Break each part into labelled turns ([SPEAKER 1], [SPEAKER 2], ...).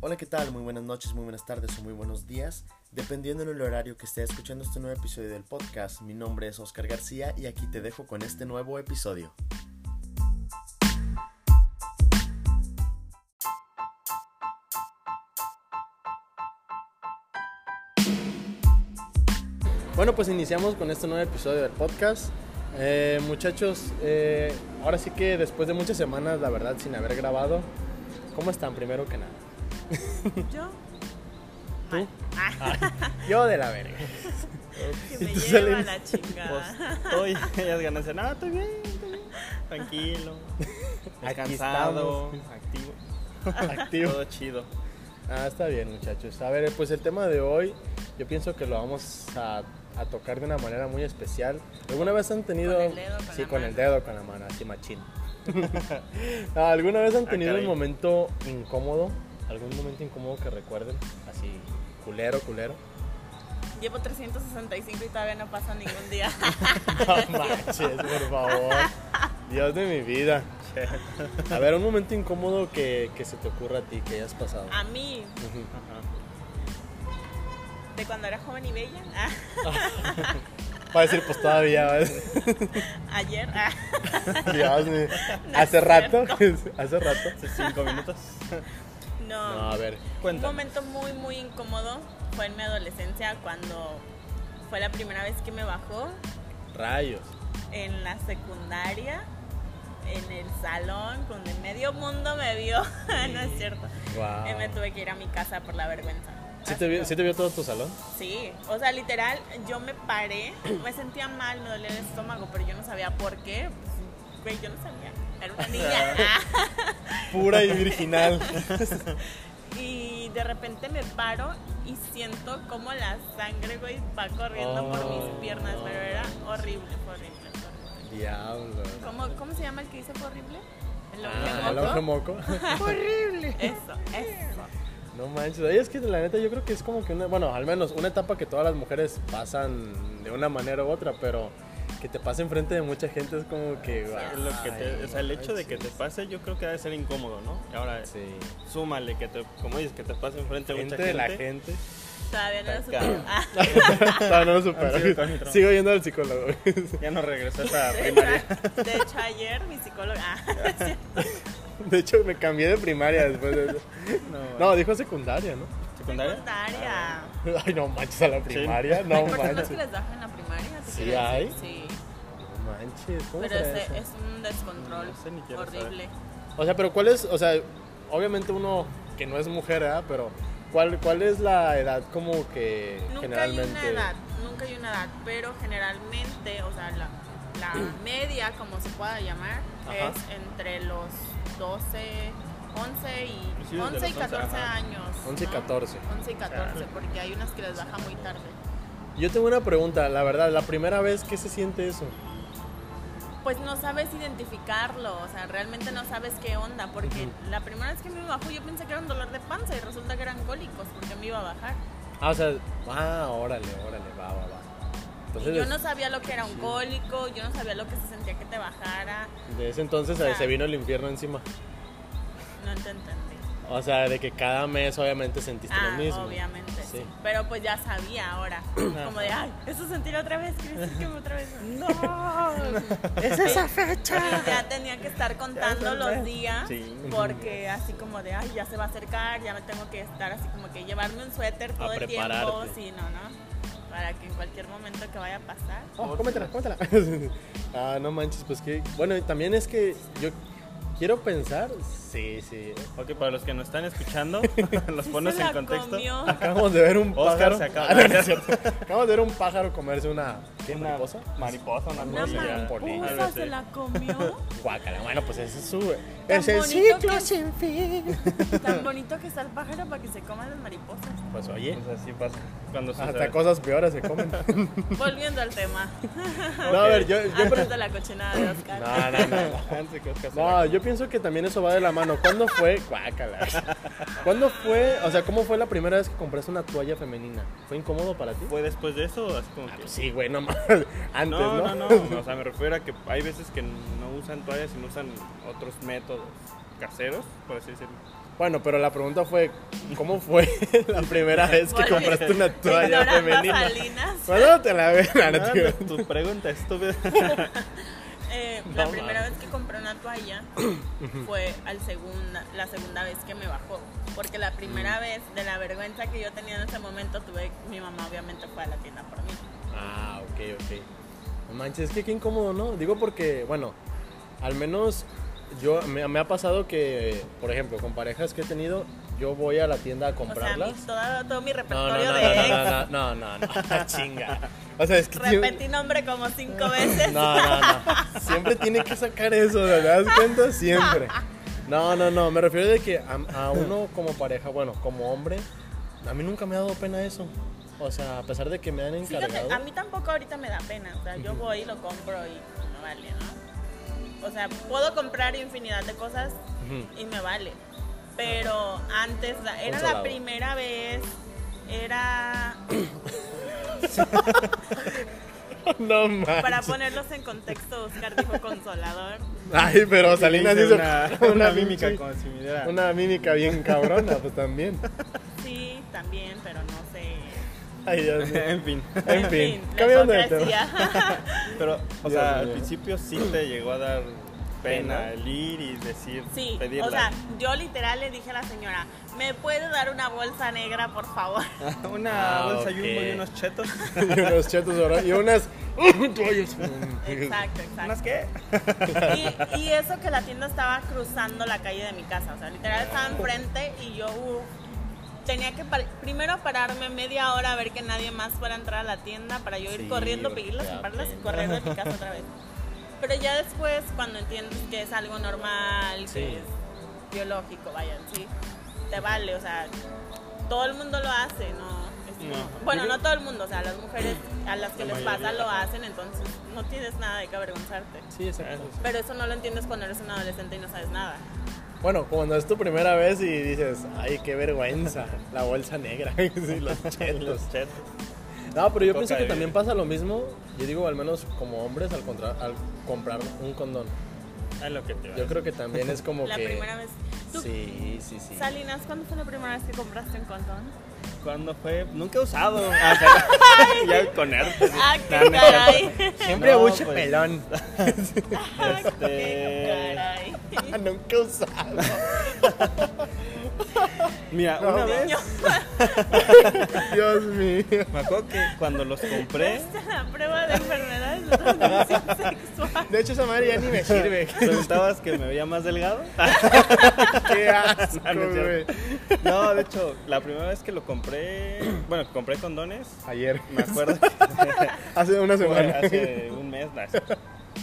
[SPEAKER 1] Hola, ¿qué tal? Muy buenas noches, muy buenas tardes o muy buenos días. Dependiendo del horario que esté escuchando este nuevo episodio del podcast, mi nombre es Oscar García y aquí te dejo con este nuevo episodio.
[SPEAKER 2] Bueno, pues iniciamos con este nuevo episodio del podcast. Eh, muchachos, eh, ahora sí que después de muchas semanas, la verdad, sin haber grabado, ¿cómo están primero que nada?
[SPEAKER 3] Yo.
[SPEAKER 2] ¿Tú?
[SPEAKER 3] Mal. Ah,
[SPEAKER 2] Yo de la verga.
[SPEAKER 3] que me
[SPEAKER 2] Y tú
[SPEAKER 3] lleva
[SPEAKER 2] salen-
[SPEAKER 3] la chingada.
[SPEAKER 4] Pues, estoy, ellas ganas de nada, estoy bien, estoy bien. Tranquilo,
[SPEAKER 2] Aquí
[SPEAKER 4] descansado, activo,
[SPEAKER 2] Activo.
[SPEAKER 4] todo chido.
[SPEAKER 2] Ah, está bien, muchachos. A ver, pues el tema de hoy, yo pienso que lo vamos a, a tocar de una manera muy especial. ¿Alguna vez han tenido.
[SPEAKER 3] Con el dedo, con
[SPEAKER 2] sí,
[SPEAKER 3] la
[SPEAKER 2] con el
[SPEAKER 3] mano.
[SPEAKER 2] dedo, con la mano, así machín. ¿Alguna vez han
[SPEAKER 4] Ah,
[SPEAKER 2] tenido un
[SPEAKER 4] caray.
[SPEAKER 2] momento incómodo? ¿Algún momento incómodo que recuerden? Así, culero, culero.
[SPEAKER 3] Llevo 365 y todavía no pasa ningún día.
[SPEAKER 2] No manches, por favor. Dios de mi vida. A ver, un momento incómodo que, que se te ocurra a ti, que hayas pasado.
[SPEAKER 3] A mí,
[SPEAKER 2] Ujú.
[SPEAKER 4] Ajá.
[SPEAKER 3] de cuando era joven y bella, ah,
[SPEAKER 2] Va a decir, pues todavía. ¿ves?
[SPEAKER 3] ayer, ah,
[SPEAKER 2] Dios mío.
[SPEAKER 3] No
[SPEAKER 2] Hace
[SPEAKER 3] es
[SPEAKER 2] rato. Hace rato.
[SPEAKER 4] Hace cinco minutos.
[SPEAKER 2] No, a
[SPEAKER 3] no.
[SPEAKER 2] ver.
[SPEAKER 3] un
[SPEAKER 4] Cuéntame.
[SPEAKER 3] momento muy, muy incómodo fue en mi adolescencia cuando fue la primera vez que me bajó
[SPEAKER 2] Rayos.
[SPEAKER 3] en la secundaria, en el salón, donde medio mundo me vio. no es cierto.
[SPEAKER 2] Wow.
[SPEAKER 3] Eh, me tuve que ir a mi casa por la vergüenza.
[SPEAKER 2] Ah. ¿Sí te, vio, sí te vio todo tu salón?
[SPEAKER 3] Sí, o sea, literal, yo me paré, me sentía mal, me dolía el estómago, pero yo no sabía por qué. Pues, güey, yo no sabía. Era una niña. Ah,
[SPEAKER 2] Pura y virginal.
[SPEAKER 3] y de repente me paro y siento como la sangre, güey, va corriendo por mis
[SPEAKER 2] Oh.
[SPEAKER 3] piernas, pero era horrible, fue horrible. fue horrible.
[SPEAKER 2] Diablo.
[SPEAKER 3] ¿Cómo, ¿Cómo se llama el que dice fue horrible? El hombre
[SPEAKER 2] Ah, el ojo moco.
[SPEAKER 3] Eso, eso.
[SPEAKER 2] No manches. Oye, es que la neta yo creo que es como que una, bueno, al menos una etapa que todas las mujeres pasan de una manera u otra, pero que te pase enfrente de mucha gente es como que...
[SPEAKER 4] Es lo que te-
[SPEAKER 2] ay,
[SPEAKER 4] o sea, el hecho de que te
[SPEAKER 2] manches.
[SPEAKER 4] pase, yo creo que debe ser incómodo, ¿no? Y Ahora,
[SPEAKER 2] Sí.
[SPEAKER 4] súmale que te, como dices, que te pase enfrente de
[SPEAKER 2] Gente
[SPEAKER 4] mucha gente.
[SPEAKER 2] de la gente.
[SPEAKER 3] Todavía no lo
[SPEAKER 4] Está
[SPEAKER 3] supe.
[SPEAKER 4] cabrón.
[SPEAKER 3] Ah,
[SPEAKER 2] No, no lo
[SPEAKER 4] Han sido tan
[SPEAKER 2] supero.
[SPEAKER 4] traumas.
[SPEAKER 2] Sigo yendo al psicólogo.
[SPEAKER 4] Ya no regresé a
[SPEAKER 3] de
[SPEAKER 4] primaria.
[SPEAKER 3] hecho- de hecho, ayer mi psicóloga. ah,
[SPEAKER 2] De hecho, me cambié de primaria después de eso.
[SPEAKER 4] No,
[SPEAKER 2] No, dijo secundaria, ¿no?
[SPEAKER 4] ¿Secundaria?
[SPEAKER 3] secundaria.
[SPEAKER 2] Ay, no manches a la primaria,
[SPEAKER 3] Hay
[SPEAKER 2] no
[SPEAKER 3] personas
[SPEAKER 2] manches.
[SPEAKER 3] que les bajan en la primaria. te
[SPEAKER 2] ¿Sí
[SPEAKER 3] quiero decir,
[SPEAKER 2] hay?
[SPEAKER 3] Sí.
[SPEAKER 2] No manches, ¿cómo
[SPEAKER 3] Pero
[SPEAKER 2] será
[SPEAKER 3] ese
[SPEAKER 2] eso?
[SPEAKER 3] es un descontrol
[SPEAKER 4] No sé ni quiero
[SPEAKER 3] horrible.
[SPEAKER 2] O sea, pero ¿cuál es? O sea, obviamente uno que no es mujer, ¿verdad? Pero ¿cuál, cuál es la edad como que
[SPEAKER 3] Nunca hay
[SPEAKER 2] generalmente?
[SPEAKER 3] una edad, nunca hay una edad, pero generalmente, o sea, la, la media, como se pueda llamar,
[SPEAKER 2] Ajá.
[SPEAKER 3] es entre los 12, 11 y,
[SPEAKER 4] Inclusive
[SPEAKER 3] 11 y
[SPEAKER 4] desde los 11,
[SPEAKER 3] 14
[SPEAKER 4] ajá.
[SPEAKER 3] años.
[SPEAKER 2] 11 y
[SPEAKER 3] ¿no?
[SPEAKER 2] 14.
[SPEAKER 3] 11 y 14, porque hay unas que les baja muy tarde.
[SPEAKER 2] Yo tengo una pregunta, la verdad, la primera vez que se siente eso.
[SPEAKER 3] Pues no sabes identificarlo, o sea, realmente no sabes qué onda, porque la primera vez que me bajó yo pensé que era un dolor de panza y resulta que eran cólicos, porque me iba a bajar.
[SPEAKER 2] Ah, o sea, ah, órale, órale, va, va, va. Entonces,
[SPEAKER 3] Y yo no sabía lo que era un cólico, yo no sabía lo que se sentía que te bajara.
[SPEAKER 2] de ese entonces eh, se vino el infierno encima.
[SPEAKER 3] No te entendí.
[SPEAKER 2] O sea, de que cada mes obviamente sentiste
[SPEAKER 3] Ah,
[SPEAKER 2] lo mismo.
[SPEAKER 3] obviamente, sí.
[SPEAKER 2] Sí.
[SPEAKER 3] Pero pues ya sabía ahora. Como de, ay, eso sentir otra vez, quiere decir que otra vez. No,
[SPEAKER 2] Es esa fecha.
[SPEAKER 3] Y ya tenía que estar contando los días.
[SPEAKER 4] Sí.
[SPEAKER 3] Porque así como de, ay, ya se va a acercar, ya me tengo que estar así como que llevarme un suéter todo el tiempo.
[SPEAKER 2] prepararte.
[SPEAKER 3] Sí, no, no. Para que en cualquier momento que vaya a pasar.
[SPEAKER 2] Oh, cómetela, cómetela. ah, no manches, pues que. Bueno, y también es que yo quiero pensar. Sí, sí.
[SPEAKER 4] Ok, para los que no están escuchando, los
[SPEAKER 3] Sí
[SPEAKER 4] pones
[SPEAKER 3] se la
[SPEAKER 4] en contexto.
[SPEAKER 3] comió.
[SPEAKER 2] Acabamos de ver un
[SPEAKER 4] Oscar
[SPEAKER 2] pájaro.
[SPEAKER 4] se acaba.
[SPEAKER 2] Ah, no, no es cierto. Acabamos de ver un pájaro comerse una. ¿Qué
[SPEAKER 4] Una
[SPEAKER 2] mariposa?
[SPEAKER 4] Mariposa, una
[SPEAKER 3] Una
[SPEAKER 2] Sí, ya,
[SPEAKER 4] cosa.
[SPEAKER 2] por niño.
[SPEAKER 3] mariposa se la comió.
[SPEAKER 2] Guácala. Bueno, pues ese sube.
[SPEAKER 3] Tan
[SPEAKER 2] Ese
[SPEAKER 3] bonito
[SPEAKER 2] ciclo
[SPEAKER 3] que-
[SPEAKER 2] sin fin.
[SPEAKER 3] Tan bonito que está el pájaro para que se coman las mariposas.
[SPEAKER 2] Pues oye. pues,
[SPEAKER 4] Pues así pasa. Cuando
[SPEAKER 2] Hasta
[SPEAKER 4] sucede.
[SPEAKER 2] cosas peores se comen. No,
[SPEAKER 3] Volviendo al tema.
[SPEAKER 2] a ver, yo, yo,
[SPEAKER 3] Antes de la cochinada de Oscar.
[SPEAKER 2] Ah, No, no, no.
[SPEAKER 4] Antes que Oscar se la-
[SPEAKER 2] No, yo pienso que también eso va de la mano. ¿Cuándo fue? Guácala. ¿Cuándo fue? O sea, ¿cómo fue la primera vez que compraste una toalla femenina? ¿Fue incómodo para ti?
[SPEAKER 4] ¿Fue después de eso? Así como
[SPEAKER 2] Ah,
[SPEAKER 4] que...
[SPEAKER 2] pues sí, güey, no más. Antes,
[SPEAKER 4] no,
[SPEAKER 2] ¿no?
[SPEAKER 4] no, no, no, O sea, me refiero a que hay veces que no usan toallas, sino usan otros métodos caseros, por así decirlo.
[SPEAKER 2] Bueno, pero la pregunta fue, ¿cómo fue la primera vez que
[SPEAKER 3] Oye,
[SPEAKER 2] compraste una toalla
[SPEAKER 3] ignorando a
[SPEAKER 2] femenina?
[SPEAKER 3] Salinas.
[SPEAKER 2] Bueno, te la ve, la
[SPEAKER 4] Ah,
[SPEAKER 2] neta.
[SPEAKER 4] no, tu pregunta estúpida.
[SPEAKER 3] Eh, la
[SPEAKER 4] No
[SPEAKER 3] primera
[SPEAKER 4] mames.
[SPEAKER 3] vez que compré una toalla fue al segunda, la segunda vez que me bajó. Porque la
[SPEAKER 2] Mm.
[SPEAKER 3] primera vez, de la vergüenza que yo tenía en ese momento, tuve mi mamá obviamente fue a la tienda por mí.
[SPEAKER 2] Ah, ok, ok. No manches, es que qué incómodo, ¿no? Digo porque, bueno, al menos yo me, me ha pasado que, por ejemplo, con parejas que he tenido, yo voy a la tienda a
[SPEAKER 3] O sea,
[SPEAKER 2] comprarlas.
[SPEAKER 3] mi- toda- todo mi
[SPEAKER 2] No, no,
[SPEAKER 3] repertorio
[SPEAKER 2] no,
[SPEAKER 3] de ex.
[SPEAKER 2] no, no, no, no, no, no, chinga. O sea, es que... tío-
[SPEAKER 3] Repetí nombre como cinco veces.
[SPEAKER 2] No, no, no. Siempre tiene que sacar eso, ¿te das cuenta? Siempre. No, no, no. Me refiero de que a, a uno como pareja, bueno, como hombre, a mí nunca me ha dado pena eso. O sea, a pesar de que me han encargado.
[SPEAKER 3] Fíjate, a mí tampoco ahorita me da pena. O sea, yo voy y lo compro y pues me vale, ¿no? O sea, puedo comprar infinidad de cosas
[SPEAKER 2] Ujú.
[SPEAKER 3] y me vale. Pero antes, la- era la
[SPEAKER 2] salado.
[SPEAKER 3] primera vez, era...
[SPEAKER 2] No manches.
[SPEAKER 3] Para ponerlos en contexto, Oscar dijo consolador.
[SPEAKER 2] Ay, pero Salinas
[SPEAKER 4] Salinas
[SPEAKER 2] hizo
[SPEAKER 4] una, una, mímica
[SPEAKER 2] pinche-
[SPEAKER 4] como si me diera-
[SPEAKER 2] Una mímica bien cabrona, pues también.
[SPEAKER 3] Sí, también, pero no sé.
[SPEAKER 2] Ay, Dios mío.
[SPEAKER 4] en fin.
[SPEAKER 2] En fin,
[SPEAKER 3] la
[SPEAKER 2] cambiando de tema.
[SPEAKER 3] hipocresía.
[SPEAKER 4] Pero, o
[SPEAKER 2] Dios
[SPEAKER 4] sea, al
[SPEAKER 2] mío.
[SPEAKER 4] principio sí te llegó a dar
[SPEAKER 2] Pena.
[SPEAKER 4] pena el ir y decir,
[SPEAKER 3] Sí,
[SPEAKER 4] pedirla.
[SPEAKER 3] o sea, yo literal le dije a la señora, ¿me puede dar una bolsa negra, por favor?
[SPEAKER 4] una
[SPEAKER 2] Ah,
[SPEAKER 4] bolsa
[SPEAKER 2] ok.
[SPEAKER 4] Jumbo y unos chetos.
[SPEAKER 2] Y unos chetos ahora. Y unas. toallas.
[SPEAKER 3] Exacto, exacto.
[SPEAKER 4] ¿Unas qué?
[SPEAKER 3] Y, y eso que la tienda estaba cruzando la calle de mi casa, o sea, literal estaba enfrente y yo uh, tenía que par- primero pararme media hora a ver que nadie más fuera a entrar a la tienda para yo ir
[SPEAKER 2] Sí,
[SPEAKER 3] corriendo,
[SPEAKER 2] porque
[SPEAKER 3] pedirlas,
[SPEAKER 2] da
[SPEAKER 3] comprarlas y
[SPEAKER 2] pena.
[SPEAKER 3] correr de mi casa otra vez. Pero ya después, cuando entiendes que es algo normal, que
[SPEAKER 2] Sí.
[SPEAKER 3] es biológico, vayan, sí, te vale, o sea, todo el mundo lo hace, ¿no? Es
[SPEAKER 4] No.
[SPEAKER 3] como- Bueno, no todo el mundo, o sea, las mujeres a las que
[SPEAKER 4] La
[SPEAKER 3] les
[SPEAKER 4] mayoría.
[SPEAKER 3] pasa lo hacen, entonces no tienes nada de que avergonzarte.
[SPEAKER 2] Sí, exacto.
[SPEAKER 3] Pero eso no lo entiendes cuando eres un adolescente y no sabes nada.
[SPEAKER 2] Bueno, cuando es tu primera vez y dices, ay, qué vergüenza, la bolsa negra, sí, los chetos.
[SPEAKER 4] Los chetos.
[SPEAKER 2] No, pero yo
[SPEAKER 4] Coca
[SPEAKER 2] pienso que
[SPEAKER 4] de
[SPEAKER 2] también
[SPEAKER 4] vidrio.
[SPEAKER 2] pasa lo mismo, yo digo, al menos como hombres, al, contra- al comprar un condón.
[SPEAKER 4] Es lo que te va.
[SPEAKER 2] Yo creo que también es como
[SPEAKER 3] La
[SPEAKER 2] que...
[SPEAKER 3] primera vez. Tú,
[SPEAKER 2] Sí, sí, sí.
[SPEAKER 3] Salinas, ¿cuándo fue la primera vez que compraste un condón?
[SPEAKER 4] ¿Cuándo fue? Nunca he usado. Ah, pero- ya con herpes.
[SPEAKER 3] ¡Ah, qué
[SPEAKER 4] No, no es cierto.
[SPEAKER 3] caray!
[SPEAKER 2] Siempre
[SPEAKER 4] No,
[SPEAKER 2] abuche
[SPEAKER 4] pues,
[SPEAKER 2] pelón.
[SPEAKER 3] ¡Ah, ¡Qué
[SPEAKER 4] Este-
[SPEAKER 3] caray!
[SPEAKER 2] Nunca usado.
[SPEAKER 4] Mira,
[SPEAKER 2] No.
[SPEAKER 4] una vez
[SPEAKER 3] Niño,
[SPEAKER 2] Dios mío.
[SPEAKER 4] me acuerdo que cuando los compré,
[SPEAKER 3] esta es la prueba de enfermedades de transmisión sexual.
[SPEAKER 2] De hecho, esa madre ya ni me sirve.
[SPEAKER 4] preguntabas que me veía más delgado.
[SPEAKER 2] Qué asco,
[SPEAKER 4] No, no es
[SPEAKER 2] güey.
[SPEAKER 4] cierto. No, de hecho, la primera vez que lo compré, bueno, que compré condones,
[SPEAKER 2] Ayer,
[SPEAKER 4] me acuerdo que
[SPEAKER 2] hace una
[SPEAKER 4] fue
[SPEAKER 2] semana.
[SPEAKER 4] hace un mes, no,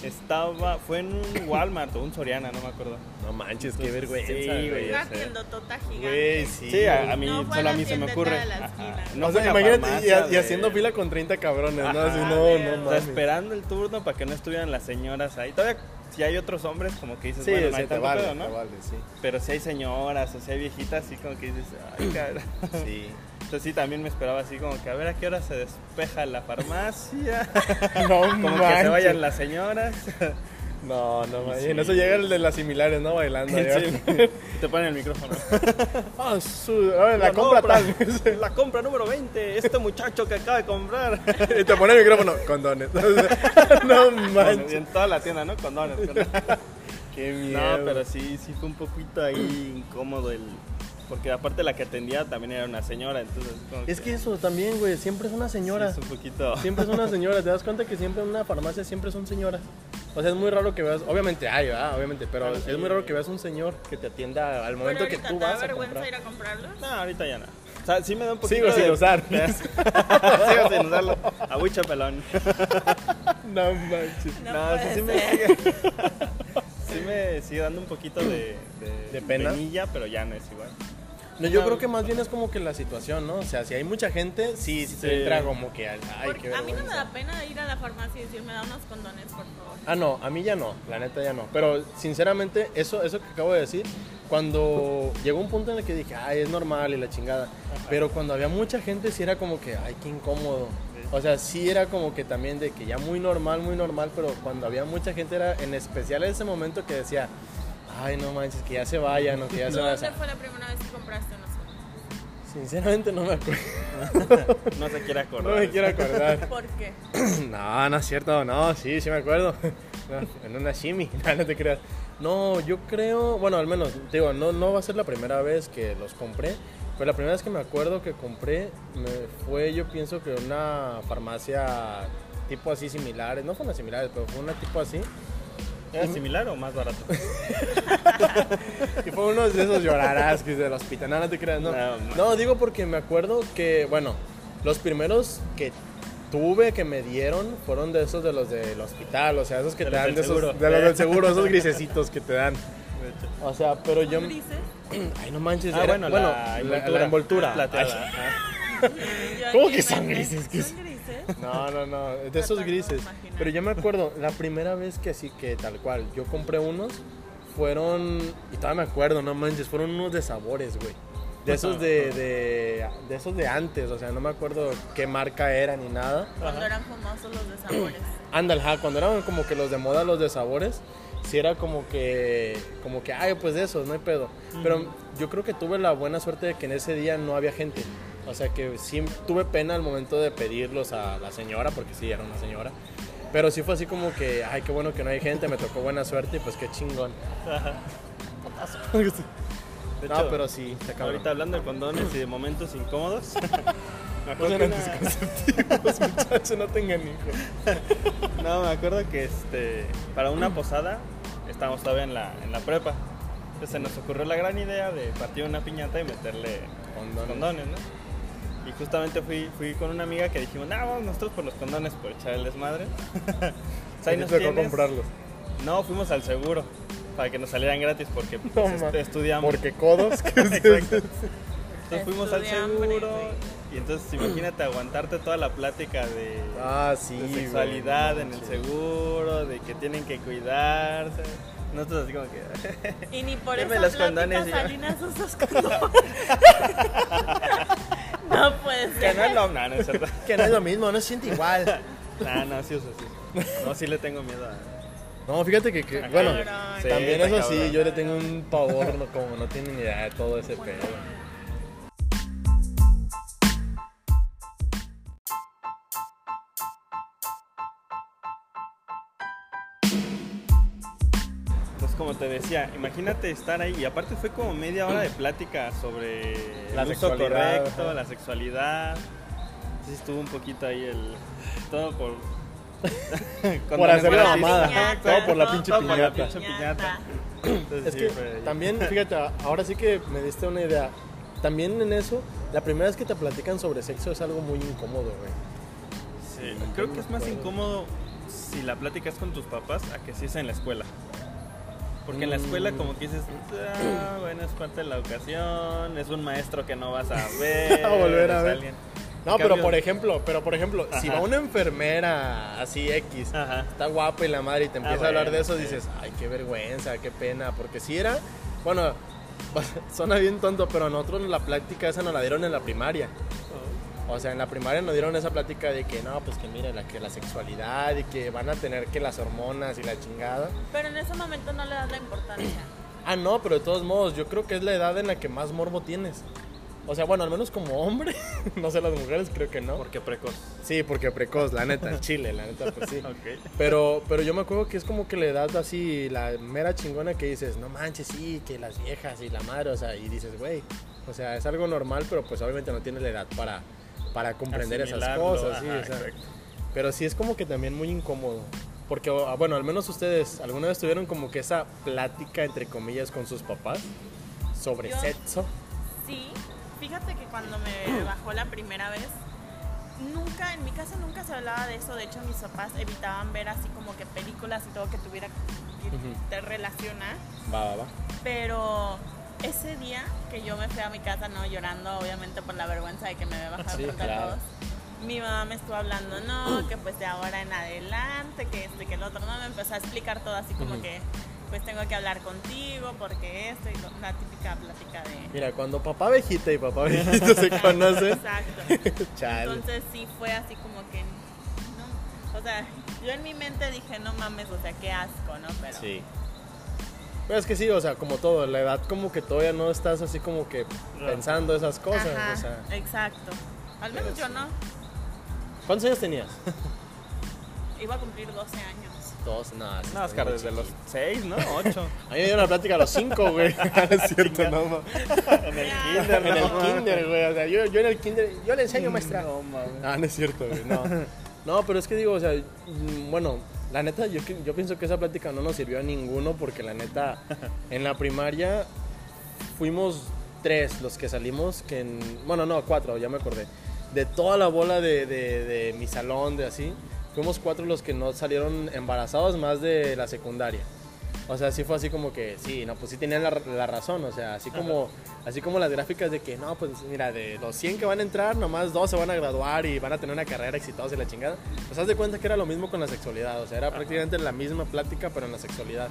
[SPEAKER 4] estaba, fue en un Walmart o un Soriana, no me acuerdo.
[SPEAKER 2] No manches, qué vergüenza.
[SPEAKER 4] Sí, güey,
[SPEAKER 2] ya
[SPEAKER 3] Una
[SPEAKER 2] sé.
[SPEAKER 3] tiendotota
[SPEAKER 2] Güey,
[SPEAKER 3] gigante.
[SPEAKER 2] sí.
[SPEAKER 4] Sí, a, a mí
[SPEAKER 3] No fue
[SPEAKER 4] solo a
[SPEAKER 3] la
[SPEAKER 4] mí se me
[SPEAKER 3] tiendita
[SPEAKER 4] ocurre.
[SPEAKER 3] de la
[SPEAKER 4] Ajá.
[SPEAKER 3] esquina.
[SPEAKER 2] No, o
[SPEAKER 4] fue
[SPEAKER 2] sea,
[SPEAKER 4] en la
[SPEAKER 2] imagínate y,
[SPEAKER 4] farmacia
[SPEAKER 2] y
[SPEAKER 4] de-
[SPEAKER 2] haciendo fila con 30 cabrones, ¿no?
[SPEAKER 4] Ajá.
[SPEAKER 2] Así, no,
[SPEAKER 3] O sea,
[SPEAKER 2] no
[SPEAKER 4] O sea,
[SPEAKER 2] mames.
[SPEAKER 4] esperando el turno para que no estuvieran las señoras ahí. Todavía, si hay otros hombres, como que dices,
[SPEAKER 2] Sí,
[SPEAKER 4] bueno,
[SPEAKER 2] o
[SPEAKER 4] no
[SPEAKER 2] sea,
[SPEAKER 4] hay
[SPEAKER 2] pues, te
[SPEAKER 4] tanto
[SPEAKER 2] vale,
[SPEAKER 4] pedo, ¿no?
[SPEAKER 2] te vale, sí.
[SPEAKER 4] Pero si hay señoras o si hay viejitas, así como que dices, ay, cabrón.
[SPEAKER 2] Sí.
[SPEAKER 4] Entonces sí, también me esperaba así como que a ver a qué hora se despeja la farmacia.
[SPEAKER 2] No
[SPEAKER 4] Como que se
[SPEAKER 2] manches.
[SPEAKER 4] vayan las señoras.
[SPEAKER 2] No, no mames.
[SPEAKER 4] Sí.
[SPEAKER 2] En eso llega el de las similares, ¿no? Bailando. ya.
[SPEAKER 4] Sí. Te ponen el micrófono.
[SPEAKER 2] Ah, su- a ver, la compra tal.
[SPEAKER 4] La compra número 20. Este muchacho que acaba de comprar.
[SPEAKER 2] y te pone el micrófono, condones. no
[SPEAKER 4] Bueno, y
[SPEAKER 2] manches.
[SPEAKER 4] en toda la tienda, ¿no? Condones. condones.
[SPEAKER 2] Qué miedo.
[SPEAKER 4] No, pero sí, sí fue un poquito ahí incómodo el... Porque aparte la que atendía también era una señora, entonces... como
[SPEAKER 2] Es que eso también, güey, siempre es una señora.
[SPEAKER 4] sí, es un poquito...
[SPEAKER 2] Siempre es una señora, te das cuenta que siempre en una farmacia siempre son señoras. O sea, es muy raro que veas, obviamente hay, ¿verdad? Obviamente, pero
[SPEAKER 4] Claro,
[SPEAKER 2] es
[SPEAKER 4] sí.
[SPEAKER 2] muy raro que veas un señor que te atienda al
[SPEAKER 3] Pero
[SPEAKER 2] momento que
[SPEAKER 3] ahorita
[SPEAKER 2] tú
[SPEAKER 3] te da
[SPEAKER 2] vas a
[SPEAKER 3] vergüenza ir
[SPEAKER 2] comprar.
[SPEAKER 3] a comprarlo.
[SPEAKER 4] No, ahorita ya no. O sea, sí me da un poquito
[SPEAKER 2] Sigo sin
[SPEAKER 4] de-
[SPEAKER 2] usar.
[SPEAKER 4] Sigo sin usarlo. Abucha pelón.
[SPEAKER 2] No manches.
[SPEAKER 3] No,
[SPEAKER 4] o sea,
[SPEAKER 3] puede
[SPEAKER 4] sí me
[SPEAKER 3] ser.
[SPEAKER 4] sigue... Sí me sigue dando un poquito de... De,
[SPEAKER 2] ¿De pena?
[SPEAKER 4] penilla, pero ya no es igual.
[SPEAKER 2] No, yo
[SPEAKER 4] No.
[SPEAKER 2] creo que más bien es como que la situación, ¿no? O sea, si hay mucha gente, sí, sí,
[SPEAKER 4] Sí.
[SPEAKER 2] te entra como que, al- ay,
[SPEAKER 3] Porque
[SPEAKER 2] qué
[SPEAKER 3] a mí no me
[SPEAKER 2] vergüenza.
[SPEAKER 3] da pena ir a la farmacia y decir, me da unos condones, por favor.
[SPEAKER 2] Ah, no, a mí ya no, la neta ya no. Pero sinceramente, eso, eso que acabo de decir, cuando llegó un punto en el que dije, ay, es normal y la chingada. Pero cuando había mucha gente, sí era como que, ay, qué incómodo. O sea, sí era como que también de que ya muy normal, muy normal, pero cuando había mucha gente era en especial ese momento que decía, ay, no manches, que ya se vayan o que ya se vayan. O
[SPEAKER 3] ¿Dónde
[SPEAKER 2] sea,
[SPEAKER 3] fue la primera vez que compraste unos suéteres?
[SPEAKER 2] Sinceramente no me acuerdo.
[SPEAKER 4] No se quiere
[SPEAKER 2] No
[SPEAKER 4] acordar.
[SPEAKER 2] me quiero acordar.
[SPEAKER 3] ¿Por qué?
[SPEAKER 2] No, no es cierto, no, sí, sí me acuerdo. No, en una shimmy, no, no te creas. No, yo creo, bueno, al menos, te digo, no, no va a ser la primera vez que los compré, pero la primera vez que me acuerdo que compré me fue, yo pienso que una farmacia tipo así similares, no fue una similares, pero fue una tipo así.
[SPEAKER 4] ¿Era similar o más barato?
[SPEAKER 2] Y fue uno de esos llorarás que del hospital. No, no te creas, no.
[SPEAKER 4] No, man.
[SPEAKER 2] No, digo porque me acuerdo que, bueno, los primeros que tuve que me dieron fueron de esos de los del hospital, o sea, esos que
[SPEAKER 4] De
[SPEAKER 2] te
[SPEAKER 4] los
[SPEAKER 2] dan
[SPEAKER 4] del
[SPEAKER 2] de esos,
[SPEAKER 4] seguro.
[SPEAKER 2] de los del seguro, esos grisecitos que te dan. O sea, pero Pues yo.
[SPEAKER 3] Grises.
[SPEAKER 2] Ay, no manches.
[SPEAKER 4] Ah,
[SPEAKER 2] era-
[SPEAKER 4] bueno, la envoltura. Plateada. ajá.
[SPEAKER 3] Yo
[SPEAKER 2] ¿Cómo
[SPEAKER 3] aquí
[SPEAKER 2] que son
[SPEAKER 3] me-
[SPEAKER 2] grises? ¿Qué
[SPEAKER 3] ¿Son grises?
[SPEAKER 2] No, no, no, de esos
[SPEAKER 3] Tratando de
[SPEAKER 2] grises.
[SPEAKER 3] imaginar.
[SPEAKER 2] Pero yo me acuerdo, la primera vez que así que tal cual, yo compré unos, fueron, y todavía me acuerdo, no manches, fueron unos de sabores, güey. De esos de, de, de esos de antes, o sea, no me acuerdo qué marca era ni nada.
[SPEAKER 3] Cuando eran famosos los desabores.
[SPEAKER 2] Ándale, ajá, cuando eran como que los de moda, los de sabores, sí era como que, como que, ay, pues de esos, no hay pedo. Pero yo creo que tuve la buena suerte de que en ese día no había gente. O sea que sí tuve pena al momento de pedirlos a la señora, porque sí, era una señora. Pero sí fue así como que, ay, qué bueno que no hay gente, me tocó buena suerte y pues qué chingón.
[SPEAKER 4] De
[SPEAKER 2] No,
[SPEAKER 4] hecho,
[SPEAKER 2] pero sí, te acabo.
[SPEAKER 4] Ahorita hablando de condones y de momentos incómodos. me acuerdo
[SPEAKER 2] Usen
[SPEAKER 4] que una-
[SPEAKER 2] anticonceptivos, muchachos, no tengan hijos.
[SPEAKER 4] No, me acuerdo que este, para una
[SPEAKER 2] Mm.
[SPEAKER 4] posada estábamos todavía en la, en la prepa. Entonces se nos ocurrió la gran idea de partir una piñata y meterle
[SPEAKER 2] Condones.
[SPEAKER 4] condones, ¿no? Y justamente fui, fui con una amiga que dijimos, no, vamos nosotros por los condones por echar el desmadre. Entonces, ahí
[SPEAKER 2] Y
[SPEAKER 4] nos
[SPEAKER 2] te tocó
[SPEAKER 4] tienes.
[SPEAKER 2] comprarlos.
[SPEAKER 4] No, fuimos al seguro para que nos salieran gratis porque pues,
[SPEAKER 2] No,
[SPEAKER 4] est-
[SPEAKER 2] man.
[SPEAKER 4] estudiamos.
[SPEAKER 2] Porque codos, que
[SPEAKER 4] Exacto. Entonces fuimos al
[SPEAKER 3] Estudiamos,
[SPEAKER 4] seguro
[SPEAKER 3] güey.
[SPEAKER 4] y entonces imagínate aguantarte toda la plática de,
[SPEAKER 2] Ah, sí.
[SPEAKER 4] de
[SPEAKER 2] güey,
[SPEAKER 4] sexualidad
[SPEAKER 2] no
[SPEAKER 4] en el
[SPEAKER 2] manches.
[SPEAKER 4] seguro, de que tienen que cuidarse. Nosotros así como que...
[SPEAKER 3] Y ni por
[SPEAKER 4] Deme
[SPEAKER 3] eso
[SPEAKER 4] los
[SPEAKER 3] las
[SPEAKER 4] condones,
[SPEAKER 3] condones
[SPEAKER 4] ya.
[SPEAKER 3] Salinas esos condones. no puede
[SPEAKER 4] que
[SPEAKER 3] ser.
[SPEAKER 4] no es lo... No, no es cierto.
[SPEAKER 2] Que no es lo mismo, no se siente igual.
[SPEAKER 4] No, no, sí uso, sí uso. No, sí le tengo miedo a...
[SPEAKER 2] No, fíjate que, que, bueno,
[SPEAKER 3] cabrón.
[SPEAKER 4] Sí,
[SPEAKER 2] también
[SPEAKER 4] está
[SPEAKER 2] eso sí,
[SPEAKER 4] cabrón.
[SPEAKER 2] yo le tengo un pavor, no, como no tiene ni idea de todo ese pedo.
[SPEAKER 4] Entonces, Pues como te decía, imagínate estar ahí. Y aparte fue como media hora de plática sobre
[SPEAKER 2] La
[SPEAKER 4] el uso
[SPEAKER 2] sexualidad,
[SPEAKER 4] correcto,
[SPEAKER 2] ajá.
[SPEAKER 4] la sexualidad. Entonces estuvo un poquito ahí el... Todo por...
[SPEAKER 2] Por hacer la
[SPEAKER 4] gratis.
[SPEAKER 2] mamada.
[SPEAKER 3] piñata,
[SPEAKER 2] Todo por la pinche
[SPEAKER 3] todo por la
[SPEAKER 2] piñata.
[SPEAKER 3] pinche piñata.
[SPEAKER 4] Piñata. Entonces,
[SPEAKER 2] Es
[SPEAKER 4] sí,
[SPEAKER 2] que
[SPEAKER 4] fue-
[SPEAKER 2] también, fíjate, ahora sí que me diste una idea. También en eso, la primera vez que te platican sobre sexo es algo muy incómodo, güey.
[SPEAKER 4] Sí, creo que es más incómodo si la plática es con tus papás a que si es en la escuela. Porque en la escuela
[SPEAKER 2] Mm.
[SPEAKER 4] como que dices, "Ah, bueno, es parte de la educación, es un maestro que no vas a ver.
[SPEAKER 2] A volver a
[SPEAKER 4] es
[SPEAKER 2] ver.
[SPEAKER 4] alguien".
[SPEAKER 2] No,
[SPEAKER 4] En
[SPEAKER 2] pero
[SPEAKER 4] cambio-
[SPEAKER 2] por ejemplo, pero por ejemplo, si
[SPEAKER 4] Ajá.
[SPEAKER 2] va una enfermera así X,
[SPEAKER 4] Ajá.
[SPEAKER 2] está guapa y la madre y te empieza
[SPEAKER 4] Ah, bueno,
[SPEAKER 2] a hablar de eso,
[SPEAKER 4] sí.
[SPEAKER 2] dices, ay, qué vergüenza, qué pena, porque si era, bueno, suena bien tonto, pero nosotros la plática esa nos la dieron en la primaria.
[SPEAKER 4] Oh.
[SPEAKER 2] O sea, en la primaria nos dieron esa plática de que no, pues que mire, la, que la sexualidad y que van a tener que las hormonas y la chingada.
[SPEAKER 3] Pero en ese momento no le das la importancia.
[SPEAKER 2] Ah, no, pero de todos modos, yo creo que es la edad en la que más morbo tienes. O sea, bueno, al menos como hombre, no sé, las mujeres creo que no.
[SPEAKER 4] Porque precoz.
[SPEAKER 2] Sí, porque precoz, la neta, el chile, la neta, pues sí.
[SPEAKER 4] Ok.
[SPEAKER 2] Pero, pero yo me acuerdo que es como que le das así la mera chingona que dices, no manches, sí, que las viejas y la madre, o sea, y dices, güey, o sea, es algo normal, pero pues obviamente no tienes la edad para, para comprender esas
[SPEAKER 4] Asimilarlo,
[SPEAKER 2] cosas, sí,
[SPEAKER 4] ajá,
[SPEAKER 2] o sea.
[SPEAKER 4] exacto.
[SPEAKER 2] Pero sí es como que también muy incómodo. Porque, o- bueno, al menos ustedes alguna vez tuvieron como que esa plática, entre comillas, con sus papás sobre
[SPEAKER 3] Yo-
[SPEAKER 2] sexo.
[SPEAKER 3] Sí, fíjate que cuando me bajó la primera vez, nunca, en mi casa nunca se hablaba de eso. De hecho, mis papás evitaban ver así como que películas y todo que tuviera que te relacionar.
[SPEAKER 2] Va, va, va.
[SPEAKER 3] Pero ese día que yo me fui a mi casa, no llorando, obviamente por la vergüenza de que me había bajado
[SPEAKER 2] Sí,
[SPEAKER 3] frente a
[SPEAKER 2] claro.
[SPEAKER 3] todos. Mi mamá me estuvo hablando, no, que pues de ahora en adelante, que esto y que el otro, no, me empezó a explicar todo así como
[SPEAKER 2] Ujú.
[SPEAKER 3] que pues tengo que hablar contigo porque esto y lo- la típica plática de...
[SPEAKER 2] Mira, cuando papá abejita y papá abejito se conocen,
[SPEAKER 3] Exacto.
[SPEAKER 2] chale.
[SPEAKER 3] Entonces sí fue así como que, no, o sea, yo en mi mente dije, no mames, o sea, qué asco, ¿no? Pero
[SPEAKER 2] Sí. Pero es que sí, o sea, como todo, la edad como que todavía no estás así como que pensando esas cosas.
[SPEAKER 3] Ajá,
[SPEAKER 2] O sea,
[SPEAKER 3] exacto. Al menos yo no.
[SPEAKER 2] ¿Cuántos años tenías?
[SPEAKER 3] Iba a cumplir 12 años.
[SPEAKER 2] Dos, nada. sí,
[SPEAKER 4] No,
[SPEAKER 2] estás
[SPEAKER 4] Oscar,
[SPEAKER 2] muy
[SPEAKER 4] desde los
[SPEAKER 2] chiquito.
[SPEAKER 4] 6, ¿no? 8.
[SPEAKER 2] A mí me dieron la plática a los cinco, güey. es cierto, no, no.
[SPEAKER 4] en el
[SPEAKER 3] Ya.
[SPEAKER 4] kinder,
[SPEAKER 2] En el
[SPEAKER 4] ¿no?
[SPEAKER 2] kinder, güey. O sea, yo, yo en el kinder, yo le enseño, maestra.
[SPEAKER 4] No, mames.
[SPEAKER 2] Ah, no es cierto, güey, no. No, pero es que digo, o sea, mm, bueno, la neta, yo, que- yo pienso que esa plática no nos sirvió a ninguno porque la neta, en la primaria fuimos tres los que salimos, que en, bueno, no, cuatro, ya me acordé. De toda la bola de, de- de mi salón, de así, fuimos cuatro los que no salieron embarazados más de la secundaria. O sea, sí fue así como que, sí, no, pues sí tenían la, la razón, o sea, así como, así como las gráficas de que, no, pues mira, de los 100 que van a entrar, nomás dos se van a graduar y van a tener una carrera exitosa y la chingada. Pues haz de cuenta que era lo mismo con la sexualidad, o sea, era prácticamente la misma plática, pero en la sexualidad.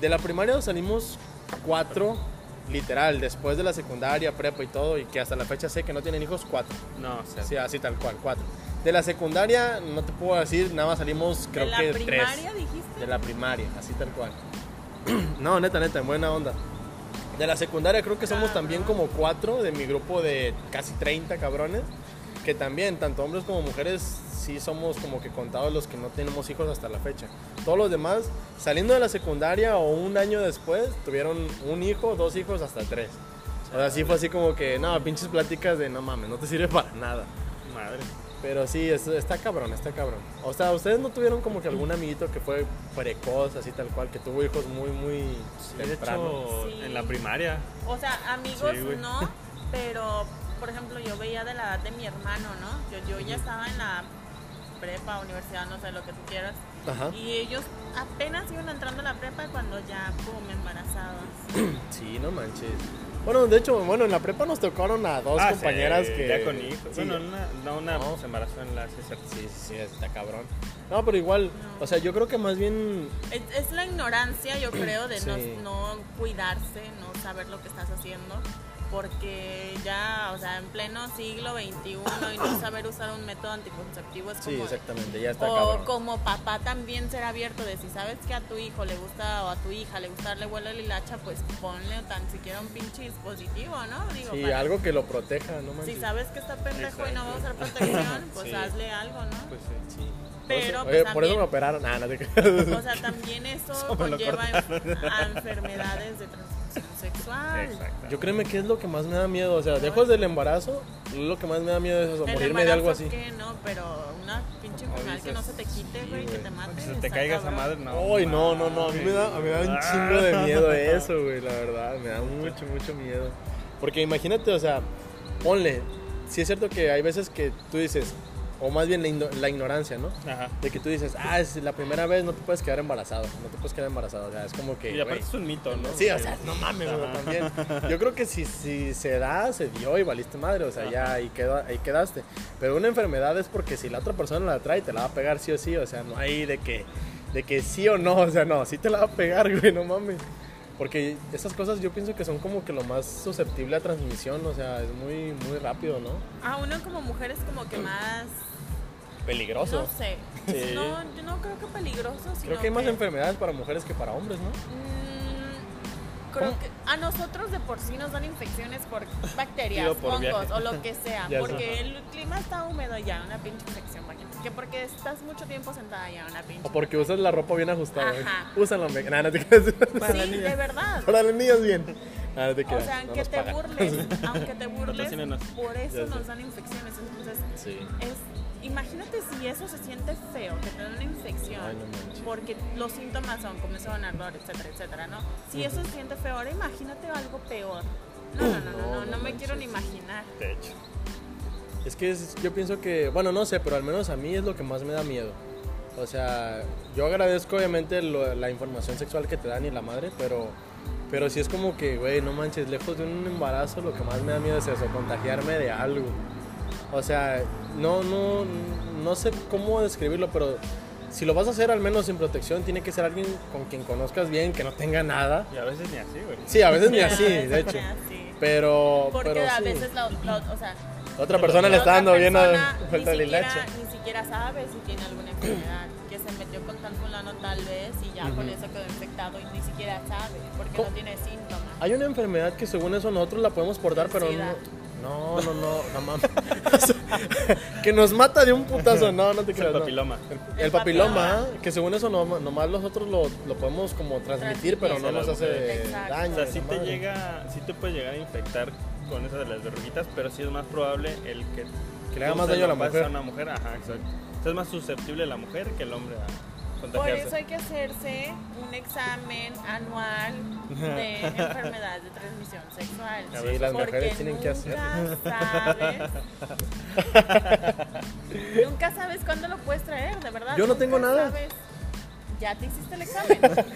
[SPEAKER 2] De la primaria salimos cuatro, literal, después de la secundaria, prepa y todo, y que hasta la fecha sé que no tienen hijos, cuatro.
[SPEAKER 4] No, o sea,
[SPEAKER 2] Sí, así tal cual, cuatro. De la secundaria, no te puedo decir, nada más salimos creo
[SPEAKER 3] ¿De la
[SPEAKER 2] que tres.
[SPEAKER 3] primaria dijiste?
[SPEAKER 2] De la primaria, así tal cual. No, neta, neta, en buena onda. De la secundaria creo que somos también como cuatro de mi grupo de casi 30 cabrones. Que también, tanto hombres como mujeres, sí somos como que contados los que no tenemos hijos hasta la fecha. Todos los demás, saliendo de la secundaria o un año después, tuvieron un hijo, dos hijos, hasta tres. O sea, sí fue así como que, no, pinches pláticas de no mames, no te sirve para nada.
[SPEAKER 4] madre.
[SPEAKER 2] Pero sí, es- está cabrón, está cabrón. O sea, ¿ustedes no tuvieron como que algún amiguito que fue precoz, así tal cual, que tuvo hijos muy, muy
[SPEAKER 4] De
[SPEAKER 2] temprano?
[SPEAKER 4] hecho,
[SPEAKER 3] Sí.
[SPEAKER 4] en la primaria.
[SPEAKER 3] O sea, amigos
[SPEAKER 4] Sí, güey.
[SPEAKER 3] no, pero por ejemplo yo veía de la edad de mi hermano, ¿no? Yo, yo ya estaba en la prepa, universidad, no sé, lo que tú quieras.
[SPEAKER 2] Ajá.
[SPEAKER 3] Y ellos apenas iban entrando a la prepa cuando ya, pum, embarazados.
[SPEAKER 2] Sí, no manches. Bueno, de hecho, bueno, en la prepa nos tocaron a dos
[SPEAKER 4] Ah, sí,
[SPEAKER 2] compañeras que...
[SPEAKER 4] Ya con hijos.
[SPEAKER 2] Sí,
[SPEAKER 4] Bueno, una, no, una
[SPEAKER 2] No.
[SPEAKER 4] se embarazó en la CSR.
[SPEAKER 2] sí, sí, sí, está cabrón. No, pero igual,
[SPEAKER 3] No.
[SPEAKER 2] o sea, yo creo que más bien...
[SPEAKER 3] Es, es la ignorancia, yo creo, de no-
[SPEAKER 2] Sí.
[SPEAKER 3] no, cuidarse, no saber lo que estás haciendo. Porque ya, o sea, en pleno siglo XXI y no saber usar un método anticonceptivo es como.
[SPEAKER 2] Sí,
[SPEAKER 3] de-
[SPEAKER 2] exactamente, ya está
[SPEAKER 3] O
[SPEAKER 2] cabrón.
[SPEAKER 3] como papá también ser abierto de si sabes que a tu hijo le gusta o a tu hija le gusta darle vuelo a la hilacha, pues ponle tan siquiera un pinche dispositivo, ¿no? Digo,
[SPEAKER 2] Sí,
[SPEAKER 3] para-
[SPEAKER 2] algo que lo proteja, no manches.
[SPEAKER 3] Si sabes que está pendejo y no va a usar
[SPEAKER 4] Exacto.
[SPEAKER 3] protección, pues
[SPEAKER 2] Sí.
[SPEAKER 3] hazle algo, ¿no?
[SPEAKER 4] Pues sí.
[SPEAKER 2] Sí.
[SPEAKER 3] Pero,
[SPEAKER 2] Oye,
[SPEAKER 3] pues,
[SPEAKER 2] por eso
[SPEAKER 3] también-
[SPEAKER 2] me operaron. Ah, no te creas.
[SPEAKER 3] O sea, también eso,
[SPEAKER 4] me lo
[SPEAKER 3] conlleva en- a enfermedades de transmisión sexual.
[SPEAKER 4] Exacto.
[SPEAKER 2] Yo créeme que es lo que más me da miedo. O sea, lejos del embarazo, lo que más me da miedo es eso,
[SPEAKER 3] El
[SPEAKER 2] morirme de algo
[SPEAKER 3] embarazo,
[SPEAKER 2] así.
[SPEAKER 3] ¿qué? no, pero una pinche enfermedad que no se te quite, güey, que
[SPEAKER 2] güey.
[SPEAKER 3] te mate.
[SPEAKER 4] que se
[SPEAKER 3] está
[SPEAKER 4] te caiga esa
[SPEAKER 3] cabrón.
[SPEAKER 4] madre, no. Ah.
[SPEAKER 2] Ay, no, no, no. A mí me da, a mí me da un chingo de miedo eso, güey, la verdad. Me da mucho, mucho miedo. Porque imagínate, o sea, ponle. Sí es cierto que hay veces que tú dices, o más bien la, indo- la ignorancia, ¿no?
[SPEAKER 4] Ajá.
[SPEAKER 2] De que tú dices, ah, es la primera vez no te puedes quedar embarazado. No te puedes quedar embarazado. O sea, es como que.
[SPEAKER 4] Y aparte
[SPEAKER 2] güey,
[SPEAKER 4] es un mito, ¿no?
[SPEAKER 2] Sí, o sea, no mames, güey, también. Yo creo que si, si se da, se dio y valiste madre, o sea, ya ahí, quedó, ahí quedaste. Pero una enfermedad es porque si la otra persona la trae, te la va a pegar sí o sí, o sea, no hay de que, de que sí o no, o sea, no, sí te la va a pegar, güey, no mames. Porque esas cosas yo pienso que son como que lo más susceptible a transmisión, o sea, es muy, muy rápido, ¿no?
[SPEAKER 3] A Ah, uno como mujer es como que más.
[SPEAKER 2] Peligroso.
[SPEAKER 3] No sé.
[SPEAKER 2] Sí.
[SPEAKER 3] No, yo no creo que peligroso, sino
[SPEAKER 2] Creo que hay más enfermedades para mujeres que para hombres, ¿no?
[SPEAKER 3] Mm, Creo
[SPEAKER 2] ¿Cómo?
[SPEAKER 3] que a nosotros de por sí nos dan infecciones por bacterias,
[SPEAKER 4] Tiro por
[SPEAKER 3] hongos
[SPEAKER 4] viaje.
[SPEAKER 3] o lo que sea,
[SPEAKER 2] Ya sé.
[SPEAKER 3] porque el clima está húmedo ya, una pinche infección, porque- que porque estás mucho tiempo sentada ya, una pinche.
[SPEAKER 2] O porque usas la ropa bien ajustada. güey.
[SPEAKER 3] Ajá.
[SPEAKER 2] Úsala, me... Nah, no te creas.
[SPEAKER 3] sí, de verdad.
[SPEAKER 2] Para los niños bien. Ah, no te
[SPEAKER 3] O
[SPEAKER 2] creas,
[SPEAKER 3] sea,
[SPEAKER 2] no
[SPEAKER 3] aunque
[SPEAKER 2] nos
[SPEAKER 3] te
[SPEAKER 2] pagan.
[SPEAKER 3] burles, aunque te burles,
[SPEAKER 4] Patrocínenos.
[SPEAKER 3] por eso
[SPEAKER 2] Ya sé.
[SPEAKER 3] nos dan infecciones. Entonces,
[SPEAKER 2] Sí.
[SPEAKER 3] es, imagínate si eso se siente feo, que te da una infección,
[SPEAKER 2] Ay, no manches.
[SPEAKER 3] porque los síntomas son comezón, ardor, etcétera, etcétera, ¿no? Si eso se siente feo, ahora imagínate algo peor. No, no, no, no, no,
[SPEAKER 2] No, no
[SPEAKER 3] no me quiero ni
[SPEAKER 2] manches.
[SPEAKER 3] imaginar.
[SPEAKER 4] De hecho.
[SPEAKER 2] Es que es- yo pienso que, bueno, no sé, pero al menos a mí es lo que más me da miedo. O sea, yo agradezco obviamente lo- la información sexual que te dan y la madre, pero, pero sí es como que, güey, no manches, lejos de un embarazo, lo que más me da miedo es eso, contagiarme de algo. O sea, no, no, no sé cómo describirlo, pero si lo vas a hacer al menos sin protección, tiene que ser alguien con quien conozcas bien, que no tenga nada.
[SPEAKER 4] Y a veces ni así, güey.
[SPEAKER 2] Sí, a veces ni
[SPEAKER 3] Ya,
[SPEAKER 2] Pues así,
[SPEAKER 3] eso
[SPEAKER 2] de
[SPEAKER 3] ni
[SPEAKER 2] hecho.
[SPEAKER 3] así.
[SPEAKER 2] Pero,
[SPEAKER 3] Porque
[SPEAKER 2] pero
[SPEAKER 3] a
[SPEAKER 2] sí.
[SPEAKER 3] veces la, la- o sea,
[SPEAKER 2] Otra persona le
[SPEAKER 3] la
[SPEAKER 2] está
[SPEAKER 3] otra
[SPEAKER 2] dando bien
[SPEAKER 3] persona
[SPEAKER 2] a-
[SPEAKER 3] ni
[SPEAKER 2] vuelta de
[SPEAKER 3] siquiera-
[SPEAKER 2] hilacha.
[SPEAKER 3] Ni siquiera sabe si tiene alguna enfermedad, que se metió con tal fulano tal tal vez y ya con eso quedó infectado y ni siquiera sabe porque
[SPEAKER 2] ¿Cómo?
[SPEAKER 3] no tiene síntomas.
[SPEAKER 2] Hay una enfermedad que según eso nosotros la podemos portar, pero
[SPEAKER 3] Sida.
[SPEAKER 2] no, no, no, no, jamás. que nos mata de un putazo, no, no te
[SPEAKER 4] Es el
[SPEAKER 2] creas. no.
[SPEAKER 4] papiloma.
[SPEAKER 2] El papiloma, que según eso no- nomás nosotros lo, lo podemos como transmitir,
[SPEAKER 3] Transmitir.
[SPEAKER 2] pero no nos hace
[SPEAKER 3] Exacto.
[SPEAKER 2] daño.
[SPEAKER 4] O sea,
[SPEAKER 2] la
[SPEAKER 4] sí te
[SPEAKER 2] madre.
[SPEAKER 4] llega, sí te puede llegar a infectar con esa de las verruguitas, pero sí es más probable el que,
[SPEAKER 2] Que le haga
[SPEAKER 4] tú
[SPEAKER 2] más
[SPEAKER 4] se
[SPEAKER 2] daño a
[SPEAKER 4] lo
[SPEAKER 2] la
[SPEAKER 4] pases
[SPEAKER 2] mujer.
[SPEAKER 4] una mujer, ajá, exacto. O sea, es más susceptible la mujer que el hombre a
[SPEAKER 3] Por
[SPEAKER 4] contagiarse.
[SPEAKER 3] eso hay que hacerse un examen anual de enfermedades de transmisión sexual.
[SPEAKER 2] A ver, las
[SPEAKER 3] Porque
[SPEAKER 2] mujeres tienen que
[SPEAKER 3] Nunca sabes. nunca sabes cuándo lo puedes traer, de verdad.
[SPEAKER 2] Yo no tengo
[SPEAKER 3] nunca
[SPEAKER 2] nada.
[SPEAKER 3] sabes. Ya te hiciste el examen.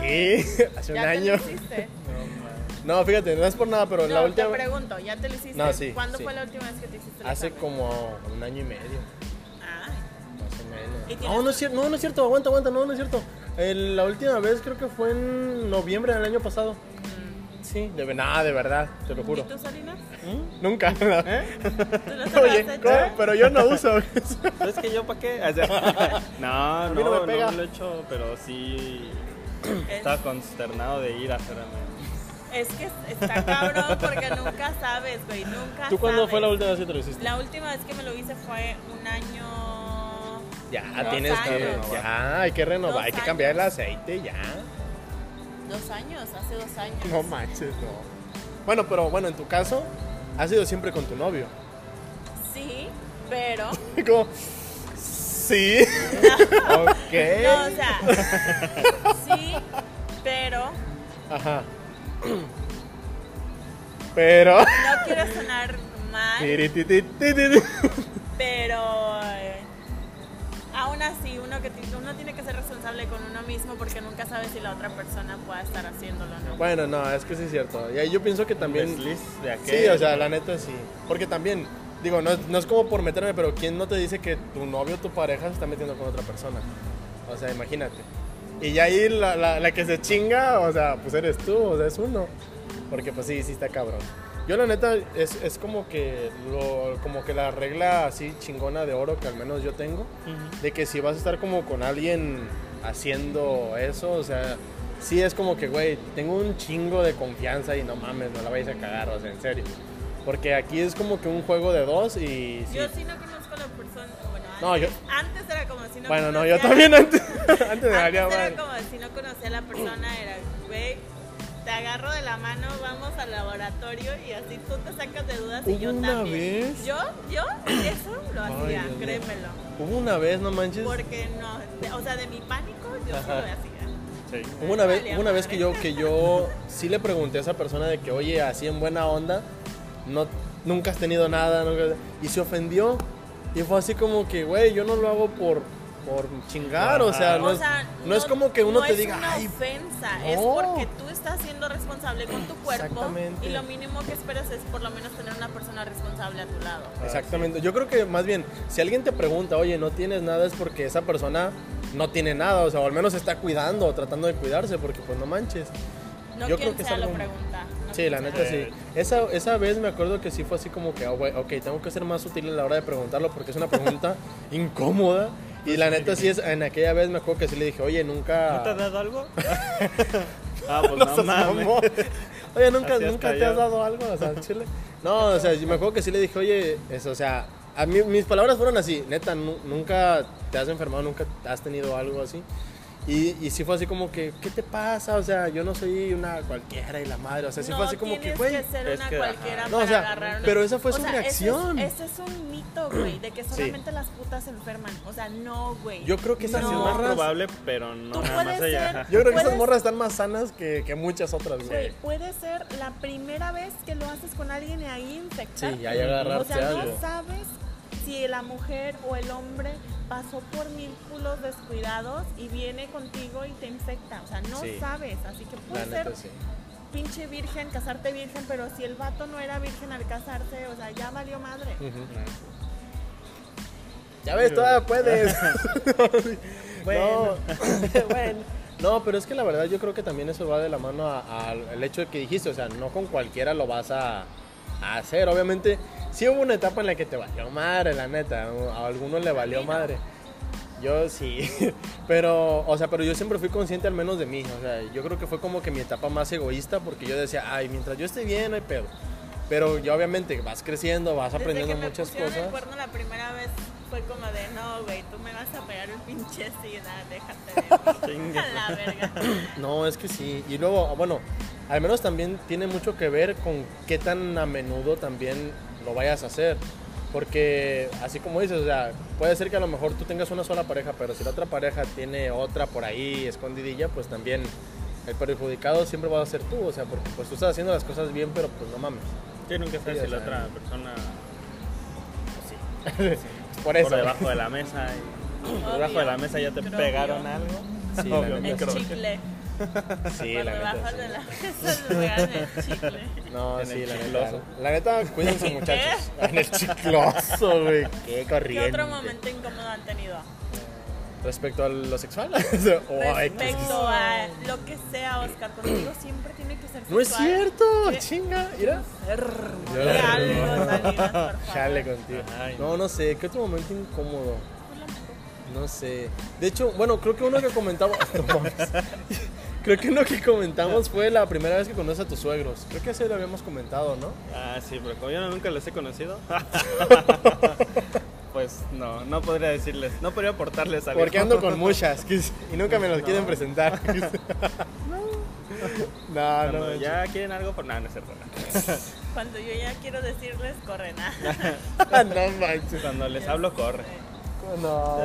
[SPEAKER 2] Sí, hace un
[SPEAKER 3] ya te
[SPEAKER 2] año.
[SPEAKER 3] lo hiciste.
[SPEAKER 2] No, fíjate, no es por nada, pero
[SPEAKER 3] No,
[SPEAKER 2] la última...
[SPEAKER 3] te pregunto, ya te lo hiciste.
[SPEAKER 2] No, sí,
[SPEAKER 3] ¿Cuándo
[SPEAKER 2] sí.
[SPEAKER 3] fue la última vez que te hiciste el
[SPEAKER 2] Hace
[SPEAKER 3] examen?
[SPEAKER 2] como un año y medio,
[SPEAKER 3] Ah,
[SPEAKER 2] más o
[SPEAKER 3] ¿Y
[SPEAKER 2] menos.
[SPEAKER 3] tienes-
[SPEAKER 2] Ah, No, no es cierto, no, no es cierto, aguanta, aguanta, no, no es cierto. El- la última vez creo que fue en noviembre del año pasado. Sí, de nada, de verdad, te lo
[SPEAKER 3] ¿Y
[SPEAKER 2] juro. ¿Mm?
[SPEAKER 3] tú, Salinas?
[SPEAKER 2] Nunca.
[SPEAKER 3] ¿Tú ¿Eh? no te lo has
[SPEAKER 2] Oye,
[SPEAKER 3] hecho? ¿Eh?
[SPEAKER 2] ¿cómo? pero yo no uso.
[SPEAKER 4] ¿Sabes que yo para qué? O sea, no,
[SPEAKER 2] mí no
[SPEAKER 4] no,
[SPEAKER 2] me
[SPEAKER 4] no,
[SPEAKER 2] pega.
[SPEAKER 4] lo he hecho, pero sí
[SPEAKER 3] Es-
[SPEAKER 4] estaba consternado de ir a hacerme.
[SPEAKER 3] Es que está cabrón porque nunca sabes, güey, nunca
[SPEAKER 2] ¿Tú cuándo
[SPEAKER 3] sabes.
[SPEAKER 2] fue la última vez que te lo hiciste?
[SPEAKER 3] La última vez que me lo hice fue un año...
[SPEAKER 2] Ya,
[SPEAKER 3] Dos
[SPEAKER 2] tienes que
[SPEAKER 3] años.
[SPEAKER 2] renovar. Ya, hay que renovar,
[SPEAKER 3] Dos
[SPEAKER 2] hay que
[SPEAKER 3] años.
[SPEAKER 2] cambiar el aceite, ya.
[SPEAKER 3] Dos años, hace dos años.
[SPEAKER 2] No manches, no. Bueno, pero bueno, en tu caso, has sido siempre con tu novio.
[SPEAKER 3] Sí, pero...
[SPEAKER 2] Como, sí.
[SPEAKER 3] No, o
[SPEAKER 2] ok.
[SPEAKER 3] sea, sí, pero
[SPEAKER 2] Ajá. Pero.
[SPEAKER 3] no quiero sonar mal,
[SPEAKER 2] Tiritititititi.
[SPEAKER 3] pero... eh, Aún así, uno, que ti- uno tiene que ser responsable con uno mismo porque nunca sabe si la otra persona pueda estar haciéndolo o no.
[SPEAKER 2] Bueno, no, es que sí es cierto. Y ahí yo pienso que también.
[SPEAKER 4] Desliz de aquel.
[SPEAKER 2] Sí, o sea, la neta sí. Porque también, digo, no, es- no es como por meterme, pero ¿quién no te dice que tu novio o tu pareja se está metiendo con otra persona? O sea, imagínate. Y ya ahí la, la- la que se chinga, o sea, pues eres tú, o sea, es uno. Porque pues sí, sí está cabrón. Yo la neta es, es como que lo, como que la regla así chingona de oro que al menos yo tengo, de que si vas a estar como con alguien haciendo eso, o sea, sí es como que, güey, tengo un chingo de confianza y no mames, no la vais a cagar, o sea, en serio. Porque aquí es como que un juego de dos y... sí.
[SPEAKER 3] Yo sí no conozco a la persona. Bueno, antes,
[SPEAKER 2] No,
[SPEAKER 3] antes era como si no
[SPEAKER 2] bueno, no, yo
[SPEAKER 3] conocía-
[SPEAKER 2] también antes, antes me
[SPEAKER 3] Antes
[SPEAKER 2] valía
[SPEAKER 3] era
[SPEAKER 2] madre.
[SPEAKER 3] como si no conocía a la persona, era, güey, te agarro de la mano, vamos al laboratorio y así tú te sacas de dudas y
[SPEAKER 2] Hubo
[SPEAKER 3] yo
[SPEAKER 2] una
[SPEAKER 3] también.
[SPEAKER 2] vez-
[SPEAKER 3] Yo, yo, eso lo
[SPEAKER 2] Ay,
[SPEAKER 3] hacía,
[SPEAKER 2] Dios mío.
[SPEAKER 3] créemelo.
[SPEAKER 2] Hubo una vez, no manches.
[SPEAKER 3] Porque no, de- o sea, de mi pánico yo sí lo hacía.
[SPEAKER 4] Sí.
[SPEAKER 2] Hubo una vez,
[SPEAKER 3] Valía
[SPEAKER 2] hubo una vez que
[SPEAKER 3] madre.
[SPEAKER 2] yo, que yo sí le pregunté a esa persona de que, oye, así en buena onda, no, nunca has tenido nada, nunca- y se ofendió. Y fue así como que, güey, yo no lo hago por, por chingar, o sea,
[SPEAKER 4] Ajá.
[SPEAKER 2] no,
[SPEAKER 3] O
[SPEAKER 2] es,
[SPEAKER 3] sea,
[SPEAKER 2] no es como que uno
[SPEAKER 3] no
[SPEAKER 2] te
[SPEAKER 3] es
[SPEAKER 2] diga,
[SPEAKER 3] una
[SPEAKER 2] ay,
[SPEAKER 3] ofensa,
[SPEAKER 2] no.
[SPEAKER 3] es porque tú estás siendo responsable con tu cuerpo
[SPEAKER 2] Exactamente.
[SPEAKER 3] y lo mínimo que esperas es por lo menos tener una persona responsable a tu lado.
[SPEAKER 2] Exactamente. Yo creo que más bien, si alguien te pregunta, oye, no tienes nada, es porque esa persona no tiene nada, o sea, o al menos está cuidando, o tratando de cuidarse, porque pues no manches.
[SPEAKER 3] No
[SPEAKER 2] Yo
[SPEAKER 3] quien
[SPEAKER 2] creo que es
[SPEAKER 3] sea lo
[SPEAKER 2] algo-
[SPEAKER 3] pregunta. no
[SPEAKER 2] Sí,
[SPEAKER 3] quien
[SPEAKER 2] la
[SPEAKER 3] sea.
[SPEAKER 2] neta
[SPEAKER 4] Eh.
[SPEAKER 2] sí. Esa, esa vez me acuerdo que sí fue así como que, ah, güey, ok, tengo que ser más sutil a la hora de preguntarlo porque es una pregunta incómoda. Y la neta sí es, en aquella vez me acuerdo que sí le dije, oye,
[SPEAKER 4] ¿No te has
[SPEAKER 2] nunca...
[SPEAKER 4] dado algo? ah, pues no,
[SPEAKER 2] seas
[SPEAKER 4] mames.
[SPEAKER 2] mamón. Oye, nunca,
[SPEAKER 4] Así
[SPEAKER 2] nunca
[SPEAKER 4] hasta
[SPEAKER 2] te has
[SPEAKER 4] yo.
[SPEAKER 2] dado algo, o sea, al chile. No, o sea, yo me acuerdo que sí le dije, oye, eso, o sea, a mí, mis palabras fueron así, neta, nu- nunca te has enfermado, nunca has tenido algo así. Y, y sí fue así como que, ¿qué te pasa? O sea, yo no soy una cualquiera y la madre, o sea, sí
[SPEAKER 3] no
[SPEAKER 2] fue así como que,
[SPEAKER 3] tienes
[SPEAKER 2] güey.
[SPEAKER 3] ser
[SPEAKER 4] es
[SPEAKER 3] una
[SPEAKER 4] que, ajá.
[SPEAKER 3] cualquiera
[SPEAKER 2] No,
[SPEAKER 3] para
[SPEAKER 2] o sea,
[SPEAKER 3] agarrar una-
[SPEAKER 2] pero esa fue
[SPEAKER 3] O
[SPEAKER 2] su
[SPEAKER 3] sea, ese es-
[SPEAKER 2] reacción.
[SPEAKER 3] Ese es, un mito, güey, de que
[SPEAKER 2] Sí.
[SPEAKER 3] solamente las putas se enferman. O sea, no, güey.
[SPEAKER 2] Yo creo que
[SPEAKER 4] Es
[SPEAKER 2] esas
[SPEAKER 3] No.
[SPEAKER 4] más
[SPEAKER 2] morras.
[SPEAKER 4] probable, pero no
[SPEAKER 3] Tú
[SPEAKER 4] nada
[SPEAKER 3] puedes
[SPEAKER 4] más allá.
[SPEAKER 3] ser-
[SPEAKER 2] Yo creo que
[SPEAKER 3] Puedes-
[SPEAKER 2] esas morras están más sanas que, que muchas otras,
[SPEAKER 3] Güey,
[SPEAKER 2] güey.
[SPEAKER 3] puede ser la primera vez que lo haces con alguien y ahí infectar.
[SPEAKER 2] Sí, y ahí agarrarte
[SPEAKER 3] O sea, no
[SPEAKER 2] algo.
[SPEAKER 3] sabes si la mujer o el hombre pasó por mil culos descuidados y viene contigo y te infecta. O sea, no
[SPEAKER 2] Sí.
[SPEAKER 3] sabes. Así que puede
[SPEAKER 2] La
[SPEAKER 3] ser
[SPEAKER 2] neta, sí.
[SPEAKER 3] pinche virgen, casarte virgen, pero si el vato no era virgen al casarse, o sea, ya valió madre.
[SPEAKER 2] Ya ves, todavía puedes. bueno. No. No, pero es que la verdad yo creo que también eso va de la mano a- al al hecho de que dijiste, o sea, no con cualquiera lo vas a, a hacer. Obviamente, sí hubo una etapa en la que te valió madre, la neta. A algunos le valió
[SPEAKER 3] mí no.
[SPEAKER 2] madre. Yo sí, pero, o sea, pero yo siempre fui consciente al menos de mí, o sea, yo creo que fue como que mi etapa más egoísta porque yo decía, ay, mientras yo esté bien, no hay pedo. Pero yo obviamente vas creciendo, vas aprendiendo
[SPEAKER 3] Desde que me
[SPEAKER 2] muchas
[SPEAKER 3] pusieron
[SPEAKER 2] cosas.
[SPEAKER 3] el cuerno la primera vez fue como de, no, güey, tú me vas a pegar el pinche sí, nada, déjate de mí".
[SPEAKER 4] Chingue.
[SPEAKER 3] A la verga.
[SPEAKER 2] No, es que sí. Y luego, ah, bueno, al menos también tiene mucho que ver con qué tan a menudo también lo vayas a hacer. Porque, así como dices, o sea, puede ser que a lo mejor tú tengas una sola pareja, pero si la otra pareja tiene otra por ahí escondidilla, pues también el perjudicado siempre va a ser tú. O sea, porque pues tú estás haciendo las cosas bien, pero pues no mames.
[SPEAKER 4] Sí, nunca sabes
[SPEAKER 2] Sí,
[SPEAKER 4] si
[SPEAKER 2] o
[SPEAKER 4] la
[SPEAKER 2] sea,
[SPEAKER 4] otra persona pues, sí,
[SPEAKER 2] Por eso.
[SPEAKER 4] por debajo de la mesa y por debajo de la mesa ya te
[SPEAKER 3] Obvio,
[SPEAKER 4] pegaron
[SPEAKER 3] microbio.
[SPEAKER 4] algo.
[SPEAKER 2] Sí,
[SPEAKER 4] Obvio,
[SPEAKER 2] la
[SPEAKER 3] El
[SPEAKER 2] neta,
[SPEAKER 4] microbio.
[SPEAKER 3] chicle.
[SPEAKER 2] Sí,
[SPEAKER 3] Por
[SPEAKER 2] la neta,
[SPEAKER 3] debajo
[SPEAKER 2] sí.
[SPEAKER 3] de la mesa le pegaron el chicle.
[SPEAKER 2] No,
[SPEAKER 4] En
[SPEAKER 2] sí,
[SPEAKER 4] el
[SPEAKER 2] la neta.
[SPEAKER 4] chicloso.
[SPEAKER 2] La neta, cuídense, muchachos. En el chicloso, güey. Qué
[SPEAKER 3] ¿Qué
[SPEAKER 2] corriente.
[SPEAKER 3] otro momento incómodo han tenido?
[SPEAKER 2] Respecto a lo sexual. O a X.
[SPEAKER 3] Respecto a lo que sea, Oscar, contigo siempre tiene que ser
[SPEAKER 2] No es
[SPEAKER 3] sexual.
[SPEAKER 2] cierto,
[SPEAKER 3] ¿Qué?
[SPEAKER 2] chinga. Mira.
[SPEAKER 3] Di algo, Salinas, por favor.
[SPEAKER 2] Chale contigo.
[SPEAKER 4] Ay,
[SPEAKER 2] No, no sé. ¿Qué otro momento incómodo? No sé. De hecho, bueno, creo que uno que comentamos. No mames. creo que uno que comentamos fue la primera vez que conoces a tus suegros. Creo que ese lo habíamos comentado, ¿no?
[SPEAKER 4] Ah, sí, pero como yo nunca les he conocido, pues no, no podría decirles, no podría aportarles algo.
[SPEAKER 2] Porque ando con muchas que es- y nunca me los quieren presentar. No, no,
[SPEAKER 4] Cuando
[SPEAKER 2] no.
[SPEAKER 4] Ah, ya quieren algo, pues nada, no es cierto. no.
[SPEAKER 3] Cuando yo ya quiero decirles, corren. ah.
[SPEAKER 2] No manches.
[SPEAKER 4] Cuando les hablo, corre.
[SPEAKER 2] No.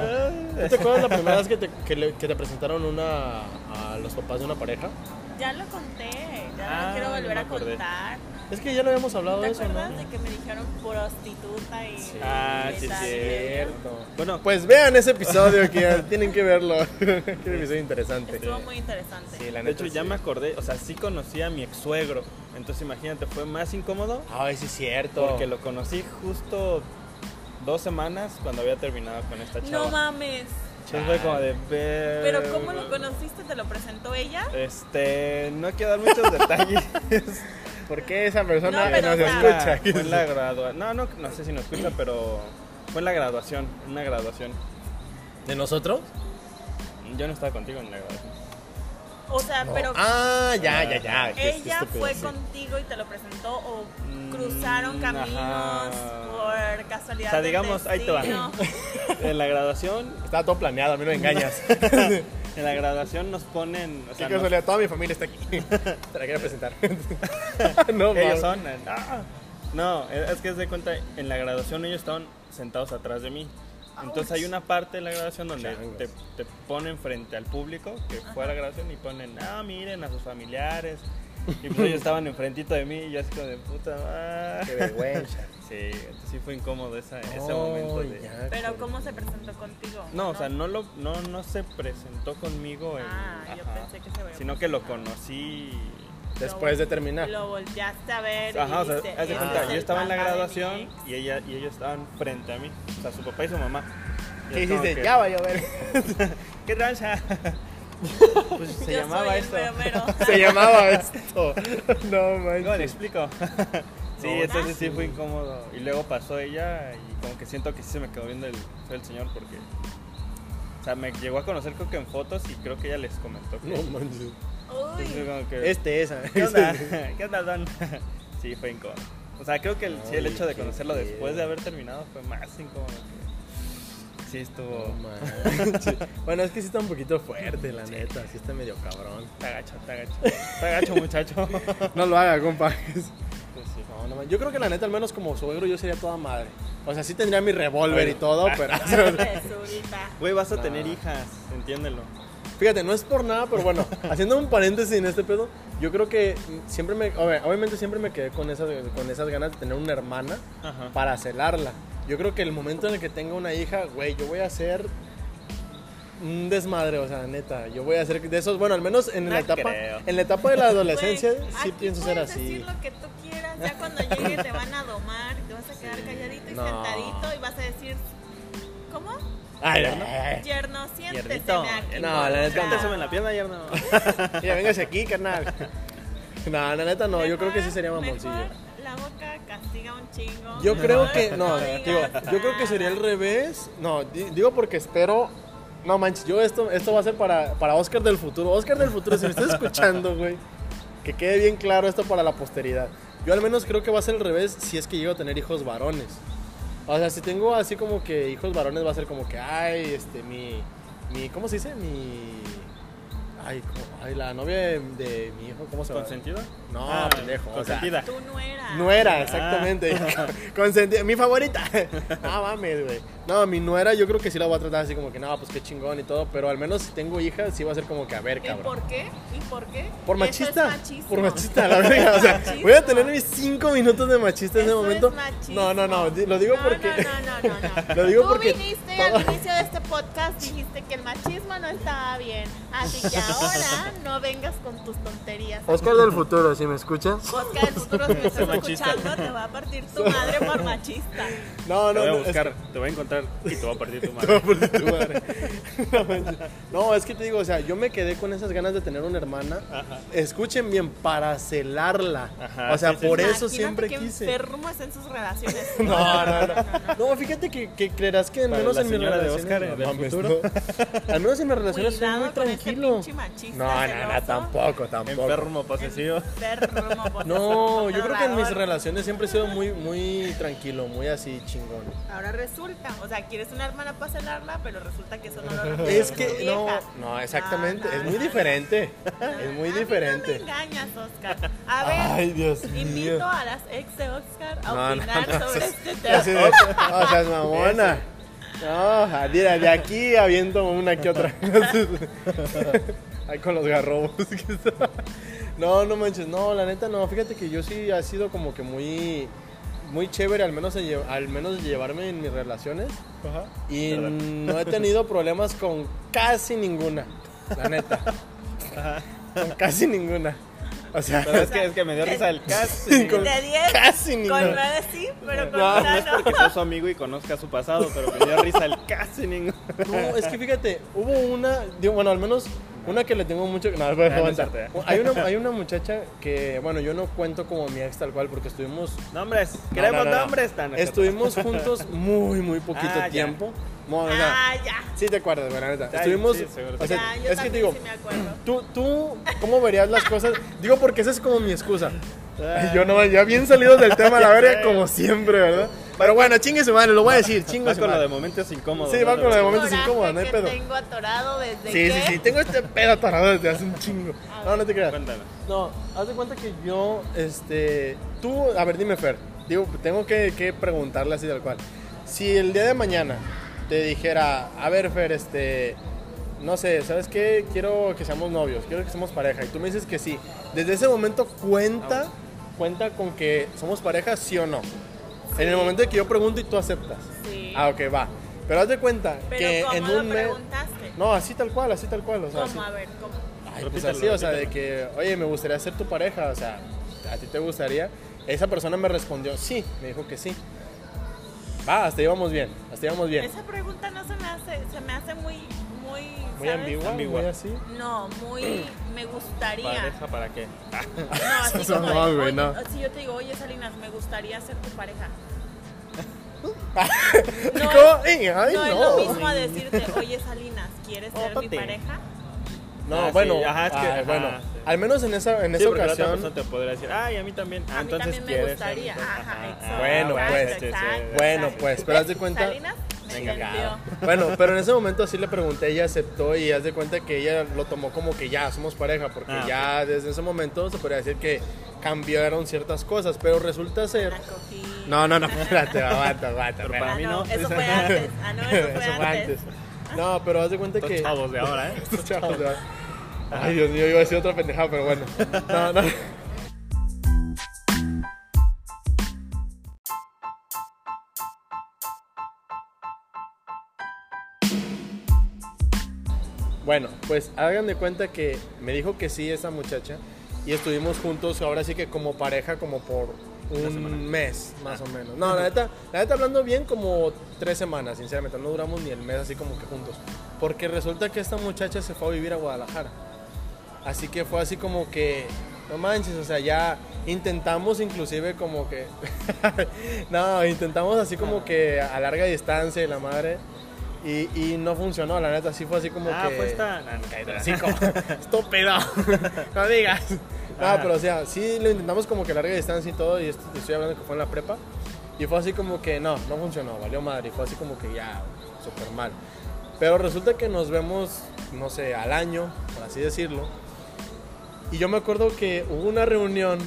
[SPEAKER 2] ¿Tú te acuerdas la primera vez que te, que le- que te presentaron una a los papás de una pareja?
[SPEAKER 3] Ya lo conté, ya
[SPEAKER 4] Ah,
[SPEAKER 3] lo quiero volver
[SPEAKER 4] no me
[SPEAKER 3] a
[SPEAKER 4] acordé.
[SPEAKER 3] contar.
[SPEAKER 2] Es que ya lo habíamos hablado
[SPEAKER 3] ¿Te
[SPEAKER 2] de eso, ¿no?
[SPEAKER 3] acuerdas de que me dijeron prostituta y...
[SPEAKER 4] Ah, sí,
[SPEAKER 3] y tal?
[SPEAKER 2] Cierto.
[SPEAKER 4] Bueno,
[SPEAKER 2] Pues vean ese episodio que tienen que verlo. Qué episodio interesante.
[SPEAKER 3] Estuvo muy interesante.
[SPEAKER 2] Sí, la
[SPEAKER 4] de hecho
[SPEAKER 2] neta,
[SPEAKER 4] ya
[SPEAKER 2] sí.
[SPEAKER 4] me acordé, o sea, sí conocí a mi ex suegro. Entonces imagínate, fue más incómodo
[SPEAKER 2] Ay, sí, es cierto.
[SPEAKER 4] porque lo conocí justo dos semanas cuando había terminado con esta chava. Eh,
[SPEAKER 3] no mames.
[SPEAKER 4] Entonces fue como de ver.
[SPEAKER 3] Pero ¿cómo lo conociste? ¿Te lo presentó ella?
[SPEAKER 4] Este, no quiero dar muchos detalles.
[SPEAKER 2] ¿Por qué esa persona
[SPEAKER 3] No, pero
[SPEAKER 2] nos
[SPEAKER 3] o sea-
[SPEAKER 2] escucha?
[SPEAKER 4] Fue en la graduación. No, no, no sé si nos escucha, pero fue en la graduación, en una graduación.
[SPEAKER 2] ¿De nosotros?
[SPEAKER 4] Yo no estaba contigo en la graduación.
[SPEAKER 3] O sea, pero
[SPEAKER 2] Ah, ya, ya, ya. Qué
[SPEAKER 3] ella
[SPEAKER 2] estúpido,
[SPEAKER 3] fue
[SPEAKER 2] sí.
[SPEAKER 3] contigo y te lo presentó o
[SPEAKER 4] Mm,
[SPEAKER 3] cruzaron caminos
[SPEAKER 4] ajá.
[SPEAKER 3] por casualidad.
[SPEAKER 4] O sea,
[SPEAKER 3] del
[SPEAKER 4] digamos, ahí te va.
[SPEAKER 3] destino?
[SPEAKER 4] En la graduación,
[SPEAKER 2] Estaba todo planeado, a mí no me engañas.
[SPEAKER 4] en la graduación nos ponen, o
[SPEAKER 2] Qué
[SPEAKER 4] sea, nos-
[SPEAKER 2] casualidad, toda mi familia está aquí. Te la quiero presentar. no, mames.
[SPEAKER 4] ellos son, ah. no, es que es de cuenta, en la graduación ellos estaban sentados atrás de mí. Entonces hay una parte de la graduación donde
[SPEAKER 2] Changos.
[SPEAKER 4] te, te ponen frente al público que fue a la graduación y ponen, ah, miren a sus familiares. Y pues ellos estaban enfrentito de mí y yo así como de puta
[SPEAKER 2] Qué
[SPEAKER 4] madre.
[SPEAKER 2] vergüenza.
[SPEAKER 4] Sí, entonces sí fue incómodo esa, ese
[SPEAKER 2] Oh,
[SPEAKER 4] momento de...
[SPEAKER 2] ya,
[SPEAKER 3] Pero
[SPEAKER 2] cabrón.
[SPEAKER 3] ¿cómo se presentó contigo?
[SPEAKER 4] No, o sea, no, lo, no, no se presentó conmigo en...
[SPEAKER 3] Ah, yo
[SPEAKER 4] ajá,
[SPEAKER 3] pensé que se había
[SPEAKER 4] Sino que lo conocí...
[SPEAKER 2] Después de terminar.
[SPEAKER 3] Lo volteaste a ver.
[SPEAKER 4] Ajá,
[SPEAKER 3] y
[SPEAKER 4] o sea,
[SPEAKER 3] dijiste,
[SPEAKER 4] haz de
[SPEAKER 3] "Este
[SPEAKER 4] cuenta,
[SPEAKER 3] es
[SPEAKER 4] yo
[SPEAKER 3] el
[SPEAKER 4] estaba en la
[SPEAKER 3] papá de mi
[SPEAKER 4] graduación
[SPEAKER 3] ex".
[SPEAKER 4] y, ella, y ellos estaban frente a mí, o sea, su papá y su mamá. Y
[SPEAKER 2] ¿Qué
[SPEAKER 4] es como
[SPEAKER 2] hiciste?
[SPEAKER 4] que,
[SPEAKER 2] Ya va a llover.
[SPEAKER 4] ¿Qué rancha? pues se
[SPEAKER 3] Yo
[SPEAKER 4] llamaba
[SPEAKER 3] soy el
[SPEAKER 4] esto.
[SPEAKER 3] mero, mero.
[SPEAKER 2] Se llamaba esto. No
[SPEAKER 4] ¿Cómo le
[SPEAKER 2] manches.
[SPEAKER 4] explico? sí,
[SPEAKER 2] No,
[SPEAKER 4] entonces sí
[SPEAKER 2] sí.
[SPEAKER 4] fue incómodo. Y luego pasó ella y como que siento que sí se me quedó viendo el, el señor porque... O sea, me llegó a conocer creo que en fotos y creo que ella les comentó que...
[SPEAKER 2] No manches.
[SPEAKER 4] Entonces fue
[SPEAKER 3] Uy,
[SPEAKER 4] como que,
[SPEAKER 2] Este esa.
[SPEAKER 4] ¿Qué onda? ¿Qué onda, Don? Sí, fue incómodo. O sea, creo que el, sí, el
[SPEAKER 2] Ay,
[SPEAKER 4] hecho de
[SPEAKER 2] qué
[SPEAKER 4] conocerlo después
[SPEAKER 2] feo.
[SPEAKER 4] de haber terminado fue más incómodo. que- Sí, estuvo.
[SPEAKER 2] No manches. Bueno, es que sí está un poquito fuerte, la neta. Sí está medio cabrón.
[SPEAKER 4] Está gacho, está gacho. Está gacho, muchacho.
[SPEAKER 2] No lo haga, compa.
[SPEAKER 4] Pues sí.
[SPEAKER 2] No, no, man- yo creo que la neta, al menos como suegro, yo sería toda madre. O sea, sí tendría mi revólver y
[SPEAKER 4] Bueno.
[SPEAKER 2] todo, pero.
[SPEAKER 3] Jesurita.
[SPEAKER 4] Güey, vas a
[SPEAKER 2] No.
[SPEAKER 4] tener hijas, entiéndelo.
[SPEAKER 2] Fíjate, no es por nada, pero bueno, haciendo un paréntesis en este pedo, yo creo que siempre me. ob- Obviamente siempre me quedé con esas, con esas ganas de tener una hermana
[SPEAKER 4] Ajá.
[SPEAKER 2] para celarla. Yo creo que el momento en el que tenga una hija, güey, yo voy a ser un desmadre, o sea, neta. Yo voy a ser de esos, bueno, al menos en
[SPEAKER 4] No
[SPEAKER 2] la etapa.
[SPEAKER 4] creo.
[SPEAKER 2] En la etapa de la adolescencia,
[SPEAKER 3] Güey,
[SPEAKER 2] sí
[SPEAKER 3] aquí
[SPEAKER 2] pienso ser
[SPEAKER 3] puedes
[SPEAKER 2] así.
[SPEAKER 3] decir lo que tú quieras, ya cuando llegue te van a domar, te vas a quedar calladito y
[SPEAKER 2] No.
[SPEAKER 3] sentadito y vas a decir, ¿cómo?
[SPEAKER 2] Ay, ay, ay,
[SPEAKER 3] Yerno, siéntese
[SPEAKER 4] Yernito.
[SPEAKER 3] aquí.
[SPEAKER 2] Eh, No, la neta,
[SPEAKER 3] O sea,
[SPEAKER 4] Cánteseme en la pierna, ya no.
[SPEAKER 2] ay. Mira, véngase aquí, carnal. No, la neta no, yo creo que sí sería
[SPEAKER 3] mejor-
[SPEAKER 2] mamoncillo.
[SPEAKER 3] mejor La boca castiga un chingo.
[SPEAKER 2] Yo
[SPEAKER 3] Mejor
[SPEAKER 2] creo que, no,
[SPEAKER 3] digas
[SPEAKER 2] digo, yo creo que
[SPEAKER 3] nada.
[SPEAKER 2] sería al revés. No, di- digo porque espero No manches, yo esto, esto va a ser para, para Oscar del futuro. Oscar del futuro, si me estás escuchando, güey, que quede bien claro esto para la posteridad. Yo al menos creo que va a ser al revés si es que llego a tener hijos varones. O sea, si tengo así como que hijos varones va a ser como que, ay, este, mi, mi ¿cómo se dice? Mi, ay, ¿cómo? ay la novia de, de mi hijo, ¿cómo se llama?
[SPEAKER 4] ¿Consentida?
[SPEAKER 2] No,
[SPEAKER 4] Ah,
[SPEAKER 2] pendejo, o sea,
[SPEAKER 4] Consentida.
[SPEAKER 3] Tú no eras.
[SPEAKER 2] Nuera, exactamente. Consentida, mi favorita. No mames, güey. No, mi nuera yo creo que sí la voy a tratar así como que, no, pues qué chingón y todo, pero al menos si tengo hija sí va a ser como que, a ver,
[SPEAKER 3] ¿Y
[SPEAKER 2] cabrón.
[SPEAKER 3] por qué? ¿Y por qué?
[SPEAKER 2] Por
[SPEAKER 3] Eso
[SPEAKER 2] machista.
[SPEAKER 3] es machismo.
[SPEAKER 2] por machista, la verga. O sea,
[SPEAKER 3] Machismo.
[SPEAKER 2] voy a tener mis cinco minutos de machista en ese
[SPEAKER 3] Eso es
[SPEAKER 2] momento.
[SPEAKER 3] machismo.
[SPEAKER 2] no, no, no. di- Lo digo
[SPEAKER 3] No,
[SPEAKER 2] porque.
[SPEAKER 3] No, no, no, no.
[SPEAKER 2] Lo digo
[SPEAKER 3] Tú
[SPEAKER 2] porque
[SPEAKER 3] viniste
[SPEAKER 2] todo-
[SPEAKER 3] al inicio de este podcast, dijiste que el machismo no estaba bien. Así que ahora no vengas con tus tonterías.
[SPEAKER 2] Oscar del futuro, si me escuchas.
[SPEAKER 3] Oscar del futuro, si me estás
[SPEAKER 4] Machista.
[SPEAKER 3] escuchando, te va a partir tu madre por machista.
[SPEAKER 2] No,
[SPEAKER 4] Te
[SPEAKER 2] no,
[SPEAKER 4] voy a
[SPEAKER 2] no. es
[SPEAKER 4] buscar,
[SPEAKER 2] que-
[SPEAKER 4] te voy a encontrar y te voy a partir tu
[SPEAKER 2] Te voy a
[SPEAKER 4] madre.
[SPEAKER 2] poner tu madre. No, manches. No, es que te digo, o sea, yo me quedé con esas ganas de tener una hermana.
[SPEAKER 4] Ajá.
[SPEAKER 2] Escuchen bien, para celarla.
[SPEAKER 4] Ajá,
[SPEAKER 2] o sea,
[SPEAKER 4] sí, sí,
[SPEAKER 2] por
[SPEAKER 4] sí.
[SPEAKER 2] eso
[SPEAKER 3] Imagínate
[SPEAKER 2] siempre
[SPEAKER 3] qué
[SPEAKER 2] quise.
[SPEAKER 3] enfermos en sus relaciones.
[SPEAKER 2] No, no, no. No, fíjate que, que creerás que al
[SPEAKER 4] Para
[SPEAKER 2] menos
[SPEAKER 4] la
[SPEAKER 2] en mi
[SPEAKER 4] señora de
[SPEAKER 2] relación.
[SPEAKER 4] Oscar, eh, del futuro.
[SPEAKER 2] Al menos en mis relaciones soy muy
[SPEAKER 3] Cuidado con este
[SPEAKER 2] tranquilo.
[SPEAKER 3] pinche machista.
[SPEAKER 2] No, no, no,
[SPEAKER 3] celoso.
[SPEAKER 2] tampoco, tampoco.
[SPEAKER 4] Enfermo, posesivo.
[SPEAKER 3] Enfermo, por
[SPEAKER 2] No, yo creo que en mis
[SPEAKER 3] controlador.
[SPEAKER 2] relaciones siempre he sido muy, muy tranquilo, muy así chingón.
[SPEAKER 3] Ahora resulta, o sea, quieres una hermana para celarla, pero resulta que eso no lo representa
[SPEAKER 2] Es
[SPEAKER 3] tu
[SPEAKER 2] que
[SPEAKER 3] vieja.
[SPEAKER 2] no, no, exactamente,
[SPEAKER 3] No, no,
[SPEAKER 2] es muy
[SPEAKER 3] no.
[SPEAKER 2] diferente,
[SPEAKER 3] No,
[SPEAKER 2] es muy
[SPEAKER 3] a mí No
[SPEAKER 2] diferente.
[SPEAKER 3] me engañas, Oscar. A ver,
[SPEAKER 2] Dios
[SPEAKER 3] invito a las ex de Oscar a
[SPEAKER 2] No, no,
[SPEAKER 3] opinar
[SPEAKER 2] no,
[SPEAKER 3] sobre
[SPEAKER 2] seas-
[SPEAKER 3] este tema.
[SPEAKER 2] Así de- o sea, es mamona. No, ah, mira, de aquí habiendo una que otra. Ahí con los garrobos. No, no manches, no, la neta no. Fíjate que yo sí ha sido como que muy, muy chévere, al menos, en lle- al menos llevarme en mis relaciones.
[SPEAKER 4] Ajá.
[SPEAKER 2] Y
[SPEAKER 4] Perdón.
[SPEAKER 2] no he tenido problemas con casi ninguna, la neta. Con casi ninguna. O sea,
[SPEAKER 4] Pero es que, es que me dio risa el cast.
[SPEAKER 2] con
[SPEAKER 3] De 10,
[SPEAKER 2] casi
[SPEAKER 3] con
[SPEAKER 2] ninguna.
[SPEAKER 3] 9 sí, pero con
[SPEAKER 2] No,
[SPEAKER 4] No es
[SPEAKER 3] una no.
[SPEAKER 4] porque sea su amigo y conozca su pasado, pero me dio risa el casi ninguno.
[SPEAKER 2] No, es que fíjate, hubo una, digo, bueno, al menos una que le tengo mucho. No, voy a
[SPEAKER 4] Ah, no es
[SPEAKER 2] aguantar.
[SPEAKER 4] cierto, ya.
[SPEAKER 2] Hay una, hay una muchacha que, bueno, yo no cuento como mi ex tal cual porque estuvimos.
[SPEAKER 4] Nombres,
[SPEAKER 2] No,
[SPEAKER 4] queremos
[SPEAKER 2] no, no, no.
[SPEAKER 4] nombres. Tan
[SPEAKER 2] Estuvimos juntos muy, muy poquito
[SPEAKER 4] Ah, ya.
[SPEAKER 2] tiempo. No, no, no.
[SPEAKER 3] Ah, ya.
[SPEAKER 2] Sí te acuerdas, güey, la neta.
[SPEAKER 4] Sí,
[SPEAKER 2] Estuvimos.
[SPEAKER 4] sí, seguro,
[SPEAKER 2] o
[SPEAKER 4] sí.
[SPEAKER 2] sea,
[SPEAKER 3] Ya, yo
[SPEAKER 2] es que
[SPEAKER 3] también
[SPEAKER 2] te digo,
[SPEAKER 3] sí me acuerdo.
[SPEAKER 2] ¿Tú, ¿Tú cómo verías las cosas? Digo porque esa es como mi excusa. Ay, yo no, ya bien salidos del tema, la verga, como siempre, ¿verdad? Pero bueno, chingue su madre, lo voy a decir, chingue
[SPEAKER 4] Va
[SPEAKER 2] su
[SPEAKER 4] con lo de
[SPEAKER 2] madre.
[SPEAKER 4] momentos incómodos.
[SPEAKER 2] Sí, va con lo de momentos
[SPEAKER 3] Coraje
[SPEAKER 2] incómodos, no hay
[SPEAKER 3] que
[SPEAKER 2] pedo.
[SPEAKER 3] tengo atorado desde
[SPEAKER 2] Sí,
[SPEAKER 3] que...
[SPEAKER 2] sí, sí, tengo este pedo atorado desde hace un chingo. No, no te creas.
[SPEAKER 4] Cuéntalo.
[SPEAKER 2] No, haz de cuenta que yo, este, tú, a ver, dime Fer, digo, tengo que, que preguntarle así tal cual. Si el día de mañana te dijera, a ver Fer, este, no sé, ¿sabes qué? Quiero que seamos novios, quiero que seamos pareja, y tú me dices que sí, desde ese momento cuenta, cuenta con que somos pareja, sí o no. En el momento en que yo pregunto y tú aceptas.
[SPEAKER 3] Sí.
[SPEAKER 2] Ah, ok, va. Pero haz de cuenta que
[SPEAKER 3] Pero ¿cómo
[SPEAKER 2] en
[SPEAKER 3] lo
[SPEAKER 2] un mes...
[SPEAKER 3] preguntaste?
[SPEAKER 2] No, así tal cual, así tal cual, o sea, así-
[SPEAKER 3] ¿Cómo? A ver, ¿cómo?
[SPEAKER 2] Ay, pues
[SPEAKER 4] Repítelo,
[SPEAKER 2] así, o sea, de
[SPEAKER 4] repítelo.
[SPEAKER 2] que, oye, me gustaría ser tu pareja, o sea, ¿a ti te gustaría? Esa persona me respondió, sí, me dijo que sí. Va, hasta íbamos bien, hasta íbamos bien.
[SPEAKER 3] Esa pregunta no se me hace, se me hace muy, muy,
[SPEAKER 2] Muy
[SPEAKER 3] ¿sabes?
[SPEAKER 2] ambigua,
[SPEAKER 4] Ambigua.
[SPEAKER 2] muy así.
[SPEAKER 3] No, muy, me gustaría.
[SPEAKER 4] ¿Pareja para qué?
[SPEAKER 3] No, así
[SPEAKER 2] Eso
[SPEAKER 3] como de,
[SPEAKER 2] no, güey,
[SPEAKER 3] oye,
[SPEAKER 2] no.
[SPEAKER 3] si yo te digo, oye Salinas, me gustaría ser tu pareja.
[SPEAKER 2] ¿Cómo?
[SPEAKER 3] No,
[SPEAKER 2] Ey, ay,
[SPEAKER 3] no, es
[SPEAKER 2] no.
[SPEAKER 3] lo mismo a decirte, oye Salinas, ¿quieres ser mi
[SPEAKER 4] Ópate.
[SPEAKER 3] pareja?
[SPEAKER 2] No,
[SPEAKER 4] Ah, sí,
[SPEAKER 2] bueno,
[SPEAKER 4] ajá, es que-
[SPEAKER 2] ay, bueno,
[SPEAKER 4] ajá, sí.
[SPEAKER 2] al menos en esa, en
[SPEAKER 4] Sí,
[SPEAKER 2] esa
[SPEAKER 4] porque la otra
[SPEAKER 2] ocasión,
[SPEAKER 4] persona te podría decir, ay, a mí también. Ah,
[SPEAKER 3] a mí
[SPEAKER 4] entonces
[SPEAKER 3] también me
[SPEAKER 4] quieres,
[SPEAKER 3] gustaría.
[SPEAKER 4] entonces,
[SPEAKER 3] Ajá, exacto.
[SPEAKER 2] Bueno,
[SPEAKER 3] exacto,
[SPEAKER 2] pues,
[SPEAKER 4] sí, sí,
[SPEAKER 3] exacto,
[SPEAKER 4] ah,
[SPEAKER 2] bueno,
[SPEAKER 3] exacto.
[SPEAKER 2] pues, pero haz de cuenta-
[SPEAKER 3] Salinas, me
[SPEAKER 4] Venga,
[SPEAKER 3] entendió.
[SPEAKER 2] bueno, pero en ese momento sí le pregunté, ella aceptó y haz de cuenta que ella lo tomó como que ya somos pareja, porque
[SPEAKER 4] Ah,
[SPEAKER 2] ya desde ese momento se podría decir que cambiaron ciertas cosas, pero resulta ser...
[SPEAKER 3] La cogí.
[SPEAKER 2] No, no, no, espérate, aguanta, aguanta.
[SPEAKER 4] Pero
[SPEAKER 2] espérate.
[SPEAKER 4] para
[SPEAKER 3] Ah,
[SPEAKER 4] mí
[SPEAKER 3] no,
[SPEAKER 4] no.
[SPEAKER 3] eso fue antes. Ah, no, eso fue
[SPEAKER 2] Eso fue antes.
[SPEAKER 3] antes.
[SPEAKER 2] No, pero haz de cuenta
[SPEAKER 4] Estos
[SPEAKER 2] que.
[SPEAKER 4] chavos de ahora, ¿eh?
[SPEAKER 2] Estos chavos, ¿verdad? Ay, Dios mío, iba a decir otra pendejada, pero bueno. No, no. Bueno, pues hagan de cuenta que me dijo que sí esa muchacha y estuvimos juntos ahora sí que como pareja como por un mes más o menos. No, la neta, la neta hablando bien como tres semanas, sinceramente, no duramos ni el mes así como que juntos. Porque resulta que esta muchacha se fue a vivir a Guadalajara. Así que fue así como que, no manches, o sea, ya intentamos inclusive como que, no, intentamos así como que a larga distancia y la madre. Y, y no funcionó, la neta, sí fue así como
[SPEAKER 4] ah,
[SPEAKER 2] que...
[SPEAKER 4] pues está. No, no, cállate.
[SPEAKER 2] Cinco. Estúpido. no digas. No,
[SPEAKER 4] Ajá.
[SPEAKER 2] pero o sea, sí lo intentamos como que larga distancia y todo. Y esto te estoy hablando que fue en la prepa. Y fue así como que no, no funcionó, valió madre. Y fue así como que ya, súper mal. Pero resulta que nos vemos, no sé, al año, por así decirlo. Y yo me acuerdo que hubo una reunión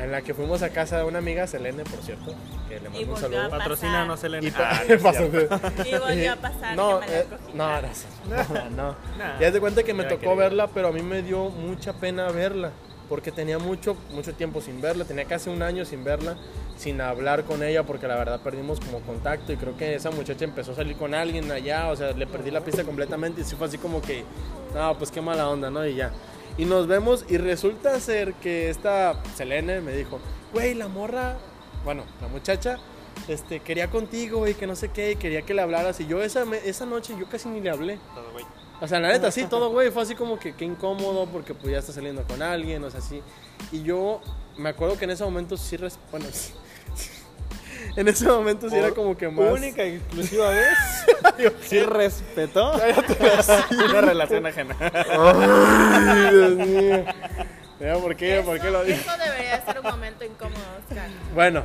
[SPEAKER 2] en la que fuimos a casa de una amiga, Selene, por cierto, que le
[SPEAKER 3] Y
[SPEAKER 2] mando un
[SPEAKER 3] volvió a
[SPEAKER 2] saludo.
[SPEAKER 4] Patrocínanos, Elena.
[SPEAKER 2] Y pa-
[SPEAKER 4] Ah, no es
[SPEAKER 2] pasó-
[SPEAKER 4] cierto.
[SPEAKER 3] Y volvió a pasar.
[SPEAKER 2] No,
[SPEAKER 3] que me la
[SPEAKER 2] eh,
[SPEAKER 3] cogí.
[SPEAKER 2] no, gracias. No, no.
[SPEAKER 4] Nah.
[SPEAKER 2] Ya te cuenta que me
[SPEAKER 4] Ya
[SPEAKER 2] tocó
[SPEAKER 4] quería.
[SPEAKER 2] verla, pero a mí me dio mucha pena verla, porque tenía mucho, mucho tiempo sin verla, tenía casi un año sin verla, sin hablar con ella, porque la verdad perdimos como contacto y creo que esa muchacha empezó a salir con alguien allá, o sea, le perdí la pista completamente y sí fue así como que, no, pues qué mala onda, ¿no? Y ya. Y nos vemos y resulta ser que esta Selene me dijo, güey, la morra, bueno, la muchacha. Este, quería contigo y que no sé qué, y quería que le hablaras. Y yo esa, me- esa noche yo casi ni le hablé.
[SPEAKER 4] Todo, güey.
[SPEAKER 2] O sea, la neta, sí, todo, güey, fue así como que, que incómodo porque pues ya está saliendo con alguien, o sea, sí. Y yo me acuerdo que en ese momento sí, res- bueno, sí. en ese momento sí era como que más...
[SPEAKER 4] Única y exclusiva vez. sí respetó una relación ajena.
[SPEAKER 2] Ay, Dios mío. Mira, ¿por qué? ¿Por qué
[SPEAKER 3] Eso-
[SPEAKER 2] lo dije?
[SPEAKER 3] Eso debería ser un momento incómodo, Oscar.
[SPEAKER 2] Bueno,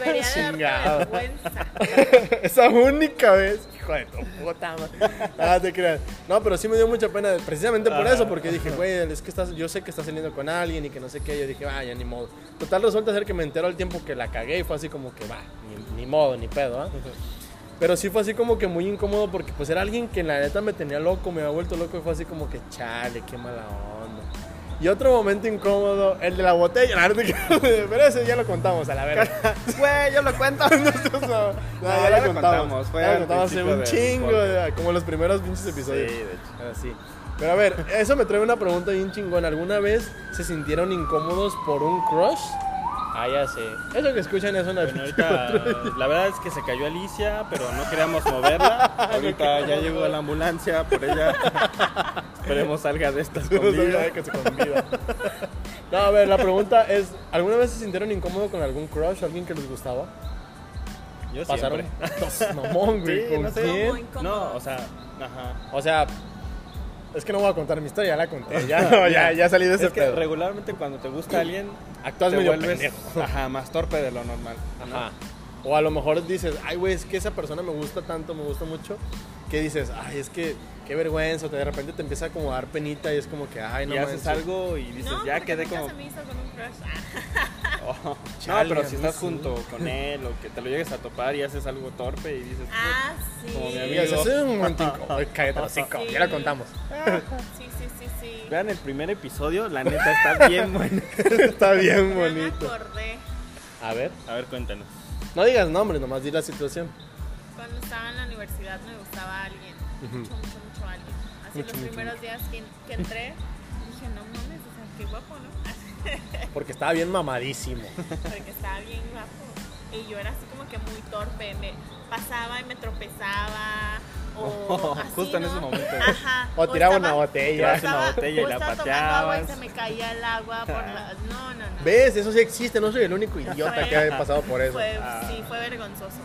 [SPEAKER 3] Debería de
[SPEAKER 2] Ah, chingado.
[SPEAKER 3] darte vergüenza.
[SPEAKER 2] esa única vez, hijo de tu puta madre. Ah, te creas. No, pero sí me dio mucha pena, precisamente por eso, porque dije, güey, es que estás, yo sé que estás saliendo con alguien y que no sé qué. Yo dije, vaya, ni modo. Total, resulta ser que me entero al tiempo que la cagué y fue así como que, va, ni, ni modo, ni pedo, ¿ah? Pero sí fue así como que muy incómodo porque pues era alguien que la neta me tenía loco, me había vuelto loco y fue así como que chale, qué mala onda. Y otro momento incómodo, el de la botella, la verdad que- pero ese ya lo contamos a la verga.
[SPEAKER 4] Güey, yo lo cuento.
[SPEAKER 2] No, no,
[SPEAKER 4] ya lo contamos, fue
[SPEAKER 2] ya lo
[SPEAKER 4] al
[SPEAKER 2] contamos hace
[SPEAKER 4] principio
[SPEAKER 2] un
[SPEAKER 4] del
[SPEAKER 2] chingo,
[SPEAKER 4] podcast.
[SPEAKER 2] como los primeros pinches
[SPEAKER 4] Sí,
[SPEAKER 2] episodios.
[SPEAKER 4] de hecho.
[SPEAKER 2] Ahora sí. Pero a ver, eso me trae una pregunta bien chingona. ¿Alguna vez se sintieron incómodos por un crush? Ah, ya sé. Eso que escuchan es una...
[SPEAKER 4] Bueno, ahorita la verdad es que se cayó Alicia, pero no queríamos moverla. Ahorita ya llegó la ambulancia por ella. Esperemos salga de esta
[SPEAKER 2] No sabía
[SPEAKER 4] escondida.
[SPEAKER 2] que se convida. No, a ver, la pregunta es, ¿alguna vez se sintieron incómodos con algún crush, alguien que les gustaba?
[SPEAKER 4] Yo
[SPEAKER 2] Pasaron
[SPEAKER 4] siempre.
[SPEAKER 2] dos mamón, güey,
[SPEAKER 4] Sí,
[SPEAKER 2] ¿con
[SPEAKER 4] no sé.
[SPEAKER 2] quién?
[SPEAKER 3] Muy incómodo.
[SPEAKER 4] No, o sea, ajá.
[SPEAKER 2] O sea, es que no voy a contar mi historia, ya la conté. Ya, no, ya, ya salí de ese
[SPEAKER 4] Es que
[SPEAKER 2] pedo.
[SPEAKER 4] regularmente cuando te gusta alguien,
[SPEAKER 2] Actúas
[SPEAKER 4] te
[SPEAKER 2] medio
[SPEAKER 4] vuelves
[SPEAKER 2] pendejo. Ah,
[SPEAKER 4] ajá, más torpe de lo normal. ¿no?
[SPEAKER 2] Ajá. O a lo mejor dices, ay, güey, es que esa persona me gusta tanto, me gusta mucho, que dices, ay, es que qué vergüenza, te- de repente te empieza como a dar penita y es como que, ay,
[SPEAKER 4] Y
[SPEAKER 2] no
[SPEAKER 4] haces
[SPEAKER 2] manches".
[SPEAKER 4] algo y dices,
[SPEAKER 3] No,
[SPEAKER 4] ya
[SPEAKER 3] porque
[SPEAKER 4] quedé
[SPEAKER 3] nunca
[SPEAKER 4] como.
[SPEAKER 3] se me hizo con un crush. Ah,
[SPEAKER 4] Oh,
[SPEAKER 2] Chale,
[SPEAKER 4] no, pero si
[SPEAKER 2] no
[SPEAKER 4] estás
[SPEAKER 2] sé.
[SPEAKER 4] junto con él o que te lo llegues a topar y haces algo torpe y dices,
[SPEAKER 3] Ah, sí.
[SPEAKER 4] Como mi
[SPEAKER 2] Y
[SPEAKER 4] amiga,
[SPEAKER 2] eso es un momento incómodo. Ay, Cállate, los cinco,
[SPEAKER 3] Sí.
[SPEAKER 2] ya lo contamos.
[SPEAKER 3] Sí, sí, sí, sí.
[SPEAKER 4] vean el primer episodio, la neta está bien bueno.
[SPEAKER 2] Está bien
[SPEAKER 3] Ya me
[SPEAKER 2] bonito.
[SPEAKER 3] acordé
[SPEAKER 2] A ver.
[SPEAKER 4] A ver, cuéntanos.
[SPEAKER 2] No digas nombres, nomás di la situación.
[SPEAKER 3] cuando estaba en la universidad me gustaba alguien. Mucho, mucho, mucho alguien. Así
[SPEAKER 2] Mucho,
[SPEAKER 3] los
[SPEAKER 2] mucho,
[SPEAKER 3] primeros días que, que entré, dije, no mames, o sea, qué guapo, ¿no?
[SPEAKER 2] Porque estaba bien mamadísimo.
[SPEAKER 3] porque estaba bien guapo. Y yo era así como que muy torpe, me pasaba y me tropezaba. O
[SPEAKER 4] Oh,
[SPEAKER 3] así,
[SPEAKER 4] justo en
[SPEAKER 3] ¿no?
[SPEAKER 4] ese momento. ¿eh?
[SPEAKER 3] Ajá.
[SPEAKER 2] O tiraba
[SPEAKER 3] estaba-
[SPEAKER 2] una botella.
[SPEAKER 3] o estaba-
[SPEAKER 4] Una botella y
[SPEAKER 3] o
[SPEAKER 4] la
[SPEAKER 3] estaba tomando agua y
[SPEAKER 4] pateabas.
[SPEAKER 3] se me caía el agua por la... No, no, no.
[SPEAKER 2] ¿Ves? Eso sí existe, no soy el único idiota
[SPEAKER 3] Fue-
[SPEAKER 2] que ha pasado por eso.
[SPEAKER 3] Fue,
[SPEAKER 4] Ah.
[SPEAKER 3] Sí, fue vergonzoso.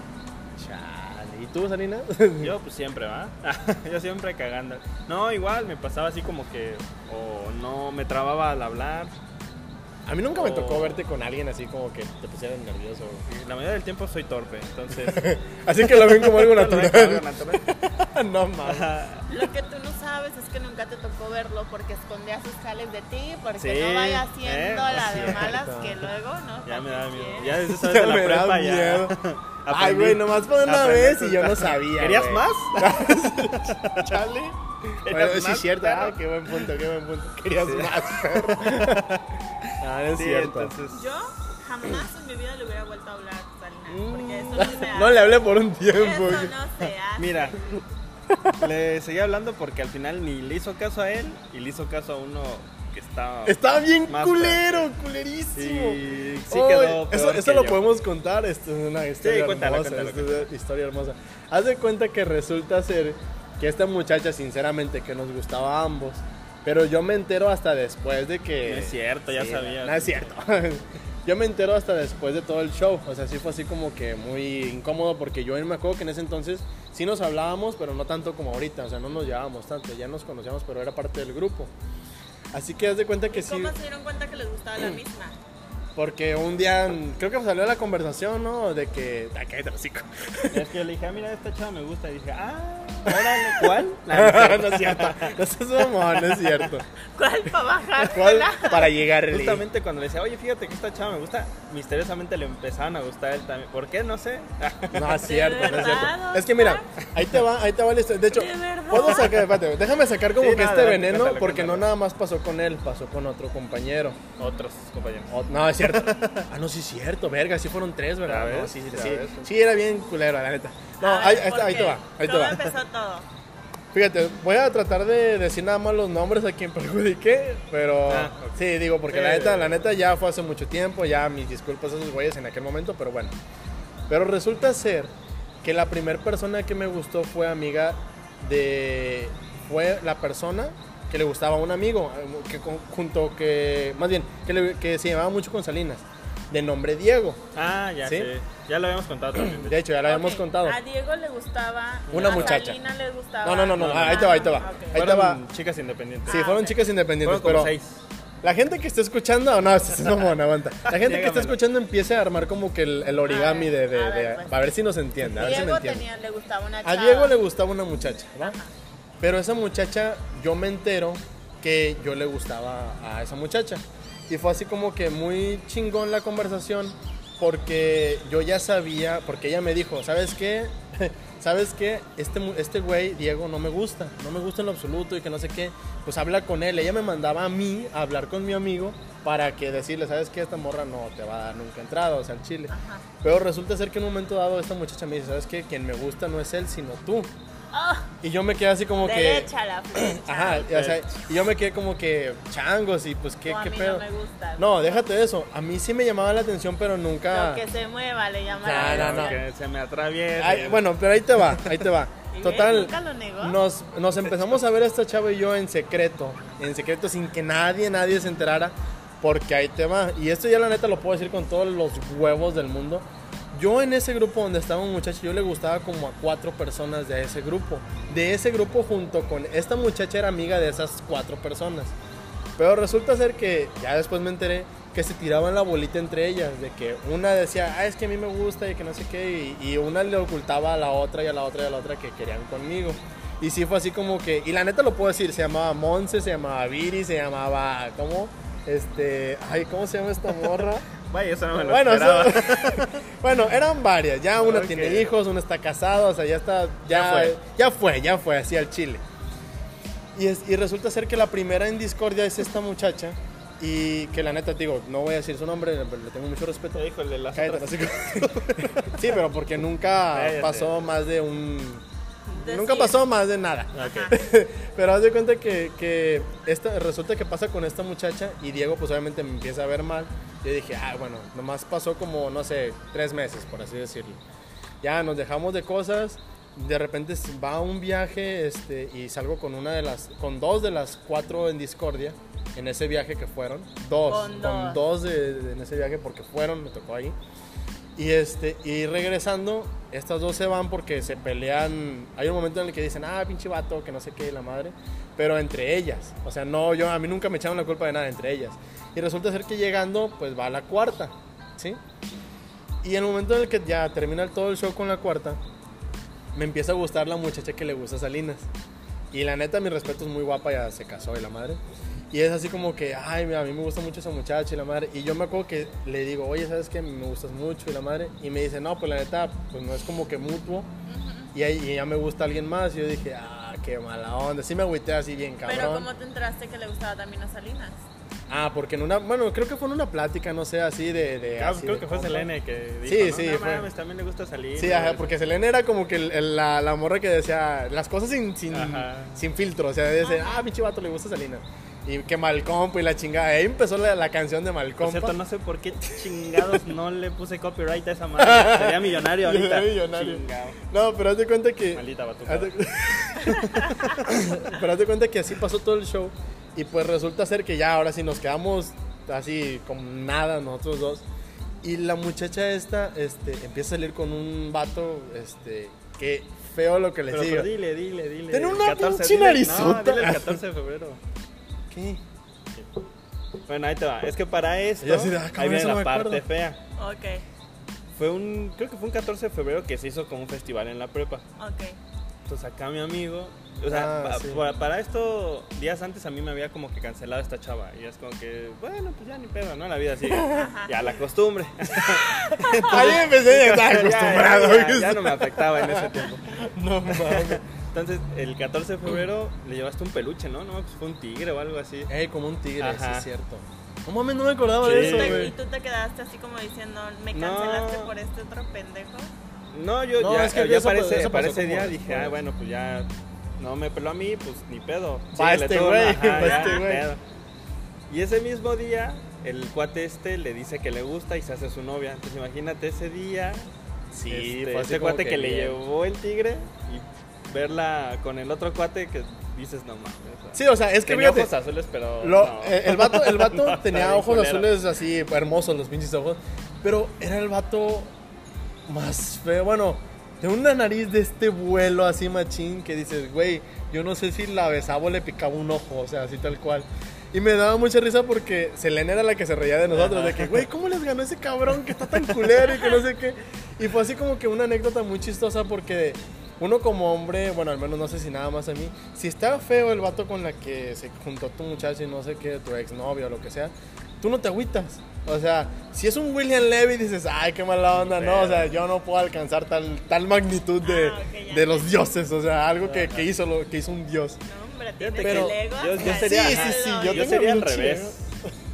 [SPEAKER 2] Chale. ¿Y tú, Salina?
[SPEAKER 4] Yo pues siempre, ¿va? Yo siempre cagando. No, igual me pasaba así como que o no me trababa al hablar.
[SPEAKER 2] A mí nunca me tocó
[SPEAKER 4] Oh.
[SPEAKER 2] verte con alguien así como que te pusieran nervioso.
[SPEAKER 4] La mayoría del tiempo soy torpe, entonces
[SPEAKER 2] Así que lo ven como algo
[SPEAKER 4] Lo veo
[SPEAKER 2] natural.
[SPEAKER 4] algo natural.
[SPEAKER 2] no mames.
[SPEAKER 4] Ajá.
[SPEAKER 3] Lo que tú no sabes es que nunca te tocó verlo porque escondía sus jales de ti, porque
[SPEAKER 4] Sí,
[SPEAKER 3] no vaya
[SPEAKER 4] eh,
[SPEAKER 3] haciendo la de
[SPEAKER 4] cierto.
[SPEAKER 3] malas que luego no.
[SPEAKER 4] Ya me
[SPEAKER 3] sabes
[SPEAKER 4] da miedo.
[SPEAKER 3] quién.
[SPEAKER 4] Ya desde esa vez
[SPEAKER 2] Ya
[SPEAKER 4] de la
[SPEAKER 2] me da
[SPEAKER 4] prepa
[SPEAKER 2] miedo.
[SPEAKER 4] ya.
[SPEAKER 2] Ay, güey, nomás fue una
[SPEAKER 4] Aprendí
[SPEAKER 2] vez
[SPEAKER 4] a
[SPEAKER 2] y yo no
[SPEAKER 4] soltar.
[SPEAKER 2] sabía.
[SPEAKER 4] ¿Querías
[SPEAKER 2] güey.
[SPEAKER 4] más?
[SPEAKER 2] Chale. Bueno,
[SPEAKER 4] ¿Querías
[SPEAKER 2] sí,
[SPEAKER 4] más,
[SPEAKER 2] cierto.
[SPEAKER 4] perro?
[SPEAKER 2] Ah, qué buen punto, qué buen punto. Querías
[SPEAKER 4] Sí.
[SPEAKER 2] más. ah, no es
[SPEAKER 4] Sí,
[SPEAKER 2] cierto.
[SPEAKER 4] entonces.
[SPEAKER 3] Yo jamás en mi vida le hubiera vuelto a hablar a Salinas porque eso no se hace.
[SPEAKER 2] Mm, No le hablé por un tiempo.
[SPEAKER 3] Eso no se hace.
[SPEAKER 4] Mira, le seguía hablando porque al final ni le hizo caso a él y le hizo caso a uno que estaba.
[SPEAKER 2] Estaba bien
[SPEAKER 4] Más
[SPEAKER 2] culero, culerísimo.
[SPEAKER 4] Sí, sí
[SPEAKER 2] Oy,
[SPEAKER 4] quedó.
[SPEAKER 2] eso
[SPEAKER 4] peor
[SPEAKER 2] eso
[SPEAKER 4] que
[SPEAKER 2] lo
[SPEAKER 4] yo.
[SPEAKER 2] podemos contar, esto es una historia
[SPEAKER 4] cuéntala,
[SPEAKER 2] hermosa,
[SPEAKER 4] cuéntala,
[SPEAKER 2] esto es una historia hermosa. Haz de cuenta que resulta ser que esta muchacha, sinceramente, que nos gustaba a ambos, pero yo me entero hasta después de que...
[SPEAKER 4] No es cierto, ya
[SPEAKER 2] Sí,
[SPEAKER 4] sabía.
[SPEAKER 2] No es cierto. Yo me entero hasta después de todo el show. O sea, sí fue así como que muy incómodo porque yo me acuerdo que en ese entonces sí nos hablábamos, pero no tanto como ahorita. O sea, no nos llevábamos tanto. Ya nos conocíamos, pero era parte del grupo. Así que haz de cuenta que
[SPEAKER 3] ¿Y
[SPEAKER 2] sí.
[SPEAKER 3] cómo se dieron cuenta que les gustaba
[SPEAKER 2] Mm.
[SPEAKER 3] la misma?
[SPEAKER 2] Porque un día, creo que salió la conversación, ¿no? De que. Ah, cállate el hocico.
[SPEAKER 4] Es que yo le dije, ah, mira, esta chava me gusta. Y dije, ah, órale, ¿cuál?
[SPEAKER 2] no es cierto. No seas mamón, no es cierto.
[SPEAKER 3] ¿Cuál para bajar?
[SPEAKER 2] ¿Cuál? Para llegarle.
[SPEAKER 4] Justamente cuando le decía, oye, fíjate que esta chava me gusta, misteriosamente le empezaban a gustar a él también. ¿Por qué? No sé.
[SPEAKER 2] No es cierto, no es
[SPEAKER 3] verdad,
[SPEAKER 2] cierto. Es que mira, ahí te va, ahí te va la historia. De hecho,
[SPEAKER 3] De verdad.
[SPEAKER 2] puedo sacar, espérate, déjame sacar como
[SPEAKER 4] Sí,
[SPEAKER 2] que
[SPEAKER 4] no,
[SPEAKER 2] este
[SPEAKER 4] adelante,
[SPEAKER 2] veneno,
[SPEAKER 4] cuéntalo,
[SPEAKER 2] porque
[SPEAKER 4] cuéntalo.
[SPEAKER 2] no nada más pasó con él, pasó con otro compañero.
[SPEAKER 4] Otros compañeros.
[SPEAKER 2] O- no, es cierto. ah, no, sí es cierto, verga, sí fueron tres, ¿verdad?
[SPEAKER 4] Ya
[SPEAKER 2] No,
[SPEAKER 4] ves,
[SPEAKER 2] sí, sí,
[SPEAKER 4] ya
[SPEAKER 2] sí.
[SPEAKER 4] ves.
[SPEAKER 2] Sí, era bien culero, la neta. No,
[SPEAKER 3] A
[SPEAKER 2] ahí,
[SPEAKER 3] ver,
[SPEAKER 2] ahí está- ahí te va,
[SPEAKER 3] ¿por qué?
[SPEAKER 2] ahí te va.
[SPEAKER 3] ¿Cómo empezó todo?
[SPEAKER 2] Fíjate, voy a tratar de decir nada más los nombres a quien perjudiqué, pero
[SPEAKER 4] Ah, ok.
[SPEAKER 2] sí, digo, porque la
[SPEAKER 4] Sí.
[SPEAKER 2] neta, la neta ya fue hace mucho tiempo, ya mis disculpas a esos güeyes en aquel momento, pero bueno. Pero resulta ser que la primera persona que me gustó fue amiga de... fue la persona que le gustaba a un amigo, eh, que con- junto que... más bien, que, le- que se llevaba mucho con Salinas, de nombre Diego.
[SPEAKER 4] Ah, ya
[SPEAKER 2] ¿Sí?
[SPEAKER 4] sé. Ya lo habíamos contado también.
[SPEAKER 2] De hecho, ya lo habíamos
[SPEAKER 3] Ok,
[SPEAKER 2] contado.
[SPEAKER 4] Ah,
[SPEAKER 3] A Diego le gustaba.
[SPEAKER 2] Una
[SPEAKER 3] a
[SPEAKER 2] muchacha.
[SPEAKER 3] Salina le gustaba.
[SPEAKER 2] No, no, no, no,
[SPEAKER 3] Ah,
[SPEAKER 2] ahí te va, ahí te va.
[SPEAKER 3] ok.
[SPEAKER 2] Ahí te va.
[SPEAKER 4] Fueron chicas independientes.
[SPEAKER 2] Sí,
[SPEAKER 3] Ah,
[SPEAKER 2] fueron
[SPEAKER 3] ok.
[SPEAKER 2] chicas independientes,
[SPEAKER 4] Fueron como
[SPEAKER 2] pero...
[SPEAKER 4] seis.
[SPEAKER 2] La gente que está escuchando, no, este es un mamón, aguanta. La gente que está
[SPEAKER 4] Niégamelo.
[SPEAKER 2] escuchando empiece a armar como que el, el origami
[SPEAKER 3] A
[SPEAKER 2] de,
[SPEAKER 3] ver,
[SPEAKER 2] de-
[SPEAKER 3] a ver,
[SPEAKER 2] de-
[SPEAKER 3] pues.
[SPEAKER 2] a ver si nos entiende, a ver si me
[SPEAKER 3] Diego
[SPEAKER 2] entiende.
[SPEAKER 3] tenía, le gustaba una
[SPEAKER 2] A
[SPEAKER 3] chava.
[SPEAKER 2] Diego le gustaba una muchacha, ¿va?
[SPEAKER 3] Ajá.
[SPEAKER 2] Pero esa muchacha, yo me entero que yo le gustaba a esa muchacha. Y fue así como que muy chingón la conversación, porque yo ya sabía, porque ella me dijo, ¿sabes qué? ¿Sabes qué? Este, mu- este güey, Diego, no me gusta, no me gusta en lo absoluto y que no sé qué. Pues habla con él. Ella me mandaba a mí a hablar con mi amigo para que decirle, ¿sabes qué? Esta morra no te va a dar nunca entrada, o sea, al chile.
[SPEAKER 3] Ajá.
[SPEAKER 2] Pero resulta ser que en un momento dado esta muchacha me dice, ¿sabes qué? Quien me gusta no es él, sino tú.
[SPEAKER 3] Ah,
[SPEAKER 2] Y yo me quedé así como que...
[SPEAKER 3] Derecha la flecha.
[SPEAKER 2] Ajá, y, o sea, y yo me quedé como que changos y pues qué,
[SPEAKER 3] O a
[SPEAKER 2] qué
[SPEAKER 3] mí
[SPEAKER 2] pedo.
[SPEAKER 3] No, me gusta.
[SPEAKER 2] No, déjate eso. A mí sí me llamaba la atención, pero nunca...
[SPEAKER 3] Lo que se mueva le llama.
[SPEAKER 2] Ah. No,
[SPEAKER 3] la
[SPEAKER 2] no,
[SPEAKER 3] atención.
[SPEAKER 2] no.
[SPEAKER 4] Que se me atraviesa.
[SPEAKER 2] Ay, bueno, pero ahí te va, ahí te va.
[SPEAKER 3] ¿Y ves?
[SPEAKER 2] Total,
[SPEAKER 3] ¿Nunca lo negó?
[SPEAKER 2] nos, nos empezamos a ver a esta chava y yo en secreto, en secreto, sin que nadie, nadie se enterara, porque ahí te va. Y esto ya la neta lo puedo decir con todos los huevos del mundo. Yo en ese grupo donde estaba un muchacho, yo le gustaba como a cuatro personas de ese grupo. De ese grupo junto con esta muchacha era amiga de esas cuatro personas. Pero resulta ser que ya después me enteré que se tiraban la bolita entre ellas, de que una decía, ah, es que a mí me gusta y que no sé qué, y, y una le ocultaba a la otra y a la otra y a la otra que querían conmigo. Y sí fue así como que, y la neta lo puedo decir, se llamaba Monse, se llamaba Viri, se llamaba, ¿cómo? Este, ay, ¿cómo se llama esta morra?
[SPEAKER 4] Vaya, eso no me lo
[SPEAKER 2] bueno,
[SPEAKER 4] esperaba.
[SPEAKER 2] eso- bueno, eran varias, ya una
[SPEAKER 4] Ok.
[SPEAKER 2] tiene hijos, una está casada, o sea, ya está, ya,
[SPEAKER 4] Ya fue.
[SPEAKER 2] ya fue, ya fue, así al chile. Y, es- y resulta ser que la primera en discordia es esta muchacha. Y que la neta, te digo, no voy a decir su nombre, le le tengo mucho respeto.
[SPEAKER 4] Eh, Híjole, las
[SPEAKER 2] Cállate,
[SPEAKER 4] otras-
[SPEAKER 2] así que- sí, pero porque nunca
[SPEAKER 4] Cállate.
[SPEAKER 2] pasó más de un...
[SPEAKER 3] Decir. Ah.
[SPEAKER 2] Nunca pasó más de nada.
[SPEAKER 4] Ok.
[SPEAKER 2] Pero haz de cuenta que, que esta, resulta que pasa con esta muchacha y Diego pues obviamente me empieza a ver mal. Yo dije, ah, bueno, nomás pasó como, no sé, tres meses, por así decirlo. Ya nos dejamos de cosas, de repente s- va a un viaje este, y salgo con una de las, con dos de las cuatro en discordia, en ese viaje que fueron, dos,
[SPEAKER 3] Con
[SPEAKER 2] con,
[SPEAKER 3] dos.
[SPEAKER 2] dos de- de- en ese viaje porque fueron, me tocó ahí. Y, este, y regresando, estas dos se van porque se pelean. Hay un momento en el que dicen, ah, pinche vato, que no sé qué, la madre. Pero entre ellas. O sea, no, yo, a mí nunca me echaron la culpa de nada, entre ellas. Y resulta ser que llegando, pues va la cuarta, ¿sí? Y en el momento en el que ya termina todo el show con la cuarta, me empieza a gustar la muchacha que le gusta a Salinas. Y la neta, mi respeto es muy guapa, ya se casó y la madre. Y es así como que, ay, mira, a mí me gusta mucho esa muchacha y la madre. Y yo me acuerdo que le digo, oye, ¿sabes qué? Me gustas mucho y la madre. Y me dice, no, pues la neta, pues no es como que mutuo. Y, ahí, y ya me gusta alguien más. Y yo dije, ah, qué mala onda. Sí me agüité así bien, cabrón.
[SPEAKER 3] Pero ¿cómo te enteraste que le gustaba también a Salinas?
[SPEAKER 2] Ah, porque en una, bueno, creo que fue en una plática, no sé, así de... de
[SPEAKER 4] Ah,
[SPEAKER 2] así
[SPEAKER 4] creo
[SPEAKER 2] de
[SPEAKER 4] que fue
[SPEAKER 2] compas.
[SPEAKER 4] Selene que dijo,
[SPEAKER 2] Sí,
[SPEAKER 4] ¿no?
[SPEAKER 2] sí,
[SPEAKER 4] No
[SPEAKER 2] fue.
[SPEAKER 4] mames, también le gusta salir.
[SPEAKER 2] Sí,
[SPEAKER 4] ¿no?
[SPEAKER 2] ajá, porque Selena era como que el- el- la, la morra que decía las cosas sin, sin,
[SPEAKER 4] Ajá.
[SPEAKER 2] sin filtro. O sea, decía, ah, pinche vato, le gusta Selena. Y que Malcompa y la chingada. Ahí empezó la, la canción de
[SPEAKER 4] Por
[SPEAKER 2] Malcompa.
[SPEAKER 4] cierto, no sé por qué chingados no le puse copyright a esa madre. Sería millonario ahorita.
[SPEAKER 2] Sería millonario.
[SPEAKER 4] Chingado.
[SPEAKER 2] No, pero haz de cuenta que.
[SPEAKER 4] Maldita batuta.
[SPEAKER 2] haz de- pero haz de cuenta que así pasó todo el show. Y pues resulta ser que ya ahora sí nos quedamos así como nada nosotros dos. Y la muchacha esta este, empieza a salir con un vato este, que feo lo que le
[SPEAKER 4] Pero,
[SPEAKER 2] digo.
[SPEAKER 4] pero dile, dile, dile.
[SPEAKER 2] Tiene
[SPEAKER 4] El
[SPEAKER 2] una
[SPEAKER 4] 14,
[SPEAKER 2] pinche
[SPEAKER 4] dile-
[SPEAKER 2] narizota.
[SPEAKER 4] No, dile el 14 de febrero.
[SPEAKER 2] ¿Qué?
[SPEAKER 4] Bueno, ahí te va. Es que para esto,
[SPEAKER 2] Yo así de, ah, cabrón,
[SPEAKER 4] ahí viene
[SPEAKER 2] eso no
[SPEAKER 4] la
[SPEAKER 2] me
[SPEAKER 4] parte
[SPEAKER 2] acuerdo.
[SPEAKER 4] fea.
[SPEAKER 3] Ok,
[SPEAKER 4] Fue un, creo que fue un 14 de febrero que se hizo como un festival en la prepa.
[SPEAKER 3] ok.
[SPEAKER 4] Entonces acá mi amigo, o sea,
[SPEAKER 2] Ah,
[SPEAKER 4] pa-
[SPEAKER 2] sí.
[SPEAKER 4] para, para esto, días antes a mí me había como que cancelado esta chava. Y es como que, bueno, pues ya ni pedo, ¿no? La vida sigue. ya la costumbre.
[SPEAKER 2] Ahí empecé a estar
[SPEAKER 4] Ya, ya,
[SPEAKER 2] acostumbrado.
[SPEAKER 4] Ya, ya no me afectaba en ese tiempo.
[SPEAKER 2] No mames.
[SPEAKER 4] Entonces, el 14 de febrero le llevaste un peluche, ¿no? No, pues fue un tigre o algo así.
[SPEAKER 2] Ey, como un tigre, sí
[SPEAKER 4] Ajá.
[SPEAKER 2] es cierto. No mames, no me acordaba
[SPEAKER 4] Sí.
[SPEAKER 2] de
[SPEAKER 3] Y
[SPEAKER 2] eso,
[SPEAKER 3] tú te-
[SPEAKER 4] güey.
[SPEAKER 3] y tú te quedaste así como diciendo, me
[SPEAKER 4] No.
[SPEAKER 3] cancelaste por este otro pendejo.
[SPEAKER 4] No, yo
[SPEAKER 2] No,
[SPEAKER 4] ya, ah,
[SPEAKER 2] es que
[SPEAKER 4] ya
[SPEAKER 2] eso
[SPEAKER 4] para
[SPEAKER 2] pa-
[SPEAKER 4] ese-
[SPEAKER 2] eso
[SPEAKER 4] para
[SPEAKER 2] pasó
[SPEAKER 4] ese
[SPEAKER 2] como
[SPEAKER 4] día
[SPEAKER 2] después.
[SPEAKER 4] dije, ah, bueno, pues ya no me peló a mí, pues ni pedo.
[SPEAKER 2] Pa'
[SPEAKER 4] Síguele
[SPEAKER 2] este
[SPEAKER 4] tú,
[SPEAKER 2] güey,
[SPEAKER 4] ajá,
[SPEAKER 2] pa'
[SPEAKER 4] ya,
[SPEAKER 2] este
[SPEAKER 4] ni
[SPEAKER 2] güey.
[SPEAKER 4] pedo. Y ese mismo día, el cuate este le dice que le gusta y se hace su novia. Entonces imagínate ese día,
[SPEAKER 2] Sí,
[SPEAKER 4] este,
[SPEAKER 2] fue así
[SPEAKER 4] ese
[SPEAKER 2] como
[SPEAKER 4] cuate que, le
[SPEAKER 2] bien.
[SPEAKER 4] llevó el tigre y verla con el otro cuate que dices, no mames. o sea,
[SPEAKER 2] Sí, o sea, es que
[SPEAKER 4] tenía
[SPEAKER 2] fíjate.
[SPEAKER 4] ojos azules, pero
[SPEAKER 2] Lo-
[SPEAKER 4] no.
[SPEAKER 2] eh, el vato, el vato
[SPEAKER 4] No, está
[SPEAKER 2] tenía
[SPEAKER 4] bien
[SPEAKER 2] ojos
[SPEAKER 4] culero.
[SPEAKER 2] azules así, hermosos los pinches ojos. Pero era el vato más feo. Bueno, de una nariz de este vuelo así machín que dices, güey, yo no sé si la besaba o le picaba un ojo, o sea, así tal cual. Y me daba mucha risa porque Selena era la que se reía de nosotros, de que, güey, ¿cómo les ganó ese cabrón que está tan culero y que no sé qué? Y fue así como que una anécdota muy chistosa porque uno como hombre, bueno, al menos no sé si nada más a mí, si está feo el vato con la que se juntó tu muchacho y no sé qué, tu exnovia o lo que sea, tú no te agüitas. O sea, si es un William Levy, dices, ay, qué mala onda, no, o sea, yo no puedo alcanzar tal, tal magnitud de,
[SPEAKER 3] Ah, ok, ya.
[SPEAKER 2] de los dioses, o sea, algo que, que hizo, lo, que hizo un dios.
[SPEAKER 3] No, hombre,
[SPEAKER 4] Fíjate
[SPEAKER 3] tiene
[SPEAKER 2] que
[SPEAKER 3] el
[SPEAKER 2] yo-
[SPEAKER 3] ego.
[SPEAKER 4] yo
[SPEAKER 3] hasta
[SPEAKER 4] sería-
[SPEAKER 3] el
[SPEAKER 4] sí, sí, sí,
[SPEAKER 2] yo
[SPEAKER 3] cielo, güey.
[SPEAKER 4] Yo
[SPEAKER 2] tengo
[SPEAKER 4] sería al
[SPEAKER 2] pinche-
[SPEAKER 4] revés.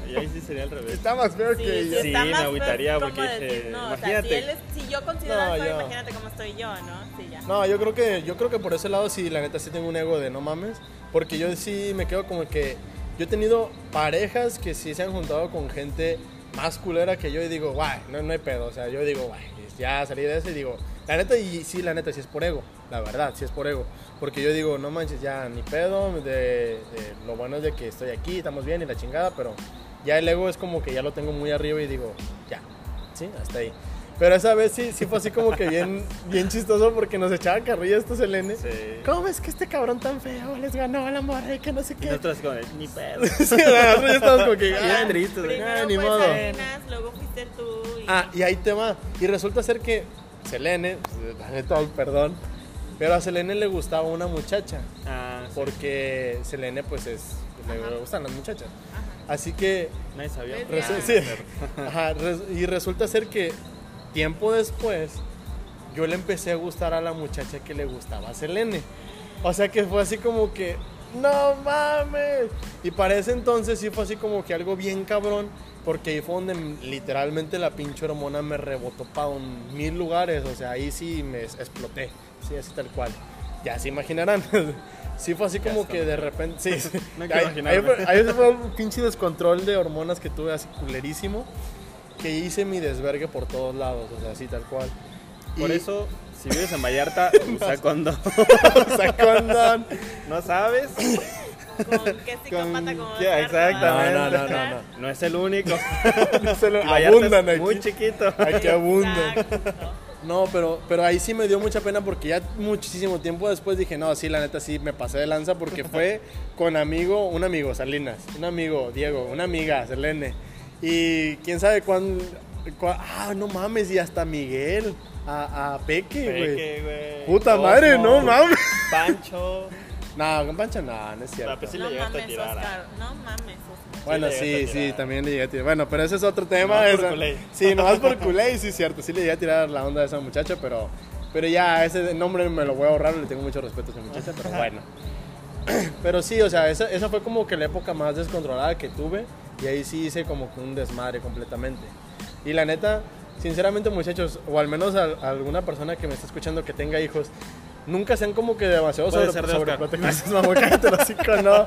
[SPEAKER 4] Yo ahí sí sería al revés.
[SPEAKER 2] Está más feo
[SPEAKER 3] Sí,
[SPEAKER 2] que
[SPEAKER 3] sí,
[SPEAKER 2] yo.
[SPEAKER 4] sí,
[SPEAKER 3] está
[SPEAKER 4] me
[SPEAKER 3] más feo,
[SPEAKER 4] agüitaría
[SPEAKER 3] como
[SPEAKER 4] porque dije,
[SPEAKER 3] decir, no, o sea, si,
[SPEAKER 4] imagínate.
[SPEAKER 3] él es- si yo considero
[SPEAKER 2] No,
[SPEAKER 3] feo,
[SPEAKER 2] yo-
[SPEAKER 3] imagínate cómo estoy yo, ¿no? Sí, ya.
[SPEAKER 2] No, yo creo que yo creo que por ese lado sí, la neta sí tengo un ego de no mames, porque yo sí me quedo como que yo he tenido parejas que sí se han juntado con gente más culera que yo y digo, guay, no, no hay pedo, o sea, yo digo, guay, ya salí de eso y digo, la neta y sí, la neta sí es por ego, la verdad, sí es por ego, porque yo digo, no manches, ya ni pedo, de, de- lo bueno es de que estoy aquí, estamos bien y la chingada, pero ya el ego es como que ya lo tengo muy arriba y digo, ya, Sí, hasta ahí. Pero esa vez sí, sí fue así como que bien, bien chistoso porque nos echaba carrilla estos Selene.
[SPEAKER 4] Sí.
[SPEAKER 2] ¿Cómo es que este cabrón tan feo les ganó a la morra y que no sé
[SPEAKER 4] Y
[SPEAKER 2] qué?
[SPEAKER 4] nosotros con el, ni pedo.
[SPEAKER 2] Sí, nosotros ya estábamos como que,
[SPEAKER 4] Bien
[SPEAKER 2] "Ah,
[SPEAKER 4] tristes, güey.
[SPEAKER 2] ah,
[SPEAKER 3] Primero
[SPEAKER 2] ni
[SPEAKER 3] fue
[SPEAKER 2] modo.
[SPEAKER 3] Salinas, luego fuiste tú y...
[SPEAKER 2] Ah, y ahí te va. Y resulta ser que Selene, la neta, ay, perdón, pero a Selene le gustaba una muchacha
[SPEAKER 4] Ah, sí.
[SPEAKER 2] porque Selene pues es,
[SPEAKER 3] Ajá.
[SPEAKER 2] le gustan las muchachas.
[SPEAKER 3] Ajá.
[SPEAKER 2] Así que
[SPEAKER 4] Nadie sabía.
[SPEAKER 3] Ves,
[SPEAKER 4] pero-
[SPEAKER 3] ya.
[SPEAKER 2] Resu- sí. Ajá, res- y resulta ser que tiempo después yo le empecé a gustar a la muchacha que le gustaba a Selene. O sea que fue así como que, no mames. Y para ese entonces sí fue así como que algo bien cabrón, porque ahí fue donde m- literalmente la pinche hormona me rebotó para mil lugares. O sea, ahí sí me es- exploté. Sí, así tal cual. Ya se imaginarán. Sí fue así como
[SPEAKER 4] está.
[SPEAKER 2] que de repente... Sí, sí.
[SPEAKER 4] No hay que
[SPEAKER 2] Ahí- ahí,
[SPEAKER 4] imaginarme.
[SPEAKER 2] fue- ahí fue un pinche descontrol de hormonas que tuve así culerísimo que hice mi desvergue por todos lados, o sea, así tal cual.
[SPEAKER 4] Por
[SPEAKER 2] Y-
[SPEAKER 4] eso, si vives en Vallarta, usa condón.
[SPEAKER 2] sacó andan.
[SPEAKER 4] No sabes.
[SPEAKER 3] Con qué psicópata como...
[SPEAKER 4] Ya, exactamente.
[SPEAKER 2] No, no, no, no,
[SPEAKER 4] No es el único.
[SPEAKER 2] Se lo-
[SPEAKER 4] Y Vallarta
[SPEAKER 2] abundan
[SPEAKER 4] es
[SPEAKER 2] aquí.
[SPEAKER 4] Muy chiquito.
[SPEAKER 2] Aquí abundan.
[SPEAKER 3] Exacto.
[SPEAKER 2] No, pero, pero ahí sí me dio mucha pena porque ya muchísimo tiempo después dije, no, sí, la neta sí me pasé de lanza porque fue con amigo, un amigo, Salinas, un amigo, Diego, una amiga, Selene. Y quién sabe cuán. cuán- ah, no mames, y hasta Miguel, a, a Peque, güey.
[SPEAKER 4] Peque, güey.
[SPEAKER 2] Puta
[SPEAKER 4] Cosmo,
[SPEAKER 2] madre, no mames.
[SPEAKER 4] Pancho.
[SPEAKER 2] No, con Pancha no, no es cierto.
[SPEAKER 4] pues sí
[SPEAKER 3] No
[SPEAKER 4] le llegaste a
[SPEAKER 3] mames,
[SPEAKER 4] tirar, ah.
[SPEAKER 3] Oscar. No mames, Oscar.
[SPEAKER 2] Bueno,
[SPEAKER 4] Sí le
[SPEAKER 2] sí,
[SPEAKER 4] llegaste a
[SPEAKER 2] sí,
[SPEAKER 4] tirar.
[SPEAKER 2] también le llegué a tirar. Bueno, pero ese es otro tema.
[SPEAKER 4] Nomás por
[SPEAKER 2] esa-
[SPEAKER 4] culé.
[SPEAKER 2] Sí, nomás por culé, y sí, es cierto. Sí le llegué a tirar la onda a esa muchacha, pero, pero ya ese nombre me lo voy a ahorrar. Le tengo mucho respeto a esa muchacha, pero bueno. Pero sí, o sea, esa, esa fue como que la época más descontrolada que tuve. Y ahí sí hice como que un desmadre completamente. Y la neta, sinceramente, muchachos, o al menos a, a alguna persona que me está escuchando que tenga hijos, nunca sean como que demasiado
[SPEAKER 4] Puede
[SPEAKER 2] sobre,
[SPEAKER 4] ser de Oscar.
[SPEAKER 2] sobreprotegidos. Mamá, cállate el hocico, no.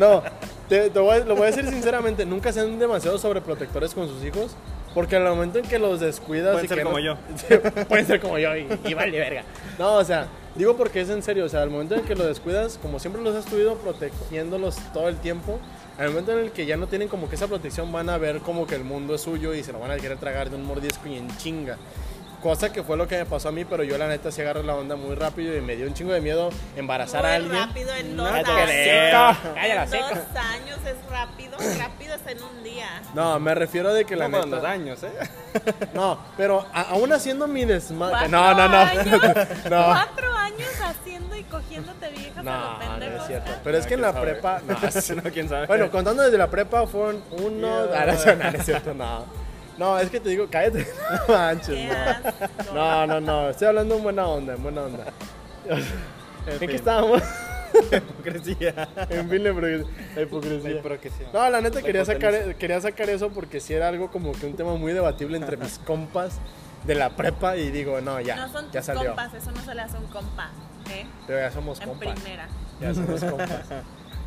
[SPEAKER 2] No, te, te voy a- lo voy a decir sinceramente, nunca sean demasiado sobreprotectores con sus hijos. Porque al momento en que los descuidas.
[SPEAKER 4] Pueden
[SPEAKER 2] y
[SPEAKER 4] ser
[SPEAKER 2] que
[SPEAKER 4] como
[SPEAKER 2] no-
[SPEAKER 4] yo.
[SPEAKER 2] Sí, pueden ser como yo y, y vale verga. No, o sea, digo porque es en serio. O sea, al momento en que los descuidas, como siempre los has estuvido protegiéndolos todo el tiempo, al momento en el que ya no tienen como que esa protección, van a ver como que el mundo es suyo y se lo van a querer tragar de un mordisco y en chinga. Cosa que fue lo que me pasó a mí, pero yo la neta se agarré la onda muy rápido y me dio un chingo de miedo embarazar a
[SPEAKER 3] Muy
[SPEAKER 2] alguien.
[SPEAKER 3] rápido en
[SPEAKER 2] Ah,
[SPEAKER 3] dos
[SPEAKER 4] No
[SPEAKER 3] años.
[SPEAKER 4] te creo.
[SPEAKER 5] Cállate la
[SPEAKER 3] En
[SPEAKER 5] seca.
[SPEAKER 3] dos años es rápido. Rápido es en un día.
[SPEAKER 2] No, me refiero de que la
[SPEAKER 4] No con los
[SPEAKER 2] neta.
[SPEAKER 4] años, ¿eh?
[SPEAKER 2] No, pero a- aún haciendo mi desmadre.
[SPEAKER 3] ¿Cuatro
[SPEAKER 2] No, no, no.
[SPEAKER 3] años?
[SPEAKER 2] no.
[SPEAKER 3] Cuatro años haciendo y cogiéndote viejas a
[SPEAKER 2] No,
[SPEAKER 3] lo pendejo.
[SPEAKER 2] no es cierto.
[SPEAKER 3] ¿sabes?
[SPEAKER 4] Ah,
[SPEAKER 2] Pero es que en la
[SPEAKER 4] quién sabe.
[SPEAKER 2] prepa. No, sí.
[SPEAKER 4] No, quién sabe.
[SPEAKER 2] Bueno, contando desde la prepa fueron uno.
[SPEAKER 4] Yeah.
[SPEAKER 2] Ah, no, no, no es cierto, no. No, es que te digo, cállate. No
[SPEAKER 3] Qué
[SPEAKER 2] manches.
[SPEAKER 3] asco.
[SPEAKER 2] No, no, no. Estoy hablando en buena onda, en buena onda.
[SPEAKER 4] En
[SPEAKER 2] ¿En
[SPEAKER 4] fin,
[SPEAKER 2] qué estábamos?
[SPEAKER 4] hipocresía.
[SPEAKER 2] En fin, la hipocres- la
[SPEAKER 4] La
[SPEAKER 2] hipocresía.
[SPEAKER 4] hipocresía.
[SPEAKER 2] No, la neta
[SPEAKER 4] La
[SPEAKER 2] quería
[SPEAKER 4] hipotenusa.
[SPEAKER 2] sacar, quería sacar eso porque si era algo como que un tema muy debatible entre mis compas de la prepa y digo, no, ya,
[SPEAKER 3] No son
[SPEAKER 2] ya
[SPEAKER 3] tus
[SPEAKER 2] salió.
[SPEAKER 3] compas, eso no se le hace a un compa. ¿eh?
[SPEAKER 2] Pero ya somos
[SPEAKER 3] En
[SPEAKER 2] compas.
[SPEAKER 3] primera.
[SPEAKER 2] Ya somos compas.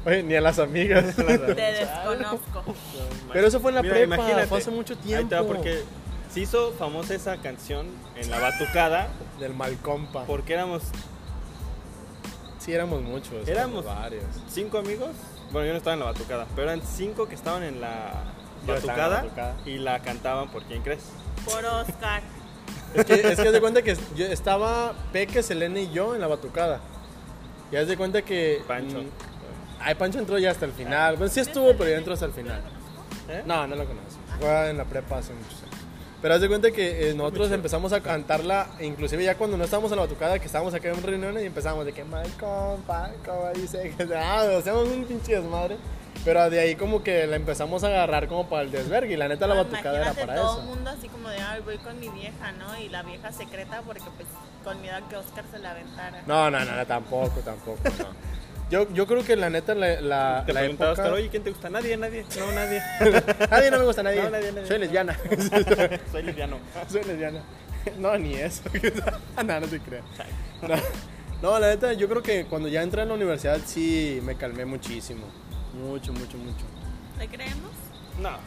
[SPEAKER 2] Oye, ni a las amigas.
[SPEAKER 3] Te desconozco.
[SPEAKER 2] Pero eso fue en la
[SPEAKER 4] Mira,
[SPEAKER 2] prepa,
[SPEAKER 4] imagínate.
[SPEAKER 2] fue hace mucho
[SPEAKER 4] Ahí
[SPEAKER 2] tiempo.
[SPEAKER 4] te va, porque se hizo famosa esa canción en la batucada
[SPEAKER 2] Del mal compa.
[SPEAKER 4] porque éramos
[SPEAKER 2] Sí, éramos muchos.
[SPEAKER 4] Éramos-
[SPEAKER 2] Pues varios.
[SPEAKER 4] cinco amigos. Bueno, yo no estaba en la batucada, pero eran cinco que estaban en la
[SPEAKER 2] Yo estaba en la
[SPEAKER 4] batucada,
[SPEAKER 2] batucada.
[SPEAKER 4] y la cantaban por quién crees.
[SPEAKER 3] Por Oscar.
[SPEAKER 2] Es que, es que haz de cuenta que yo estaba Peque, Selene y yo en la batucada. Y haz de cuenta que.
[SPEAKER 4] Pancho.
[SPEAKER 2] mm, Ay, Pancho entró ya hasta el final. Bueno, sí estuvo, pero ya entró hasta el final.
[SPEAKER 4] ¿Eh?
[SPEAKER 2] No, no lo conozco. Fue en la prepa hace muchos años. Pero haz de cuenta que eh, nosotros empezamos a cantarla, inclusive ya cuando no estábamos en la batucada, que estábamos acá en reuniones y empezamos de que mal compa, como dice, que ah, hacemos un pinche desmadre. Pero de ahí como que la empezamos a agarrar como para el desvergue y la neta la
[SPEAKER 3] No,
[SPEAKER 2] batucada era
[SPEAKER 3] imagínate
[SPEAKER 2] para
[SPEAKER 3] todo
[SPEAKER 2] eso.
[SPEAKER 3] el mundo así como de, ay, voy con mi vieja, ¿no? Y la vieja secreta porque pues con miedo a que Oscar se la aventara.
[SPEAKER 2] No, no, no, no, tampoco, tampoco. no. Yo, yo creo que la neta la, la,
[SPEAKER 4] Te
[SPEAKER 2] la
[SPEAKER 4] preguntaba
[SPEAKER 2] época-
[SPEAKER 4] Oscar, oye, ¿quién te gusta? Nadie, nadie, no, nadie.
[SPEAKER 2] Nadie no me gusta, nadie.
[SPEAKER 4] No, nadie, nadie,
[SPEAKER 2] Soy
[SPEAKER 4] no.
[SPEAKER 2] lesbiana.
[SPEAKER 4] Soy liviano.
[SPEAKER 2] Soy lesbiana. No, ni eso. no, no te creas. No, No, la neta, yo creo que cuando ya entré en la universidad sí me calmé muchísimo. Mucho, mucho, mucho.
[SPEAKER 3] ¿Le creemos?
[SPEAKER 4] No,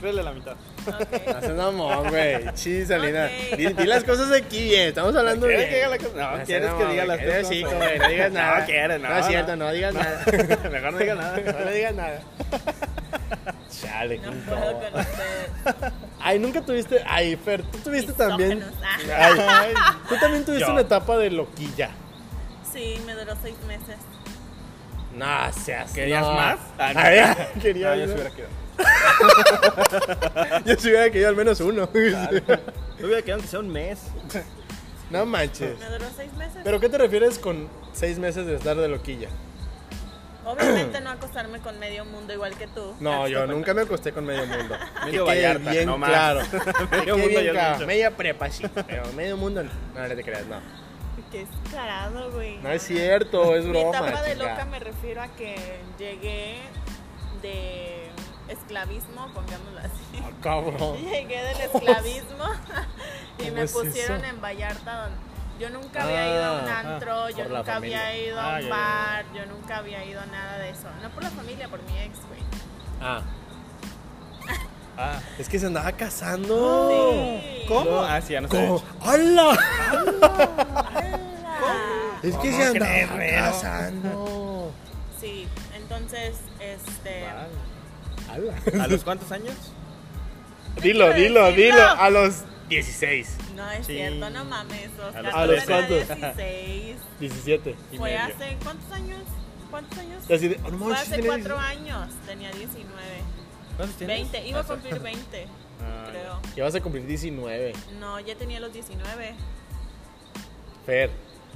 [SPEAKER 4] créele la mitad.
[SPEAKER 3] Ok.
[SPEAKER 2] Haces mamón, güey. Sí, Salina.
[SPEAKER 3] Ok.
[SPEAKER 2] Di, di las cosas aquí bien. Estamos hablando
[SPEAKER 4] ¿Quieres
[SPEAKER 2] bien.
[SPEAKER 4] que diga la cosa? No,
[SPEAKER 2] Haces
[SPEAKER 4] ¿quieres que
[SPEAKER 2] mamón,
[SPEAKER 4] diga las
[SPEAKER 2] güey.
[SPEAKER 4] tres
[SPEAKER 2] Sí,
[SPEAKER 4] cosas?
[SPEAKER 2] güey, no digas nada.
[SPEAKER 4] No quieres, no,
[SPEAKER 2] No es cierto,
[SPEAKER 4] no.
[SPEAKER 2] no digas nada.
[SPEAKER 4] Mejor no diga nada.
[SPEAKER 2] No le digas nada. Chale,
[SPEAKER 3] No
[SPEAKER 2] qué
[SPEAKER 3] puedo
[SPEAKER 2] incómodo.
[SPEAKER 3] con ustedes.
[SPEAKER 2] Ay, nunca tuviste. Ay, Fer, tú tuviste también.
[SPEAKER 3] Misógenos. Ah,
[SPEAKER 2] Ay, tú también tuviste
[SPEAKER 4] Yo.
[SPEAKER 2] una etapa de loquilla.
[SPEAKER 3] sí, me duró seis meses.
[SPEAKER 2] No seas.
[SPEAKER 4] ¿Querías
[SPEAKER 2] no.
[SPEAKER 4] más? Ah, no.
[SPEAKER 2] Ay, ya, quería
[SPEAKER 4] No, yo
[SPEAKER 2] yo,
[SPEAKER 4] se hubiera quedado.
[SPEAKER 2] yo sí hubiera querido al menos uno.
[SPEAKER 4] Yo hubiera quedado aunque sea un mes.
[SPEAKER 2] no manches.
[SPEAKER 3] Me duró seis meses.
[SPEAKER 2] ¿Pero qué te refieres con seis meses de estar de loquilla?
[SPEAKER 3] Obviamente no acostarme con medio mundo igual que tú.
[SPEAKER 2] No, yo nunca me acosté con medio mundo.
[SPEAKER 4] Medio
[SPEAKER 2] Que quede
[SPEAKER 4] Vallarta,
[SPEAKER 2] Ah, bien
[SPEAKER 4] no más.
[SPEAKER 2] claro.
[SPEAKER 4] Medio
[SPEAKER 2] Medio mundo
[SPEAKER 4] mundo ya
[SPEAKER 2] bien
[SPEAKER 4] es
[SPEAKER 2] claro.
[SPEAKER 4] mucho.
[SPEAKER 2] Media prepa, sí. Pero medio mundo no. No, no te creas, no.
[SPEAKER 3] Qué descarado, güey.
[SPEAKER 2] No es cierto, es
[SPEAKER 3] Mi
[SPEAKER 2] broma.
[SPEAKER 3] etapa de
[SPEAKER 2] chica.
[SPEAKER 3] loca me refiero a que llegué de esclavismo, pongámoslo así.
[SPEAKER 2] Ah, cabrón.
[SPEAKER 3] Llegué del esclavismo y
[SPEAKER 2] ¿Cómo
[SPEAKER 3] me
[SPEAKER 2] es
[SPEAKER 3] pusieron
[SPEAKER 2] eso?
[SPEAKER 3] en Vallarta donde yo nunca había ido a un
[SPEAKER 2] Ah,
[SPEAKER 3] antro, yo
[SPEAKER 2] por la
[SPEAKER 3] nunca había
[SPEAKER 2] familia.
[SPEAKER 3] ido a
[SPEAKER 4] Ah, ya,
[SPEAKER 3] un
[SPEAKER 4] ya,
[SPEAKER 3] bar, yo nunca había ido a nada de eso. No por la familia, por mi ex, güey.
[SPEAKER 2] Ah,
[SPEAKER 4] Ah,
[SPEAKER 2] es que se andaba casando.
[SPEAKER 3] Sí.
[SPEAKER 4] ¿Cómo? Ah, sí, ya no sé.
[SPEAKER 2] ¿Cómo? ¡Hala!
[SPEAKER 3] ¡Hala!
[SPEAKER 2] Es que
[SPEAKER 4] ¿Cómo
[SPEAKER 2] se andaba
[SPEAKER 4] crees, Vero?
[SPEAKER 2] casando.
[SPEAKER 3] Sí, entonces, este...
[SPEAKER 2] ¡Hala!
[SPEAKER 4] Ah, ¿A los cuántos años?
[SPEAKER 2] Dilo, dilo, dilo. A los 16.
[SPEAKER 3] No es
[SPEAKER 4] Sí.
[SPEAKER 3] cierto, no mames, Oscar.
[SPEAKER 4] los-
[SPEAKER 3] tú
[SPEAKER 2] ¿A los
[SPEAKER 3] eras
[SPEAKER 2] cuántos?
[SPEAKER 3] 16.
[SPEAKER 2] 17.
[SPEAKER 4] Y
[SPEAKER 3] Fue
[SPEAKER 4] medio.
[SPEAKER 3] hace, ¿cuántos años? ¿Cuántos años?
[SPEAKER 2] Y así de, oh, no
[SPEAKER 3] Fue
[SPEAKER 2] mames, sí
[SPEAKER 3] hace
[SPEAKER 2] tenía
[SPEAKER 3] cuatro años, tenía 19.
[SPEAKER 4] ¿Cuántos tienes?
[SPEAKER 3] 20, iba a
[SPEAKER 4] Ah, sí.
[SPEAKER 3] cumplir 20,
[SPEAKER 4] Ah,
[SPEAKER 3] creo.
[SPEAKER 2] Ya vas a cumplir 19.
[SPEAKER 3] No, ya tenía los 19.
[SPEAKER 2] Fer.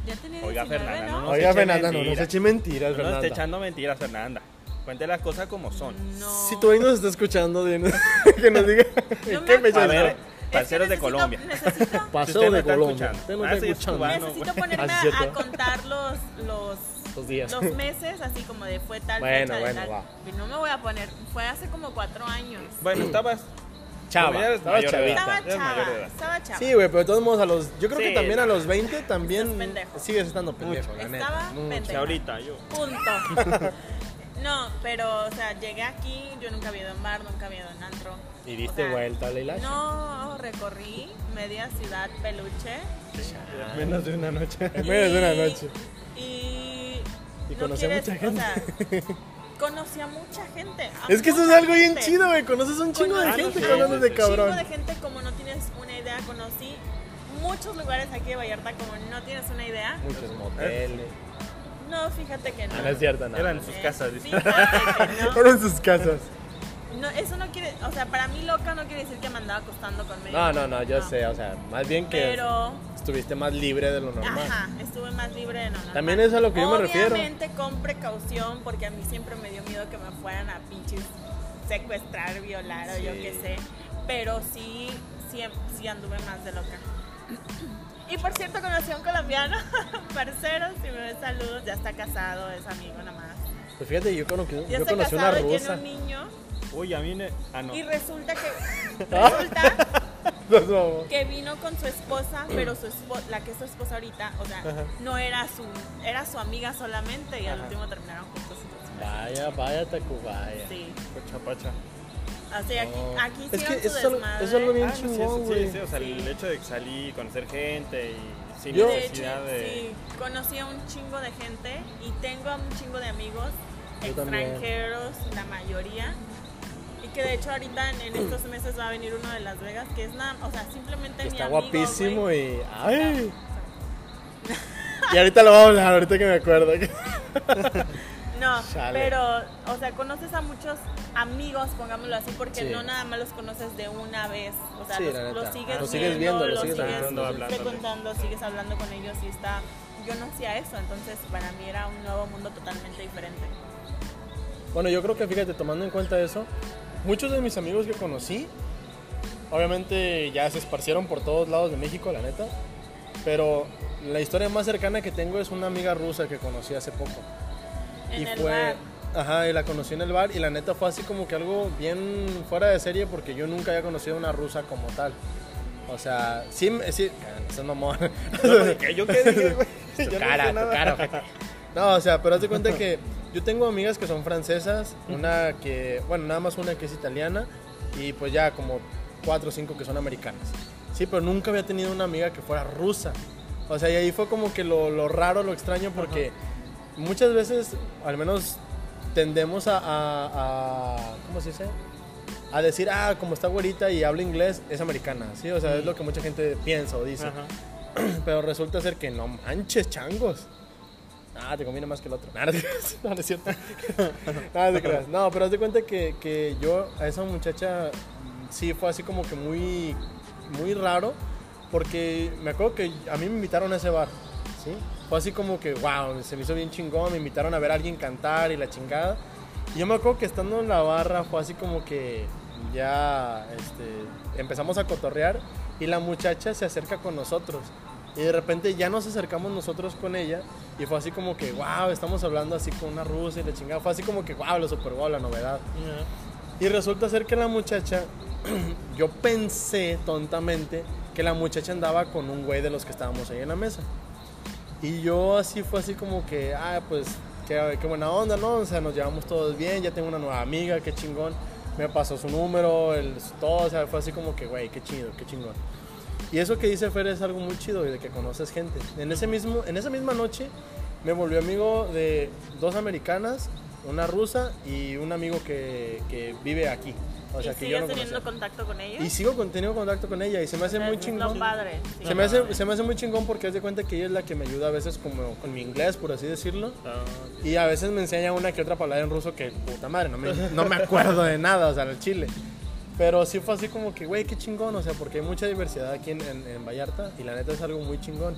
[SPEAKER 3] Ya tenía
[SPEAKER 4] Oiga,
[SPEAKER 3] 19,
[SPEAKER 4] Fernanda,
[SPEAKER 3] ¿no?
[SPEAKER 4] no
[SPEAKER 2] Oiga,
[SPEAKER 4] se eche
[SPEAKER 2] Fernanda, no nos
[SPEAKER 4] mentiras.
[SPEAKER 2] eche mentiras,
[SPEAKER 4] No nos
[SPEAKER 2] Fernanda.
[SPEAKER 4] esté echando mentiras, Fernanda. Cuente las cosas como son.
[SPEAKER 3] No.
[SPEAKER 2] Si todavía nos está escuchando, bien, que nos diga
[SPEAKER 3] No
[SPEAKER 2] en
[SPEAKER 3] me
[SPEAKER 2] qué fecha
[SPEAKER 3] acuerdo.
[SPEAKER 4] A
[SPEAKER 2] está.
[SPEAKER 4] ver,
[SPEAKER 3] Es que
[SPEAKER 4] parceros de
[SPEAKER 3] necesito-
[SPEAKER 4] Colombia.
[SPEAKER 3] Necesito,
[SPEAKER 2] Pasó
[SPEAKER 4] usted no
[SPEAKER 2] de
[SPEAKER 4] está
[SPEAKER 2] Colombia.
[SPEAKER 4] escuchando.
[SPEAKER 2] Usted no
[SPEAKER 4] Ah,
[SPEAKER 2] está
[SPEAKER 4] sí, es
[SPEAKER 2] escuchando.
[SPEAKER 4] cubano.
[SPEAKER 3] necesito
[SPEAKER 4] güey.
[SPEAKER 3] ponerme
[SPEAKER 2] Ah, sí,
[SPEAKER 3] a, a
[SPEAKER 2] cierto.
[SPEAKER 3] contar los, los,
[SPEAKER 2] Los días.
[SPEAKER 3] meses, así como de fue tal
[SPEAKER 2] Bueno,
[SPEAKER 3] fecha de
[SPEAKER 2] bueno,
[SPEAKER 3] tal.
[SPEAKER 2] va.
[SPEAKER 3] Y no me voy a poner, fue hace como cuatro años.
[SPEAKER 4] Bueno, estabas. como ya
[SPEAKER 2] Chava,
[SPEAKER 4] eres
[SPEAKER 2] estaba
[SPEAKER 4] mayor de edad.
[SPEAKER 2] chavita.
[SPEAKER 3] estaba
[SPEAKER 4] eres mayor de
[SPEAKER 3] chava,
[SPEAKER 4] edad.
[SPEAKER 3] estaba chava.
[SPEAKER 2] Sí, güey, pero de todos modos a los... Yo creo que
[SPEAKER 4] Sí,
[SPEAKER 2] también a
[SPEAKER 4] no.
[SPEAKER 2] los 20 también
[SPEAKER 3] Estás pendejo.
[SPEAKER 2] sigues estando pendejo, la neta.
[SPEAKER 3] Estaba
[SPEAKER 2] Mucho.
[SPEAKER 3] pendejo.
[SPEAKER 4] Ahorita yo.
[SPEAKER 3] Punto. No, pero, o sea, llegué aquí, yo nunca había ido a un bar, nunca había ido a un antro.
[SPEAKER 2] Y
[SPEAKER 3] O
[SPEAKER 2] diste
[SPEAKER 3] sea,
[SPEAKER 2] vuelta a Leila.
[SPEAKER 3] No, recorrí media ciudad peluche.
[SPEAKER 4] Menos de una noche.
[SPEAKER 2] En medio de una
[SPEAKER 3] Y-
[SPEAKER 2] noche.
[SPEAKER 3] Y.
[SPEAKER 2] Y
[SPEAKER 3] no
[SPEAKER 2] conocí a
[SPEAKER 3] quieres-
[SPEAKER 2] mucha gente.
[SPEAKER 3] O sea, conocí a mucha gente. a
[SPEAKER 2] es que eso es
[SPEAKER 3] mucha
[SPEAKER 2] algo bien
[SPEAKER 3] gente.
[SPEAKER 2] chido, güey. Conoces un chingo de
[SPEAKER 3] Conocí
[SPEAKER 2] gente
[SPEAKER 3] a
[SPEAKER 2] con
[SPEAKER 4] sí,
[SPEAKER 2] andas de
[SPEAKER 4] sí, sí.
[SPEAKER 2] cabrón.
[SPEAKER 3] chingo de gente como no tienes una idea. Conocí muchos lugares aquí de Vallarta como no tienes una idea.
[SPEAKER 2] Muchos moteles.
[SPEAKER 3] No, fíjate que no.
[SPEAKER 2] Ah, no es cierto, no.
[SPEAKER 4] Eran sus
[SPEAKER 3] Eh,
[SPEAKER 4] casas, dice.
[SPEAKER 3] Fíjate que no.
[SPEAKER 2] Fueron sus casas.
[SPEAKER 3] No, eso no quiere, o sea, para mí loca no quiere decir que me andaba acostando con medio
[SPEAKER 2] No, no,
[SPEAKER 3] mundo,
[SPEAKER 2] no, yo sé. O sea, más bien que
[SPEAKER 3] Pero,
[SPEAKER 2] estuviste más libre de lo normal.
[SPEAKER 3] ajá, estuve más libre de lo normal.
[SPEAKER 2] También es a lo que yo me refiero.
[SPEAKER 3] Obviamente con precaución, porque a mí siempre me dio miedo que me fueran a pinches secuestrar, violar o yo
[SPEAKER 2] Sí.
[SPEAKER 3] qué sé. Pero sí, sí, sí anduve más de loca. Y por cierto, conocí a un colombiano, parcero, si me ves saludos, ya está casado, es amigo nada más.
[SPEAKER 2] Pues fíjate, yo conocí,
[SPEAKER 3] Ya
[SPEAKER 2] yo
[SPEAKER 3] está
[SPEAKER 2] conocí una
[SPEAKER 3] casado y tiene
[SPEAKER 2] rusa.
[SPEAKER 3] un niño.
[SPEAKER 4] Uy, a mí. ne- Ah, no.
[SPEAKER 3] Y resulta que.
[SPEAKER 2] Ah.
[SPEAKER 3] Resulta
[SPEAKER 2] No, no.
[SPEAKER 3] que vino con su esposa, pero su espo- la que es su esposa ahorita, o sea, no era su era su amiga solamente y al último terminaron juntos. entonces,
[SPEAKER 2] Vaya, vaya, Tacubaya.
[SPEAKER 3] Sí.
[SPEAKER 4] Pacha, pacha.
[SPEAKER 3] Así aquí
[SPEAKER 2] No.
[SPEAKER 3] aquí
[SPEAKER 2] Oh. Es que
[SPEAKER 3] hicieron su
[SPEAKER 2] es algo-
[SPEAKER 3] desmadre.
[SPEAKER 2] es algo bien
[SPEAKER 4] Ah, no, sí, sí,
[SPEAKER 2] chingón,
[SPEAKER 4] sí,
[SPEAKER 2] güey.
[SPEAKER 4] sí, o sea, el
[SPEAKER 3] Sí.
[SPEAKER 4] hecho de salir y conocer gente y sin
[SPEAKER 2] Yo-
[SPEAKER 3] de hecho,
[SPEAKER 4] necesidad de.
[SPEAKER 3] sí, conocí a un chingo de gente y tengo a un chingo de amigos
[SPEAKER 2] Yo también.
[SPEAKER 3] extranjeros, la mayoría. Y que de hecho ahorita en, en estos meses va a venir uno de Las Vegas, que es nada, o sea, simplemente mi
[SPEAKER 2] Está
[SPEAKER 3] amigo,
[SPEAKER 2] guapísimo
[SPEAKER 3] güey.
[SPEAKER 2] y. ¡Ay! Y ahorita lo vamos a hablar, ahorita que me acuerdo.
[SPEAKER 3] No,
[SPEAKER 2] Chale.
[SPEAKER 3] pero, o sea, conoces a muchos amigos, pongámoslo así, porque
[SPEAKER 2] Sí.
[SPEAKER 3] no nada más los conoces de una vez. O sea,
[SPEAKER 2] Sí,
[SPEAKER 3] los,
[SPEAKER 2] la neta.
[SPEAKER 3] los sigues,
[SPEAKER 2] Los sigues viendo,
[SPEAKER 3] viendo,
[SPEAKER 2] los
[SPEAKER 3] los
[SPEAKER 2] sigues
[SPEAKER 3] sigues
[SPEAKER 4] hablando, hablando.
[SPEAKER 3] frecuentando, sigues hablando con ellos y está. Yo no hacía eso, entonces para mí era un nuevo mundo totalmente diferente.
[SPEAKER 2] Bueno, yo creo que fíjate, tomando en cuenta eso, muchos de mis amigos que conocí, obviamente ya se esparcieron por todos lados de México, la neta, pero la historia más cercana que tengo es una amiga rusa que conocí hace poco.
[SPEAKER 3] En
[SPEAKER 2] y
[SPEAKER 3] el
[SPEAKER 2] fue,
[SPEAKER 3] bar.
[SPEAKER 2] ajá, y la conocí en el bar y la neta fue así como que algo bien fuera de serie porque yo nunca había conocido a una rusa como tal. O sea, sí, me- sí, es mamón.
[SPEAKER 4] No, que yo qué dije, güey.
[SPEAKER 2] Tu
[SPEAKER 4] Yo no
[SPEAKER 2] cara,
[SPEAKER 4] dije
[SPEAKER 2] tu
[SPEAKER 4] nada.
[SPEAKER 2] cara, ojete. No, o sea, pero hazte cuenta que yo tengo amigas que son francesas, una que, bueno, nada más una que es italiana y pues ya como cuatro o cinco que son americanas. Sí, pero nunca había tenido una amiga que fuera rusa. O sea, y ahí fue como que lo, lo raro, lo extraño, porque muchas veces, al menos, tendemos a, a- a- ¿Cómo se dice? A decir, ah, como está güerita y habla inglés, es americana, ¿sí? O sea, es lo que mucha gente piensa o dice.
[SPEAKER 4] Ajá.
[SPEAKER 2] Pero resulta ser que no manches, changos. Ah, te conviene más que el otro. Nah, no, te creas. No, no es cierto. Nah, no, te creas. No, pero haz de cuenta que, que yo a esa muchacha mm, sí fue así como que muy, muy raro. Porque me acuerdo que a mí me invitaron a ese bar. ¿sí? Fue así como que, wow, se me hizo bien chingón. Me invitaron a ver a alguien cantar y la chingada. Y yo me acuerdo que estando en la barra fue así como que ya este, empezamos a cotorrear y la muchacha se acerca con nosotros. Y de repente ya nos acercamos nosotros con ella y fue así como que, wow, estamos hablando así con una rusa y la chingada. Fue así como que, wow, lo super wow, la novedad. Y resulta ser que la muchacha, yo pensé tontamente que la muchacha andaba con un güey de los que estábamos ahí en la mesa. Y yo así fue así como que, ah, pues qué, qué buena onda, ¿no? O sea, nos llevamos todos bien, ya tengo una nueva amiga, qué chingón. Me pasó su número, el, todo, o sea, fue así como que, güey, qué chido, qué chingón. Y eso que dice Fer es algo muy chido y de que conoces gente. En, ese mismo, en esa misma noche me volvió amigo de dos americanas, una rusa y un amigo que, que vive aquí. O sea,
[SPEAKER 3] y
[SPEAKER 2] que
[SPEAKER 3] sigues
[SPEAKER 2] yo no
[SPEAKER 3] teniendo
[SPEAKER 2] conocía.
[SPEAKER 3] contacto con ellos.
[SPEAKER 2] Y sigo con- teniendo contacto con ella y se me hace
[SPEAKER 3] O sea,
[SPEAKER 2] muy
[SPEAKER 3] es
[SPEAKER 2] chingón.
[SPEAKER 3] Lo padre. sí.
[SPEAKER 2] Se me, hace, se me hace muy chingón porque es de cuenta que ella es la que me ayuda a veces como con mi inglés, por así decirlo.
[SPEAKER 4] Ah,
[SPEAKER 2] Y a veces me enseña una que otra palabra en ruso que, puta madre, no me, no me acuerdo de nada, o sea, el chile. Pero sí fue así como que, güey, qué chingón, o sea, porque hay mucha diversidad aquí en, en- en Vallarta y la neta es algo muy chingón.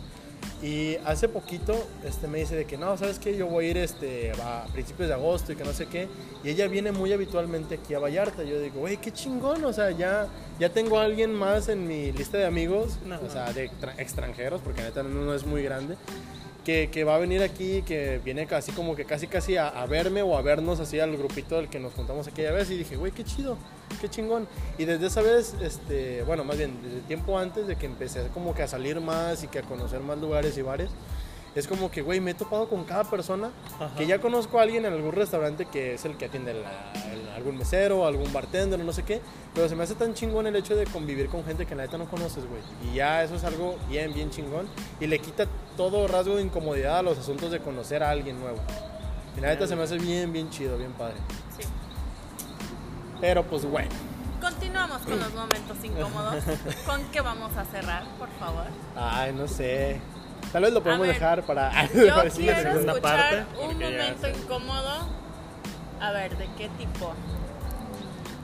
[SPEAKER 2] Y hace poquito este, me dice de que, no, ¿sabes qué? Yo voy a ir este, a principios de agosto y que no sé qué. Y ella viene muy habitualmente aquí a Vallarta. Yo digo, güey, qué chingón, o sea, ya, ya tengo a alguien más en mi lista de amigos,
[SPEAKER 4] No.
[SPEAKER 2] o sea, de extra- extranjeros, porque la neta no no es muy grande que, que va a venir aquí, que viene casi como que casi casi a, a verme o a vernos así al grupito del que nos juntamos aquella vez y dije, güey, qué chido, qué chingón. Y desde esa vez, este, bueno, más bien desde tiempo antes de que empecé como que a salir más y que a conocer más lugares y bares, Es como que, güey, me he topado con cada persona que ya conozco a alguien en algún restaurante que es el que atiende la- el- algún mesero, algún bartender, no sé qué. Pero se me hace tan chingón el hecho de convivir con gente que la neta no conoces, güey. Y ya eso es algo bien, bien chingón. Y le quita todo rasgo de incomodidad a los asuntos de conocer a alguien nuevo. Y la neta se me hace bien, bien chido, bien padre.
[SPEAKER 3] Sí.
[SPEAKER 2] Pero pues, bueno.
[SPEAKER 3] Continuamos con los momentos incómodos. ¿Con qué vamos a cerrar, por favor?
[SPEAKER 2] Ay, no sé. Tal vez lo podemos
[SPEAKER 3] ver,
[SPEAKER 2] dejar para.
[SPEAKER 3] Yo
[SPEAKER 2] para decir-
[SPEAKER 3] quiero
[SPEAKER 4] segunda
[SPEAKER 3] escuchar
[SPEAKER 4] parte,
[SPEAKER 3] un
[SPEAKER 4] porque ya
[SPEAKER 3] momento
[SPEAKER 4] se-
[SPEAKER 3] incómodo. A ver, ¿de qué tipo?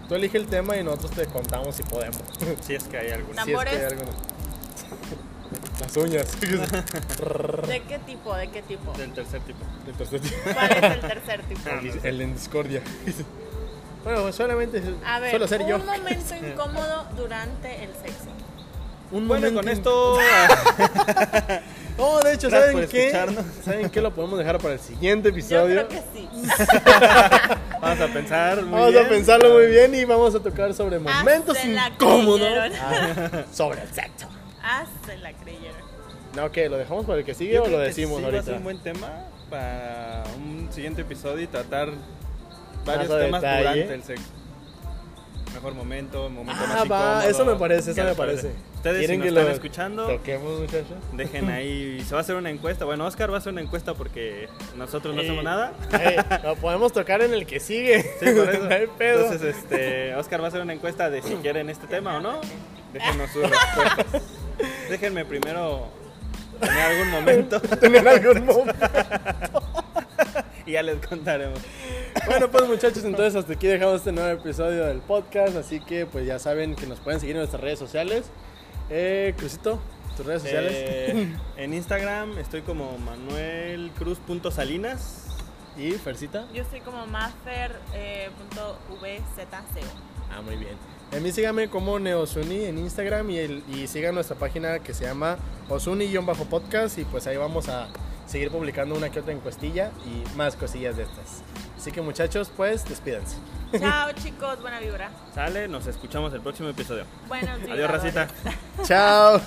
[SPEAKER 2] Tú elige el tema y nosotros te contamos si podemos.
[SPEAKER 4] Si es que hay alguna.
[SPEAKER 3] Tam-
[SPEAKER 2] Si es que hay
[SPEAKER 3] Tambores.
[SPEAKER 2] alguno. Las uñas.
[SPEAKER 3] ¿De qué tipo? ¿De qué tipo?
[SPEAKER 4] Del tercer tipo.
[SPEAKER 2] El tercer tipo.
[SPEAKER 3] ¿Cuál es el tercer tipo?
[SPEAKER 2] El- El en discordia. Bueno, pues solamente
[SPEAKER 3] A ver,
[SPEAKER 2] solo ser
[SPEAKER 3] un
[SPEAKER 2] yo.
[SPEAKER 3] momento incómodo durante el sexo.
[SPEAKER 2] Un
[SPEAKER 4] Bueno,
[SPEAKER 2] momento
[SPEAKER 4] con
[SPEAKER 2] en-
[SPEAKER 4] esto. ah,
[SPEAKER 2] No, de hecho, ¿saben
[SPEAKER 4] Gracias por
[SPEAKER 2] qué?
[SPEAKER 4] escucharnos.
[SPEAKER 2] ¿Saben qué? Lo podemos dejar para el siguiente
[SPEAKER 3] Yo
[SPEAKER 2] episodio.
[SPEAKER 3] creo que sí.
[SPEAKER 4] Vamos a pensar. muy
[SPEAKER 2] Vamos
[SPEAKER 4] bien.
[SPEAKER 2] a pensarlo muy bien y vamos a tocar sobre
[SPEAKER 3] Ah,
[SPEAKER 2] momentos
[SPEAKER 3] se la
[SPEAKER 2] incómodos.
[SPEAKER 3] creyeron.
[SPEAKER 2] Ah, sobre el sexo.
[SPEAKER 3] Ah, se la creyeron.
[SPEAKER 2] No, ¿qué? ¿Lo dejamos para el que sigue
[SPEAKER 4] Yo
[SPEAKER 2] o
[SPEAKER 4] creo
[SPEAKER 2] lo
[SPEAKER 4] que
[SPEAKER 2] decimos
[SPEAKER 4] sí va a
[SPEAKER 2] ahorita?
[SPEAKER 4] ser un buen tema para un siguiente episodio y tratar varios
[SPEAKER 2] a
[SPEAKER 4] temas
[SPEAKER 2] detalle.
[SPEAKER 4] durante el sexo. Mejor momento, momento
[SPEAKER 2] Ah,
[SPEAKER 4] más
[SPEAKER 2] va,
[SPEAKER 4] incómodo.
[SPEAKER 2] eso me parece, eso
[SPEAKER 4] Ya
[SPEAKER 2] me
[SPEAKER 4] les
[SPEAKER 2] parece.
[SPEAKER 4] Ustedes si
[SPEAKER 2] ¿Quieren
[SPEAKER 4] nos
[SPEAKER 2] que
[SPEAKER 4] están
[SPEAKER 2] lo
[SPEAKER 4] escuchando,
[SPEAKER 2] Toquemos, muchachos.
[SPEAKER 4] dejen ahí. Se va a hacer una encuesta. Bueno, Oscar va a hacer una encuesta porque nosotros no hacemos
[SPEAKER 2] Eh,
[SPEAKER 4] nada.
[SPEAKER 2] eh, lo podemos tocar en el que sigue.
[SPEAKER 4] Sí, por eso.
[SPEAKER 2] no hay pedo.
[SPEAKER 4] Entonces, este, Oscar va a hacer una encuesta de si quieren este tema o no. Déjenos sus respuestas. Déjenme primero tener algún momento
[SPEAKER 2] Tener algún momento.
[SPEAKER 4] y ya les contaremos.
[SPEAKER 2] Bueno, pues muchachos, entonces hasta aquí dejamos este nuevo episodio del podcast. Así que pues ya saben que nos pueden seguir en nuestras redes sociales. Eh, Crucito, tus redes sociales.
[SPEAKER 4] Eh, en Instagram estoy como manuelcruz.salinas.
[SPEAKER 2] Y Fercita.
[SPEAKER 3] Yo soy como eh, mafer.vzco.
[SPEAKER 2] Ah, muy bien. A mí síganme como Neosuni en Instagram y, el- y sigan nuestra página que se llama Osuni-podcast y pues ahí vamos a seguir publicando una que otra encuestilla y más cosillas de estas. Así que muchachos, pues despídanse.
[SPEAKER 3] Chao, chicos. Buena vibra.
[SPEAKER 4] Sale, nos escuchamos el próximo episodio.
[SPEAKER 3] Buenos días.
[SPEAKER 4] Adiós, racita.
[SPEAKER 2] Chao.